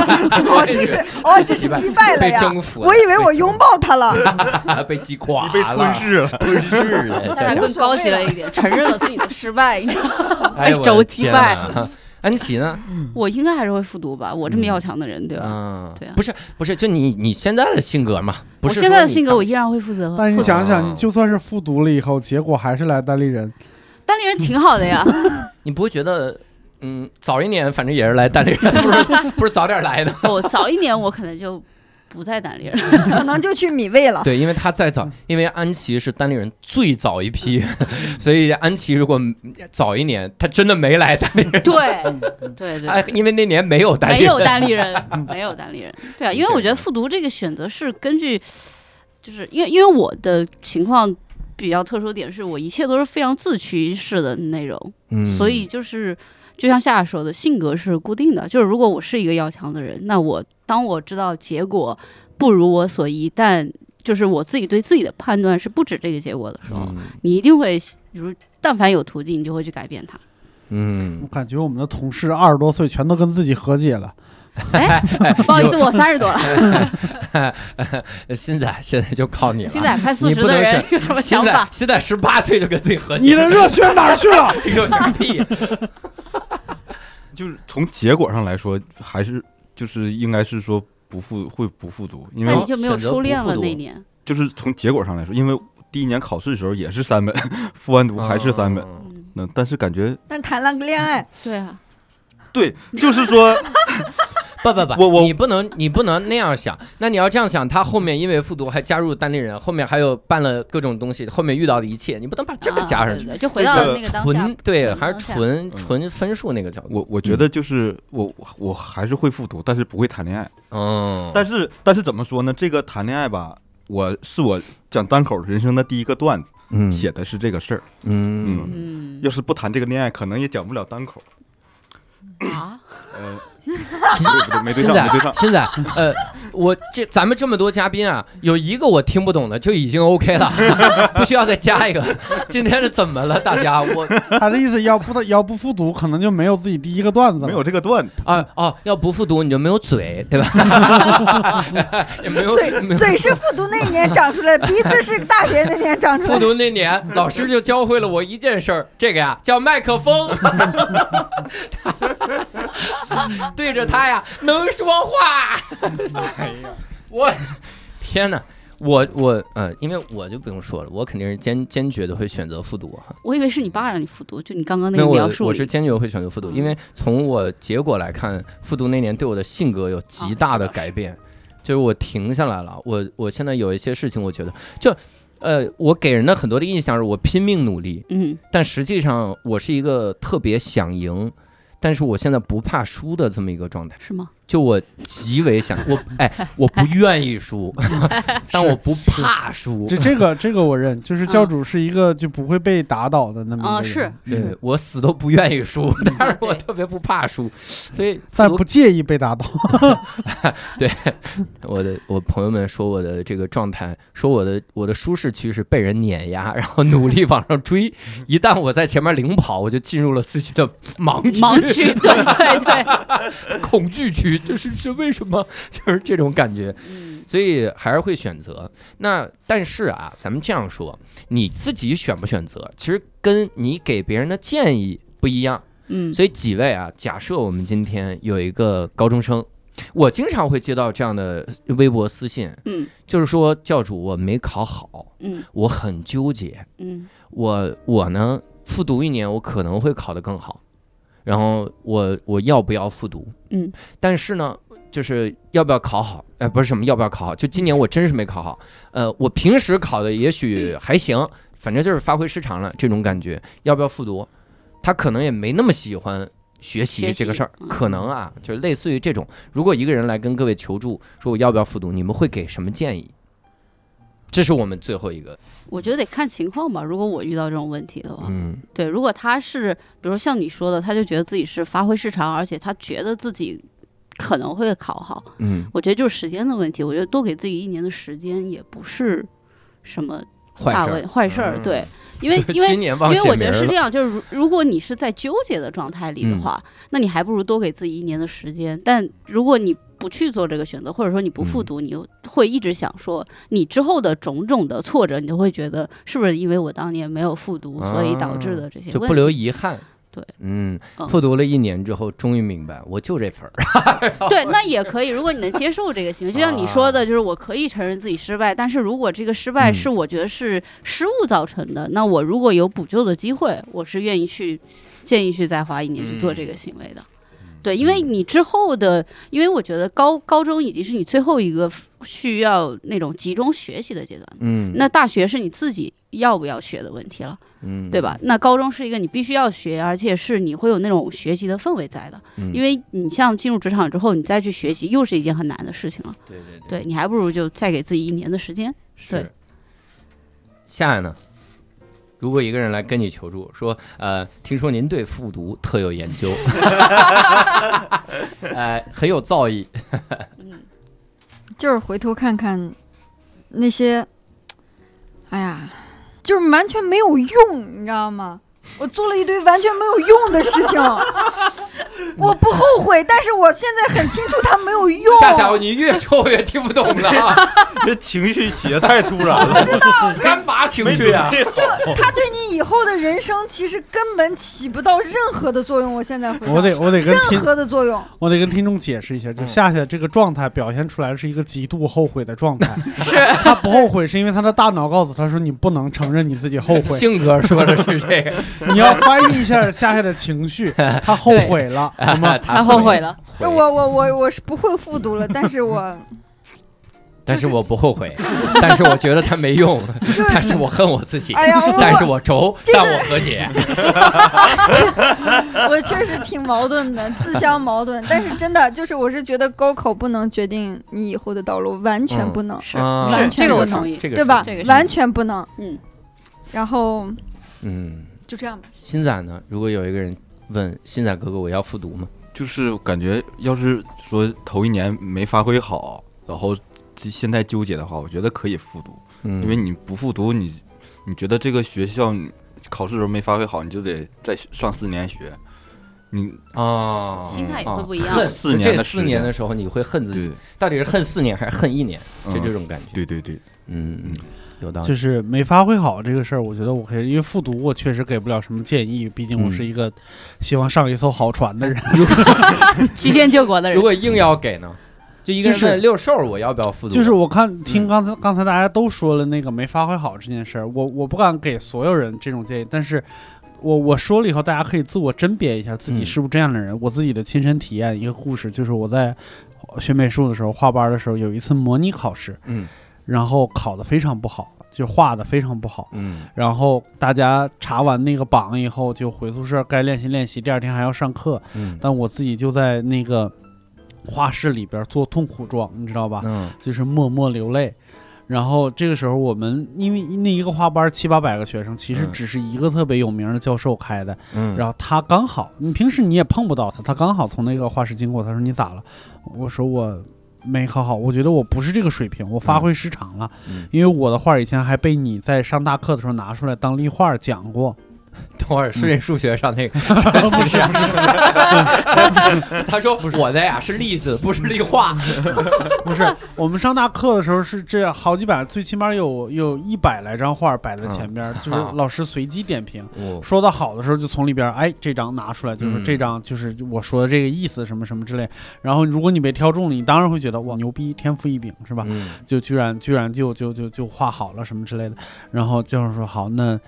[SPEAKER 7] 哦，这是哦，这是击败了
[SPEAKER 2] 被
[SPEAKER 7] 呀！
[SPEAKER 2] 征服了，
[SPEAKER 7] 我以为我拥抱他了，
[SPEAKER 2] 啊被击垮
[SPEAKER 9] 你
[SPEAKER 2] 了，
[SPEAKER 9] 被 吞噬了。
[SPEAKER 2] 吞噬 了，
[SPEAKER 8] 当然更高级了一点，承认了自己的失败，你知道吗
[SPEAKER 2] 哎
[SPEAKER 8] 被轴击败。
[SPEAKER 2] 我的天哪 安琪呢？
[SPEAKER 8] 我应该还是会复读吧，我这么要强的人，对吧？
[SPEAKER 2] 嗯
[SPEAKER 8] 对啊
[SPEAKER 2] 不是不是，就你你现在的性格嘛，不
[SPEAKER 8] 我
[SPEAKER 2] 是
[SPEAKER 8] 现在的
[SPEAKER 2] 说你
[SPEAKER 8] 性格，我依然会负责。
[SPEAKER 4] 但是你
[SPEAKER 8] 负责
[SPEAKER 4] 想想，
[SPEAKER 2] 嗯
[SPEAKER 4] 你就算是复读了以后，结果还是来单立人，
[SPEAKER 8] 单立人挺好的呀，
[SPEAKER 2] 你不会觉得嗯早一年反正也是来单立人， 不是不是早点 来的。
[SPEAKER 8] 我早一年我可能就不在单立人了，
[SPEAKER 7] 可能就去米味了。
[SPEAKER 2] 对，因为他再早，因为安琪是单立人最早一批， 所以安琪如果早一年，他真的没来单立人，
[SPEAKER 8] 对对 对
[SPEAKER 2] 哎，
[SPEAKER 8] 对，
[SPEAKER 2] 因为那年没有单立
[SPEAKER 8] 没
[SPEAKER 2] 人，
[SPEAKER 8] 有单 立人，没有单立人，对啊，因为我觉得复读这个选择是根据，就是因为因为我的情况比较特殊点是我一切都是非常自驱式的内容，
[SPEAKER 2] 嗯
[SPEAKER 8] 所以就是就像夏夏说的，性格是固定的。就是如果我是一个要强的人，那我当我知道结果不如我所依，但就是我自己对自己的判断是不止这个结果的
[SPEAKER 2] 嗯
[SPEAKER 8] 时候，你一定会如但凡有途径，你就会去改变它。
[SPEAKER 2] 嗯
[SPEAKER 4] 我，感觉我们的同事二十多岁全都跟自己和解了，
[SPEAKER 8] 哎，不好意思，我三十多了，
[SPEAKER 2] 呃现在现在就靠你了，
[SPEAKER 8] 现在快四
[SPEAKER 2] 你
[SPEAKER 8] 十
[SPEAKER 2] 不能
[SPEAKER 8] 的人
[SPEAKER 2] 选
[SPEAKER 8] 有什么
[SPEAKER 2] 现
[SPEAKER 8] 想
[SPEAKER 2] 在
[SPEAKER 8] 法？
[SPEAKER 2] 现在十八岁就跟自己和解，
[SPEAKER 4] 你的热血哪儿去了？
[SPEAKER 2] 有什么屁？
[SPEAKER 9] 就是从结果上来说，还是就是应该是说不复会不复读，因
[SPEAKER 8] 那
[SPEAKER 9] 为
[SPEAKER 8] 你就没有
[SPEAKER 2] 选择不
[SPEAKER 8] 初恋
[SPEAKER 2] 复
[SPEAKER 8] 了
[SPEAKER 2] 读
[SPEAKER 8] 那年，
[SPEAKER 9] 就是从结果上来说，因为第一年考试的时候也是三本， 复完读 还是三本。
[SPEAKER 2] 嗯
[SPEAKER 8] 嗯，
[SPEAKER 9] 那但是感觉
[SPEAKER 7] 但谈了个恋爱，
[SPEAKER 8] 对啊，
[SPEAKER 9] 对，就是说
[SPEAKER 2] 不不不，
[SPEAKER 9] 我我
[SPEAKER 2] 你不能你不能那样想。那你要这样想，他后面因为复读还加入单立人，后面还有办了各种东西，后面遇到的一切，你不能把 这个加上去。
[SPEAKER 8] 啊对对对就回到那个当下
[SPEAKER 2] 纯对，
[SPEAKER 8] 纯
[SPEAKER 2] 还是
[SPEAKER 8] 当下
[SPEAKER 2] 纯
[SPEAKER 9] 嗯
[SPEAKER 2] 纯分数那个角度。
[SPEAKER 9] 我我觉得就是我我还是会复读，但是不会谈恋爱。
[SPEAKER 2] 嗯，
[SPEAKER 9] 但是但是怎么说呢？这个谈恋爱吧，我是我讲单口人生的第一个段子，
[SPEAKER 2] 嗯
[SPEAKER 9] 写的是这个事儿。
[SPEAKER 2] 嗯
[SPEAKER 9] 嗯，
[SPEAKER 8] 嗯
[SPEAKER 9] 要是不谈这个恋爱，可能也讲不了 单口。
[SPEAKER 8] 啊，
[SPEAKER 9] 呃，对不对？没对
[SPEAKER 2] 现
[SPEAKER 9] 上，没对
[SPEAKER 2] 在
[SPEAKER 9] 上。
[SPEAKER 2] 现在呃，我这咱们这么多嘉宾啊，有一个我听不懂的就已经 OK 了， 不需要再加一个。 今天是怎么了，大家？我
[SPEAKER 4] 他的意思要不要不复读，可能就没有自己第一个段子了。
[SPEAKER 9] 没有这个段子，
[SPEAKER 2] 啊哦，要不复读你就没有嘴，对吧？ 也没 有没
[SPEAKER 7] 嘴
[SPEAKER 2] 有
[SPEAKER 7] 嘴是复读那一年长出来的，鼻子是大学那年长出
[SPEAKER 2] 复
[SPEAKER 7] 来的。
[SPEAKER 2] 读那年，老师就教会了我一件事儿，这个呀叫麦克风，对着他呀能说话。我天哪！我我呃，因为我就不用说了，我肯定是坚坚决的会选择复读啊哈。
[SPEAKER 8] 我以为是你爸让你复读，就你刚刚那
[SPEAKER 2] 那
[SPEAKER 8] 个
[SPEAKER 2] 我
[SPEAKER 8] 描述
[SPEAKER 2] 我
[SPEAKER 8] 里嗯
[SPEAKER 2] 是坚决会选择复读，因为从我结果来看，复读那年对我的性格有
[SPEAKER 8] 啊
[SPEAKER 2] 极大的改变，就是我停下来了。我我现在有一些事情，我觉得就呃，我给人的很多的印象是我拼命努力，
[SPEAKER 8] 嗯
[SPEAKER 2] 但实际上我是一个特别想赢，但是我现在不怕输的这么一个状态。
[SPEAKER 8] 是吗？
[SPEAKER 2] 就我极为想我哎，我不愿意 输，但我不怕输。
[SPEAKER 4] 这这个这个我认，就是教主是一个就不会被打倒的那么
[SPEAKER 8] 啊
[SPEAKER 4] 一个人嗯
[SPEAKER 8] 是，
[SPEAKER 2] 对我死都不愿意输， 但是我
[SPEAKER 8] 对
[SPEAKER 2] 特别不怕输，所以
[SPEAKER 4] 但
[SPEAKER 2] 复读
[SPEAKER 4] 不介意被打倒。
[SPEAKER 2] 我的我朋友们说我的这个状态，说我的我的舒适区是被人碾压，然后努力往上追。一旦我在前面领跑，我就进入了自己的盲区
[SPEAKER 8] 盲区，对对 对，
[SPEAKER 2] 恐惧区，这是是为什么？ 就是这种感觉，
[SPEAKER 8] 嗯
[SPEAKER 2] 所以还是会选择。那但是啊，咱们这样说，你自己选不选择，其实跟你给别人的建议不一样。
[SPEAKER 8] 嗯，
[SPEAKER 2] 所以几位啊，假设我们今天有一个高中生，我经常会接到这样的微博私信，
[SPEAKER 8] 嗯
[SPEAKER 2] 就是说教主我没考好，
[SPEAKER 8] 嗯
[SPEAKER 2] 我很纠结，
[SPEAKER 8] 嗯
[SPEAKER 2] 我我呢复读一年，我可能会考得更好，然后我我要不要复读？
[SPEAKER 8] 嗯，
[SPEAKER 2] 但是呢，就是要不要考好？哎、不是什么要不要考好，就今年我真是没考好。呃，我平时考的也许还行，反正就是发挥失常了这种感觉。要不要复读？他可能也没那么喜欢学习
[SPEAKER 8] 学
[SPEAKER 2] 这个
[SPEAKER 8] 习
[SPEAKER 2] 事儿，
[SPEAKER 8] 嗯
[SPEAKER 2] 可能啊，就类似于这种。如果一个人来跟各位求助，说我要不要复读，你们会给什么建议？这是我们最后一个，
[SPEAKER 8] 我觉得得看情况吧。如果我遇到这种问题的话，
[SPEAKER 2] 嗯
[SPEAKER 8] 对，如果他是，比如像你说的，他就觉得自己是发挥失常，而且他觉得自己可能会考好，
[SPEAKER 2] 嗯，
[SPEAKER 8] 我觉得就是时间的问题。我觉得多给自己一年的时间也不是什么
[SPEAKER 2] 坏
[SPEAKER 8] 大
[SPEAKER 2] 事
[SPEAKER 8] 问
[SPEAKER 2] 儿，
[SPEAKER 8] 坏事儿，
[SPEAKER 2] 嗯
[SPEAKER 8] 对，因为因为
[SPEAKER 2] 今。年
[SPEAKER 8] 因
[SPEAKER 2] 忘
[SPEAKER 8] 为
[SPEAKER 2] 写
[SPEAKER 8] 我觉
[SPEAKER 2] 名
[SPEAKER 8] 得
[SPEAKER 2] 儿
[SPEAKER 8] 是
[SPEAKER 2] 了，
[SPEAKER 8] 这样，就是如如果你是在纠结的状态里的
[SPEAKER 2] 嗯
[SPEAKER 8] 话，那你还不如多给自己一年的时间。但如果你不去做这个选择，或者说你不复
[SPEAKER 2] 嗯
[SPEAKER 8] 读，你会一直想说你之后的种种的挫折，你就会觉得是不是因为我当年没有复读，所以导致的这些
[SPEAKER 2] 啊就
[SPEAKER 8] 问
[SPEAKER 2] 不留
[SPEAKER 8] 题
[SPEAKER 2] 遗憾。
[SPEAKER 8] 对，
[SPEAKER 2] 嗯，
[SPEAKER 8] 嗯
[SPEAKER 2] 复读了一年之后，终于明白，我就这份儿。
[SPEAKER 8] 对，那也可以。如果你能接受这个行为，就
[SPEAKER 2] 啊
[SPEAKER 8] 像你说的，就是我可以承认自己失败，但是如果这个失败
[SPEAKER 2] 嗯
[SPEAKER 8] 是我觉得是失误造成的，那我如果有补救的机会，我是愿意去建议去再花一年去做这
[SPEAKER 2] 嗯
[SPEAKER 8] 个行为的。对，因为你之后的，因为我觉得高高中已经是你最后一个需要那种集中学习的阶段了，
[SPEAKER 2] 嗯，
[SPEAKER 8] 那大学是你自己要不要学的问题了，
[SPEAKER 2] 嗯，
[SPEAKER 8] 对吧？？那高中是一个你必须要学，而且是你会有那种学习的氛围在的。
[SPEAKER 2] 嗯
[SPEAKER 8] 因为你像进入职场之后，你再去学习又是一件很难的事情了。
[SPEAKER 2] 对对 对，
[SPEAKER 8] 对你还不如就再给自己一年的时间。对
[SPEAKER 2] 是。下来呢？如果一个人来跟你求助，说，呃，听说您对复读特有研 究， 呃，很有造诣，
[SPEAKER 8] 嗯，
[SPEAKER 7] 就是回头看看那些，哎呀，就是完全没有用，你知道吗？我做了一堆完全没有用的事情，我不后悔，但是我现在很清楚它没有用。
[SPEAKER 2] 夏夏，你越说我越听不懂了 啊，
[SPEAKER 9] 这情绪起的太突然了，
[SPEAKER 2] 干嘛情
[SPEAKER 9] 没
[SPEAKER 2] 绪
[SPEAKER 9] 准
[SPEAKER 2] 啊？
[SPEAKER 9] 备好。
[SPEAKER 7] 它对你以后的人生其实根本起不到任何的作用。我现在回想
[SPEAKER 4] 我得我得跟听
[SPEAKER 7] 任何的作用，
[SPEAKER 4] 我得跟听众解释一下，就夏夏这个状态表现出来是一个极度后悔的状态。是，他不后悔是因为他的大脑告诉他说你不能承认你自己后悔，
[SPEAKER 2] 性格说的是这个，
[SPEAKER 4] 你要翻译一下夏夏的情绪，他后悔了，
[SPEAKER 9] 骂，他骂
[SPEAKER 8] 他后悔了，
[SPEAKER 7] 我我我我是不会复读了，但是我
[SPEAKER 2] 但是我不后 悔，但是我觉得他没用，
[SPEAKER 7] 就是
[SPEAKER 2] 但是我恨我自己，
[SPEAKER 7] 哎呀，我
[SPEAKER 2] 但是我轴，
[SPEAKER 7] 这个
[SPEAKER 2] 但我和解。
[SPEAKER 7] 我确实挺矛盾的，自相矛盾。但是真的就是，我是觉得高考不能决定你以后的道路，完全不能，
[SPEAKER 8] 是
[SPEAKER 2] 啊
[SPEAKER 7] 完
[SPEAKER 8] 是
[SPEAKER 7] 全
[SPEAKER 8] 这个我
[SPEAKER 7] 是
[SPEAKER 8] 同意，
[SPEAKER 2] 这 个
[SPEAKER 7] 对吧
[SPEAKER 8] 这个？是
[SPEAKER 7] 完全不能。
[SPEAKER 8] 嗯，
[SPEAKER 7] 然后
[SPEAKER 2] 嗯，
[SPEAKER 7] 就这样吧。
[SPEAKER 2] 新仔呢？如果有一个人问新仔哥哥，我要复读吗？
[SPEAKER 9] 就是感觉要是说头一年没发挥好，然后现在纠结的话，我觉得可以复读，
[SPEAKER 2] 嗯，
[SPEAKER 9] 因为你不复读，你你觉得这个学校你考试的时候没发挥好，你就得再上四年学，你
[SPEAKER 2] 啊，
[SPEAKER 8] 心态也会
[SPEAKER 9] 嗯啊
[SPEAKER 8] 不一样。
[SPEAKER 2] 恨
[SPEAKER 9] 四年的
[SPEAKER 2] 这
[SPEAKER 9] 时
[SPEAKER 2] 四
[SPEAKER 9] 间
[SPEAKER 2] 年的时候，你会恨自己，
[SPEAKER 9] 对
[SPEAKER 2] 到底是恨四年还是恨一年？
[SPEAKER 9] 嗯
[SPEAKER 2] 就这种感觉。
[SPEAKER 9] 对对对，
[SPEAKER 2] 嗯嗯，有道理。
[SPEAKER 4] 就是没发挥好这个事儿，我觉得我可以，因为复读我确实给不了什么建议，毕竟我
[SPEAKER 2] 嗯
[SPEAKER 4] 是一个希望上一艘好船的人。
[SPEAKER 8] 曲线救国的人
[SPEAKER 2] 如，果硬要给呢，就一个人
[SPEAKER 4] 就是
[SPEAKER 2] 问六兽，我要不要嗯复读？
[SPEAKER 4] 就是我看听刚才刚才大家都说了那个没发挥好这件事儿，我我不敢给所有人这种建议，但是我我说了以后，大家可以自我甄别一下自己
[SPEAKER 2] 嗯
[SPEAKER 4] 是不是这样的人。我自己的亲身体验一个故事，就是我在学美术的时候，画班的时候有一次模拟考试，
[SPEAKER 2] 嗯
[SPEAKER 4] 然后考得非常不好，就画的非常不好。
[SPEAKER 2] 嗯
[SPEAKER 4] 然后大家查完那个榜以后，就回宿舍该练习练习，第二天还要上课。
[SPEAKER 2] 嗯
[SPEAKER 4] 但我自己就在那个画室里边做痛苦状，你知道吧？
[SPEAKER 2] 嗯
[SPEAKER 4] 就是默默流泪。然后这个时候，我们因为那一个花班七八百个学生，其实
[SPEAKER 2] 嗯
[SPEAKER 4] 只是一个特别有名的教授开的。
[SPEAKER 2] 嗯，
[SPEAKER 4] 然后他刚好，你平时你也碰不到他，他刚好从那个画室经过，他说你咋了？我说我没考好，我觉得我不是这个水平，我发挥失常了。
[SPEAKER 2] 嗯
[SPEAKER 4] 因为我的画以前还被你在上大课的时候拿出来当例画讲过。
[SPEAKER 2] 等会儿是那数学上那个，不是不是，他说我的呀是例子，不是例化。
[SPEAKER 4] 不是，我们上大课的时候是这好几百，最起码有有一百来张画摆在前边，就是
[SPEAKER 2] 啊
[SPEAKER 4] 老师随机点评。
[SPEAKER 2] 哦，
[SPEAKER 4] 说的好的时候，就从里边儿哎这张拿出来，就是
[SPEAKER 2] 嗯
[SPEAKER 4] 这张就是我说的这个意思什么什么之类。然后如果你被挑中了，你当然会觉得哇牛逼，天赋异禀是吧？
[SPEAKER 2] 嗯
[SPEAKER 4] 就居然居然就就就就画好了什么之类的。然后教授说好，那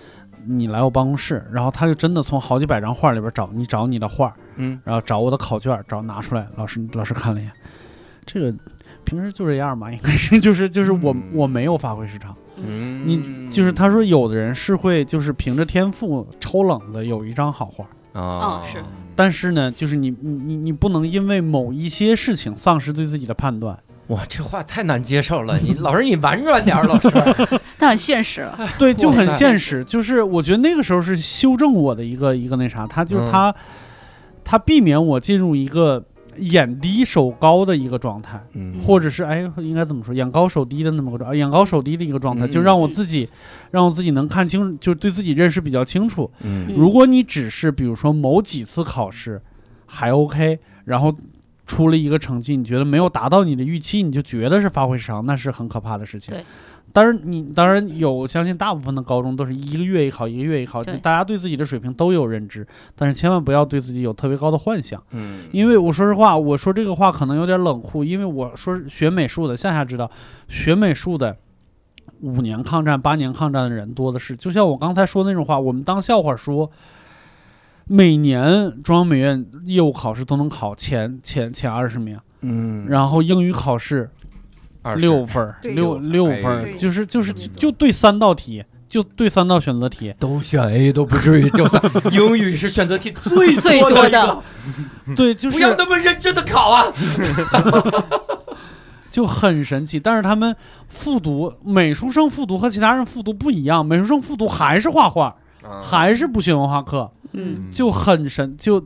[SPEAKER 4] 你来我办公室。然后他就真的从好几百张画里边找你找你的画，
[SPEAKER 2] 嗯，
[SPEAKER 4] 然后找我的考卷，找拿出来。老师老师看了一眼，这个平时就这样吧，应该是就是就是我
[SPEAKER 2] 嗯
[SPEAKER 4] 我没有发挥失常。
[SPEAKER 2] 嗯
[SPEAKER 4] 你就是他说有的人是会就是凭着天赋抽冷子有一张好画，
[SPEAKER 2] 啊
[SPEAKER 8] 嗯是
[SPEAKER 4] 但是呢，就是你你你你不能因为某一些事情丧失对自己的判断。
[SPEAKER 2] 哇，这话太难接受了。你老师你婉转点儿，老师。
[SPEAKER 8] 但很现实了。
[SPEAKER 4] 对，就
[SPEAKER 2] 哎哇
[SPEAKER 4] 很
[SPEAKER 2] 塞
[SPEAKER 4] 现实。就是我觉得那个时候是修正我的一个一个那啥，他就是
[SPEAKER 2] 嗯
[SPEAKER 4] 他、他避免我进入一个眼低手高的一个状态。
[SPEAKER 2] 嗯
[SPEAKER 4] 或者是哎，应该怎么说，眼高手低的那么个状，啊眼高手低的一个状态，
[SPEAKER 2] 嗯
[SPEAKER 4] 就让我自己，让我自己能看清，就对自己认识比较清楚。
[SPEAKER 2] 嗯
[SPEAKER 4] 如果你只是比如说某几次考试还 OK，然后出了一个成绩，你觉得没有达到你的预期，你就觉得是发挥失常，那是很可怕的事情
[SPEAKER 8] 对。
[SPEAKER 4] 当然你，当然有，相信大部分的高中都是一个月一考，一个月一考，
[SPEAKER 8] 对
[SPEAKER 4] 就大家对自己的水平都有认知，但是千万不要对自己有特别高的幻想。
[SPEAKER 2] 嗯
[SPEAKER 4] 因为我说实话，我说这个话可能有点冷酷，因为我说是学美术的，夏夏知道，学美术的五年抗战、八年抗战的人多的是。就像我刚才说那种话，我们当笑话说。每年中央美院业务考试都能考前前前二十名，
[SPEAKER 2] 嗯
[SPEAKER 4] 然后英语考试
[SPEAKER 2] 二十
[SPEAKER 4] 六分儿，
[SPEAKER 7] 对
[SPEAKER 4] 六
[SPEAKER 2] 六
[SPEAKER 4] 六
[SPEAKER 2] 分
[SPEAKER 4] 分
[SPEAKER 2] 哎
[SPEAKER 4] 儿，
[SPEAKER 7] 呦
[SPEAKER 4] 就是就是
[SPEAKER 2] 这么多
[SPEAKER 4] 就对三道题，就对三道选择题，
[SPEAKER 2] 都选 A 都不至于就算 英语是选择题最
[SPEAKER 8] 最
[SPEAKER 2] 多
[SPEAKER 8] 多
[SPEAKER 2] 一个
[SPEAKER 8] 的，嗯
[SPEAKER 4] 对，就是
[SPEAKER 2] 不要那么认真的考啊！
[SPEAKER 4] 就很神奇。但是他们复读，美术生复读和其他人复读不一样，美术生复读还是画画，
[SPEAKER 2] 嗯
[SPEAKER 4] 还是不学文化课，
[SPEAKER 8] 嗯，
[SPEAKER 4] 就很神。就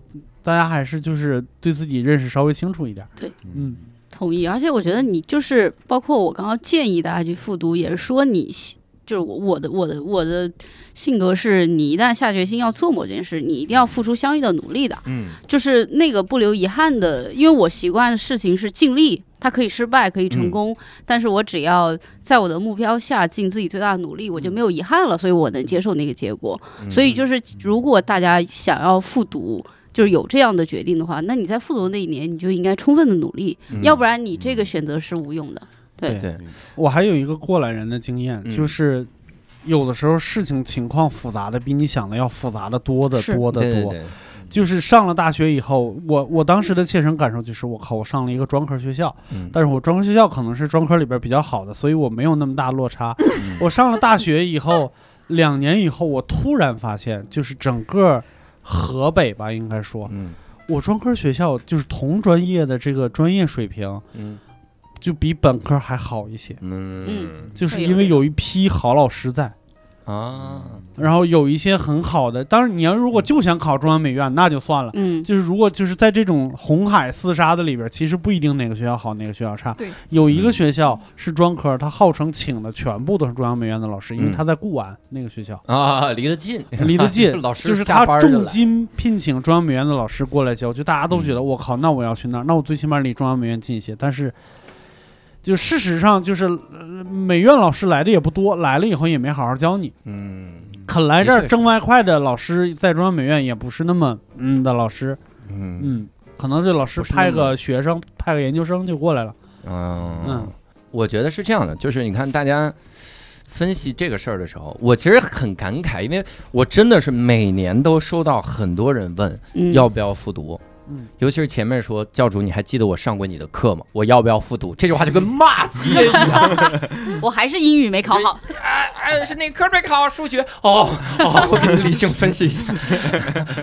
[SPEAKER 4] 大家还是就是对自己认识稍微清楚一点。
[SPEAKER 8] 对，
[SPEAKER 4] 嗯，
[SPEAKER 8] 同意。而且我觉得你就是包括我刚刚建议大家去复读，也是说你就是我我的我的我的性格是你一旦下决心要做某件事，你一定要付出相应的努力的。
[SPEAKER 9] 嗯
[SPEAKER 8] 就是那个不留遗憾的，因为我习惯的事情是尽力，它可以失败，可以成功，但是我只要在我的目标下尽自己最大的努力，我就没有遗憾了，所以我能接受那个结果。所以就是，如果大家想要复读。就是有这样的决定的话，那你在复读那一年，你就应该充分的努力，
[SPEAKER 2] 嗯
[SPEAKER 8] 要不然你这个选择是无用的。对
[SPEAKER 2] 对
[SPEAKER 4] 我还有一个过来人的经验，
[SPEAKER 2] 嗯
[SPEAKER 4] 就是有的时候事情情况复杂的比你想的要复杂的多的
[SPEAKER 8] 是
[SPEAKER 4] 多的多。
[SPEAKER 2] 对对对
[SPEAKER 4] 就是上了大学以后，我我当时的切身感受就是，我靠，我上了一个专科学校，
[SPEAKER 1] 嗯
[SPEAKER 4] 但是我专科学校可能是专科里边比较好的，所以我没有那么大落差。
[SPEAKER 2] 嗯
[SPEAKER 4] 我上了大学以后，两年以后，我突然发现，就是整个河北吧，应该说，
[SPEAKER 1] 嗯
[SPEAKER 4] 我专科学校就是同专业的这个专业水平，
[SPEAKER 1] 嗯
[SPEAKER 4] 就比本科还好一些，
[SPEAKER 1] 嗯
[SPEAKER 4] 就是
[SPEAKER 8] 会
[SPEAKER 4] 因
[SPEAKER 8] 有
[SPEAKER 4] 为
[SPEAKER 8] 的
[SPEAKER 4] 有一批好老师在。
[SPEAKER 1] 啊，
[SPEAKER 4] 然后有一些很好的，当然你要如果就想考中央美院，那就算了。
[SPEAKER 8] 嗯，
[SPEAKER 4] 就是如果就是在这种红海厮杀的里边，其实不一定哪个学校好，哪个学校差。
[SPEAKER 7] 对，
[SPEAKER 4] 有一个学校是专科，他号称请的全部都是中央美院的老师，因为
[SPEAKER 1] 嗯
[SPEAKER 4] 他在固安那个学校
[SPEAKER 1] 啊，离得近，
[SPEAKER 4] 离得近，
[SPEAKER 2] 老师
[SPEAKER 4] 就是
[SPEAKER 2] 下
[SPEAKER 4] 他
[SPEAKER 2] 班就
[SPEAKER 4] 重
[SPEAKER 2] 来
[SPEAKER 4] 金聘请中央美院的老师过来教，就大家都觉得
[SPEAKER 1] 嗯
[SPEAKER 4] 我靠，那我要去那儿，那我最起码离中央美院近一些。但是，就事实上就是、呃美院老师来的也不多，来了以后也没好好教你。
[SPEAKER 1] 嗯
[SPEAKER 4] 肯来这
[SPEAKER 2] 的确
[SPEAKER 4] 儿
[SPEAKER 2] 是
[SPEAKER 4] 挣外快的老师，在中央美院也不是那么嗯的老师，
[SPEAKER 1] 嗯
[SPEAKER 4] 嗯，可能这老师
[SPEAKER 1] 不是
[SPEAKER 4] 派
[SPEAKER 1] 那么
[SPEAKER 4] 个学生，派个研究生就过来了，
[SPEAKER 1] 嗯
[SPEAKER 4] 嗯，
[SPEAKER 1] 我觉得是这样的，就是你看大家分析这个事儿的时候，我其实很感慨，因为我真的是每年都收到很多人问
[SPEAKER 8] 嗯
[SPEAKER 2] 要不要复读？
[SPEAKER 4] 嗯，
[SPEAKER 2] 尤其是前面说教主，你还记得我上过你的课吗？我要不要复读？这句话就跟骂街一样。
[SPEAKER 8] 我还是英语没考好，
[SPEAKER 2] 哎哎，是那科没考好，数学哦 哦，我给你理性分析一下。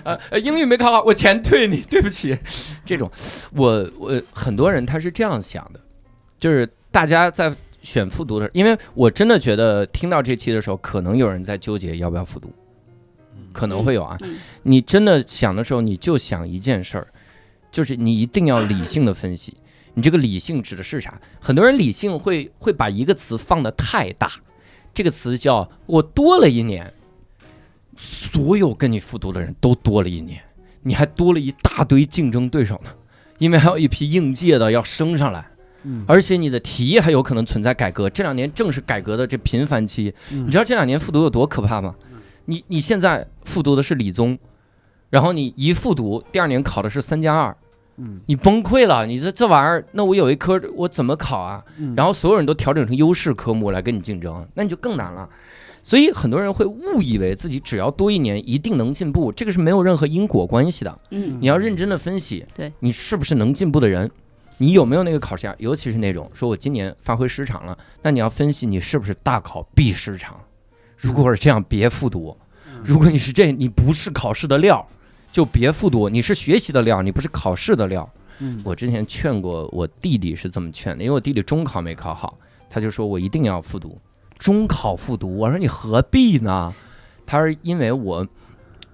[SPEAKER 2] 呃，英语没考好，我钱退你，对不起。 这种，我我很多人他是这样想的，就是大家在选复读的，因为我真的觉得听到这期的时候，可能有人在纠结要不要复读，可能会有啊。
[SPEAKER 8] 嗯
[SPEAKER 2] 你真的想的时候，你就想一件事儿，就是你一定要理性的分析。你这个理性指的是啥？很多人理性会会把一个词放得太大，这个词叫我多了一年，所有跟你复读的人都多了一年，你还多了一大堆竞争对手呢，因为还有一批应届的要升上来，
[SPEAKER 4] 嗯，
[SPEAKER 2] 而且你的题还有可能存在改革。这两年正是改革的这频繁期，
[SPEAKER 4] 嗯
[SPEAKER 2] 你知道这两年复读有多可怕吗？你你现在复读的是理综，然后你一复读，第二年考的是三加二，
[SPEAKER 4] 嗯
[SPEAKER 2] 你崩溃了。你这这玩意儿，那我有一科我怎么考啊？
[SPEAKER 4] 嗯
[SPEAKER 2] 然后所有人都调整成优势科目来跟你竞争，那你就更难了。所以很多人会误以为自己只要多一年一定能进步，这个是没有任何因果关系的。
[SPEAKER 8] 嗯
[SPEAKER 2] 你要认真的分析，
[SPEAKER 8] 对
[SPEAKER 2] 你是不是能进步的人，你有没有那个考试压，尤其是那种说我今年发挥失常了，那你要分析你是不是大考必失常。如果是这样，别复读。
[SPEAKER 8] 嗯
[SPEAKER 2] 如果你是这，你不是考试的料，就别复读。你是学习的料，你不是考试的料。
[SPEAKER 4] 嗯
[SPEAKER 2] 我之前劝过我弟弟是这么劝的，因为我弟弟中考没考好，他就说我一定要复读，中考复读。我说你何必呢？他说因为我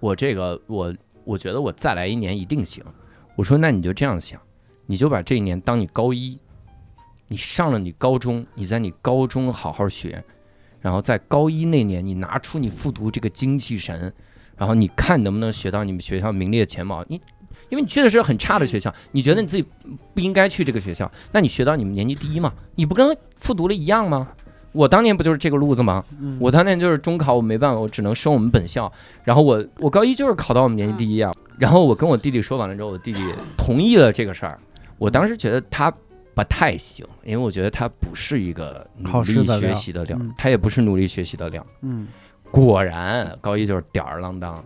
[SPEAKER 2] 我这个我我觉得我再来一年一定行。我说那你就这样想，你就把这一年当你高一，你上了你高中，你在你高中好好学，然后在高一那年你拿出你复读这个精气神，然后你看能不能学到你们学校名列前茅。你因为你去的是很差的学校，你觉得你自己不应该去这个学校，那你学到你们年级第一嘛？你不跟复读了一样吗？我当年不就是这个路子吗？
[SPEAKER 4] 嗯
[SPEAKER 2] 我当年就是中考，我没办法，我只能升我们本校。然后我我高一就是考到我们年级第一啊。然后我跟我弟弟说完了之后，我弟弟同意了这个事儿。我当时觉得他不太行，因为我觉得他不是一个努
[SPEAKER 4] 考试
[SPEAKER 2] 力
[SPEAKER 4] 的
[SPEAKER 2] 学
[SPEAKER 4] 料
[SPEAKER 2] 习的料，
[SPEAKER 4] 嗯
[SPEAKER 2] 他也不是努力学习的料。
[SPEAKER 4] 嗯
[SPEAKER 2] 果然高一就是吊儿郎当，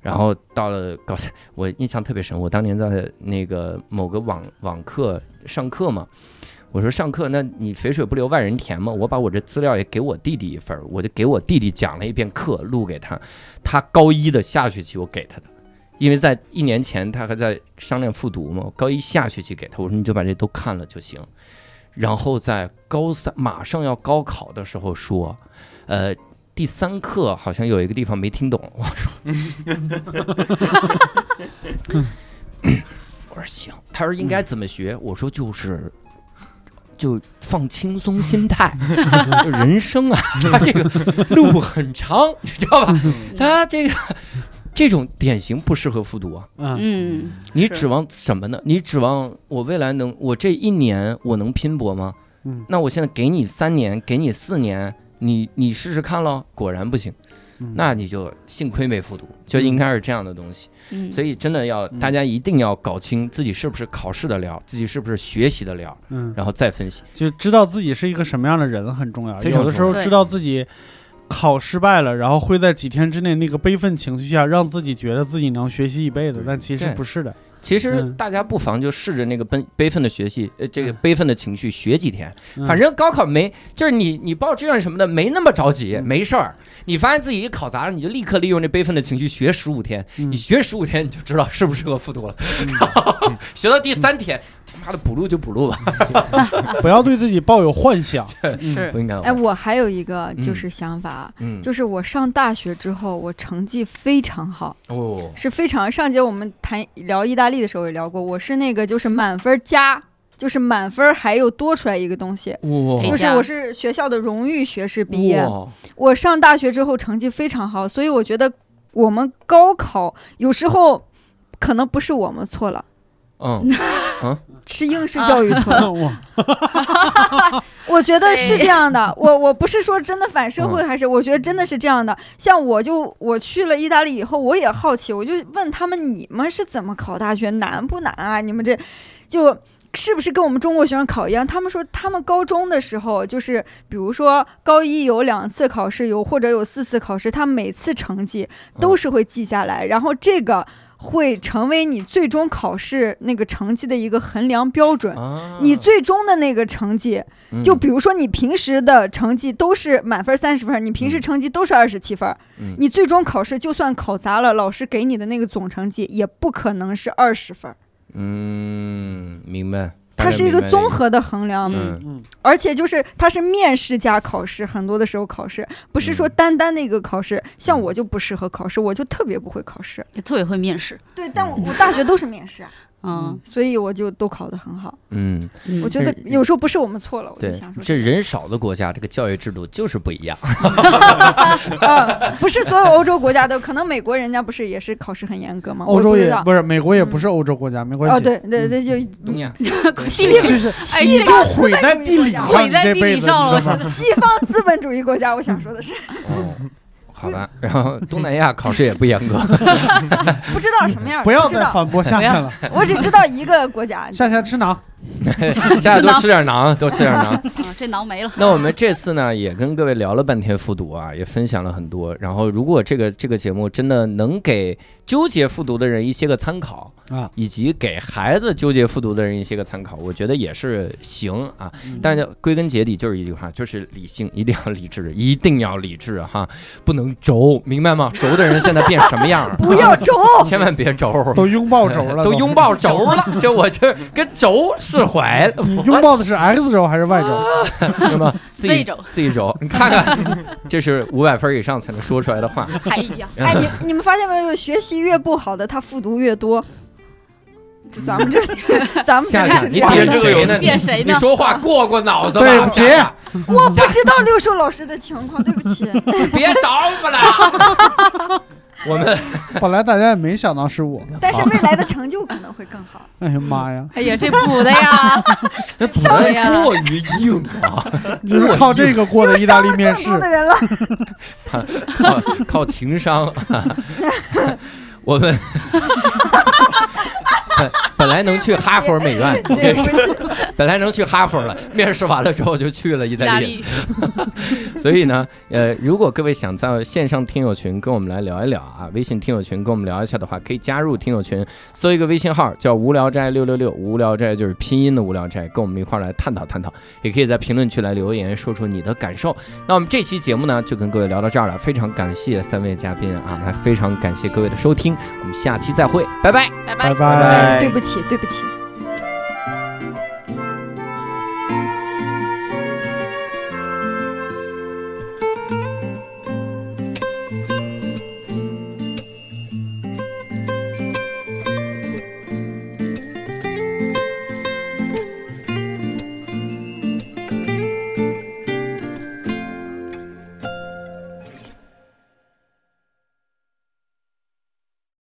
[SPEAKER 2] 然后到了高三，我印象特别深，我当年在那个某个网网课上课嘛，我说上课，那你肥水不流外人田嘛，我把我这资料也给我弟弟一份儿，我就给我弟弟讲了一遍课，录给他，他高一的下学期我给他的。因为在一年前他还在商量复读嘛，我高一下学期给他，我说你就把这都看了就行。然后在高三马上要高考的时候说，呃，第三课好像有一个地方没听懂， 我说，我说行，他说应该怎么学，我说就是。就放轻松心态，就人生啊，他这个路很长，你知道吧？
[SPEAKER 8] 嗯
[SPEAKER 2] 他这个这种典型不适合复读啊。
[SPEAKER 4] 嗯
[SPEAKER 8] 嗯
[SPEAKER 2] 你
[SPEAKER 7] 是
[SPEAKER 2] 指望什么呢？你指望我未来能，我这一年我能拼搏吗？
[SPEAKER 4] 嗯
[SPEAKER 2] 那我现在给你三年，给你四年，你你试试看咯，果然不行，
[SPEAKER 4] 嗯
[SPEAKER 2] 那你就幸亏没复读，就应该是这样的东西。
[SPEAKER 8] 嗯，
[SPEAKER 2] 所
[SPEAKER 8] 以
[SPEAKER 2] 以真的要
[SPEAKER 4] 嗯
[SPEAKER 2] 大家一定要搞清自己是不是考试的料，自己是不是学习的料，
[SPEAKER 4] 嗯，
[SPEAKER 2] 然后再分析。
[SPEAKER 4] 就知道自己是一个什么样的人很重要。
[SPEAKER 2] 非常
[SPEAKER 4] 有的时候
[SPEAKER 8] 重要
[SPEAKER 4] 知道自己考失败了，然后会在几天之内那个悲愤情绪下，让自己觉得自己能学习一辈子，但其实
[SPEAKER 2] 对
[SPEAKER 4] 不是的。
[SPEAKER 2] 其实
[SPEAKER 4] 嗯
[SPEAKER 2] 大家不妨就试着那个悲悲愤的学习，呃，这个悲愤的情绪学几天，
[SPEAKER 4] 嗯
[SPEAKER 2] 反正高考没，就是你你报志愿什么的没那么着急，没事儿。你发现自己一考砸了，你就立刻利用这悲愤的情绪学十五天，
[SPEAKER 4] 嗯
[SPEAKER 2] 你学十五天你就知道适不适合复读了。然后学到第三天，他妈的补录就补录吧。
[SPEAKER 4] 不要对自己抱有 幻想。嗯
[SPEAKER 8] 是
[SPEAKER 2] 不应该。
[SPEAKER 7] 哎，我还有一个
[SPEAKER 2] 嗯
[SPEAKER 7] 就是想法，
[SPEAKER 2] 嗯，
[SPEAKER 7] 就是我上大学之后，我成绩非常好，
[SPEAKER 2] 哦，
[SPEAKER 7] 是非常上节我们谈聊意大利的时候也聊过，我是那个就是满分加，就是满分还有多出来一个东西。
[SPEAKER 2] 哇
[SPEAKER 8] 哎
[SPEAKER 7] 就是
[SPEAKER 8] 呀
[SPEAKER 7] 我是学校的荣誉学士毕业，
[SPEAKER 2] 哦哇
[SPEAKER 7] 我上大学之后成绩非常好，所以我觉得我们高考有时候可能不是我们错了，
[SPEAKER 2] 嗯，
[SPEAKER 7] 是应试教育错了。
[SPEAKER 4] 哇，
[SPEAKER 7] 我觉得
[SPEAKER 8] 对
[SPEAKER 7] 是这样的，我我不是说真的反社会，还是我觉得真的是这样的。像我就我去了意大利以后，我也好奇，我就问他们，你们是怎么考大学？难不难啊？你们这就。是不是跟我们中国学生考一样？他们说他们高中的时候，就是比如说高一有两次考试，有或者有四次考试，他每次成绩都是会记下来，然后这个会成为你最终考试那个成绩的一个衡量标准。
[SPEAKER 2] 啊
[SPEAKER 7] 你最终的那个成绩，
[SPEAKER 2] 嗯
[SPEAKER 7] 就比如说你平时的成绩都是满分三十分，你平时成绩都是二十七分，
[SPEAKER 2] 嗯
[SPEAKER 7] 你最终考试就算考砸了，老师给你的那个总成绩也不可能是二十分，
[SPEAKER 2] 嗯，明白。
[SPEAKER 7] 它是一个综
[SPEAKER 2] 合。
[SPEAKER 7] 合的衡量，
[SPEAKER 2] 嗯
[SPEAKER 4] 嗯，
[SPEAKER 7] 而且就是它是面试加考试，很多的时候考试不是
[SPEAKER 2] 嗯
[SPEAKER 7] 说单单的一个考试，像我就不适合考试，我就特别不会考试，
[SPEAKER 8] 也特别会面试，
[SPEAKER 7] 对，但我我大学都是面试啊，
[SPEAKER 8] 嗯，
[SPEAKER 7] 所以我就都考得很好，
[SPEAKER 2] 嗯，
[SPEAKER 8] 嗯
[SPEAKER 7] 我觉得
[SPEAKER 2] 嗯
[SPEAKER 7] 有时候不是我们错了，我就
[SPEAKER 2] 对
[SPEAKER 7] 想，说
[SPEAKER 2] 这人少的国家，这个教育制度就是不一样。
[SPEAKER 7] 嗯，不是所有欧洲国家都，可能美国人家不是也是考试很严格吗？
[SPEAKER 4] 欧
[SPEAKER 7] 我
[SPEAKER 4] 洲
[SPEAKER 7] 不知
[SPEAKER 4] 也
[SPEAKER 7] 道
[SPEAKER 4] 不是嗯美国也不是欧洲国家，没关系。
[SPEAKER 7] 哦，对对对，就
[SPEAKER 2] 东 亚，
[SPEAKER 8] 西
[SPEAKER 4] 就
[SPEAKER 8] 方
[SPEAKER 4] 是
[SPEAKER 8] 哎
[SPEAKER 4] 西
[SPEAKER 8] 这
[SPEAKER 4] 就毁在地
[SPEAKER 7] 哎
[SPEAKER 4] 理上，
[SPEAKER 8] 毁
[SPEAKER 4] 你
[SPEAKER 8] 在
[SPEAKER 4] 这
[SPEAKER 8] 地
[SPEAKER 4] 辈
[SPEAKER 8] 理
[SPEAKER 4] 子
[SPEAKER 8] 上了
[SPEAKER 4] 你 知道吗
[SPEAKER 7] 西方资本主义国家，我想说的是，
[SPEAKER 2] 哦，好 吧。然后东南亚考试也不严格。
[SPEAKER 7] 不知道什么样，
[SPEAKER 4] 不要
[SPEAKER 7] 知
[SPEAKER 4] 再
[SPEAKER 7] 道，
[SPEAKER 4] 反驳夏夏了，
[SPEAKER 7] 我只知道一个国家，？
[SPEAKER 4] 夏夏吃馕。
[SPEAKER 2] 下次多吃点馕，多吃点馕。
[SPEAKER 8] 啊，这 挠没了，
[SPEAKER 2] 那我们这次呢，也跟各位聊了半天复读啊，也分享了很多。然后，如果这个这个节目真的能给纠结复读的人一些个参考
[SPEAKER 4] 啊，
[SPEAKER 2] 以及给孩子纠结复读的人一些个参考，我觉得也是行啊。
[SPEAKER 4] 嗯
[SPEAKER 2] 但是归根结底就是一句话，就是理性一定要理智，一定要理智哈，不能轴，明白吗？轴的人现在变什么样
[SPEAKER 7] 不要轴，
[SPEAKER 2] 千万别轴，
[SPEAKER 4] 都拥抱轴 了，
[SPEAKER 2] 都拥。抱轴了，就我这跟轴释怀了。
[SPEAKER 4] 你拥抱的是 X 轴还是 Y 轴？
[SPEAKER 2] 那么自己
[SPEAKER 8] 那种
[SPEAKER 2] 自己揉，你看看，这是五百分以上才能说出来的话。
[SPEAKER 8] 哎 呀，
[SPEAKER 7] 哎，你你们发现没有，学习越不好的，他复读越多。就咱们这，咱们这
[SPEAKER 2] 夏
[SPEAKER 7] 里
[SPEAKER 2] 夏，
[SPEAKER 7] 是
[SPEAKER 2] 你
[SPEAKER 7] 这样
[SPEAKER 9] 点
[SPEAKER 2] 点
[SPEAKER 7] 的
[SPEAKER 9] 这个
[SPEAKER 2] 谁
[SPEAKER 9] 有
[SPEAKER 2] 呢？
[SPEAKER 8] 点谁
[SPEAKER 2] 你
[SPEAKER 8] 呢？
[SPEAKER 2] 说话过过脑子吧，
[SPEAKER 4] 对不起
[SPEAKER 2] 夏
[SPEAKER 7] 我不知道六兽老师的情况，对不 起。
[SPEAKER 2] 夏别找我 了。我们
[SPEAKER 4] 本来大家也没想到是我们。
[SPEAKER 7] 但是未来的成就可能会更好。
[SPEAKER 4] 哎呀 妈呀！
[SPEAKER 8] 哎呀，这补的呀，
[SPEAKER 2] 不
[SPEAKER 8] 上来呀
[SPEAKER 2] 能过于硬啊，
[SPEAKER 4] 就是靠这个过的意大利面
[SPEAKER 7] 更
[SPEAKER 4] 试
[SPEAKER 7] 多。的人了，
[SPEAKER 2] 靠 靠情商。啊 我 们本本来能去哈佛美院，我
[SPEAKER 7] 对
[SPEAKER 2] 跟你
[SPEAKER 7] 不
[SPEAKER 2] 说
[SPEAKER 7] 起，
[SPEAKER 2] 本来能去哈佛了，面试完了之后就去了意大
[SPEAKER 8] 压
[SPEAKER 2] 利。
[SPEAKER 8] 力，
[SPEAKER 2] 所以呢，呃，如果各位想在线上听友群跟我们来聊一聊啊，微信听友群跟我们聊一下的话，可以加入听友群，搜一个微信号叫“无聊斋六六六”，无聊斋就是拼音的无聊斋，跟我们一块儿来探讨探讨，也可以在评论区来留言，说出你的感受。那我们这期节目呢，就跟各位聊到这儿了，非常感谢三位嘉宾啊，那非常感谢各位的收听，我们下期再会，拜拜。
[SPEAKER 8] 哎拜拜
[SPEAKER 4] 拜。拜。
[SPEAKER 7] 对不起，对不起。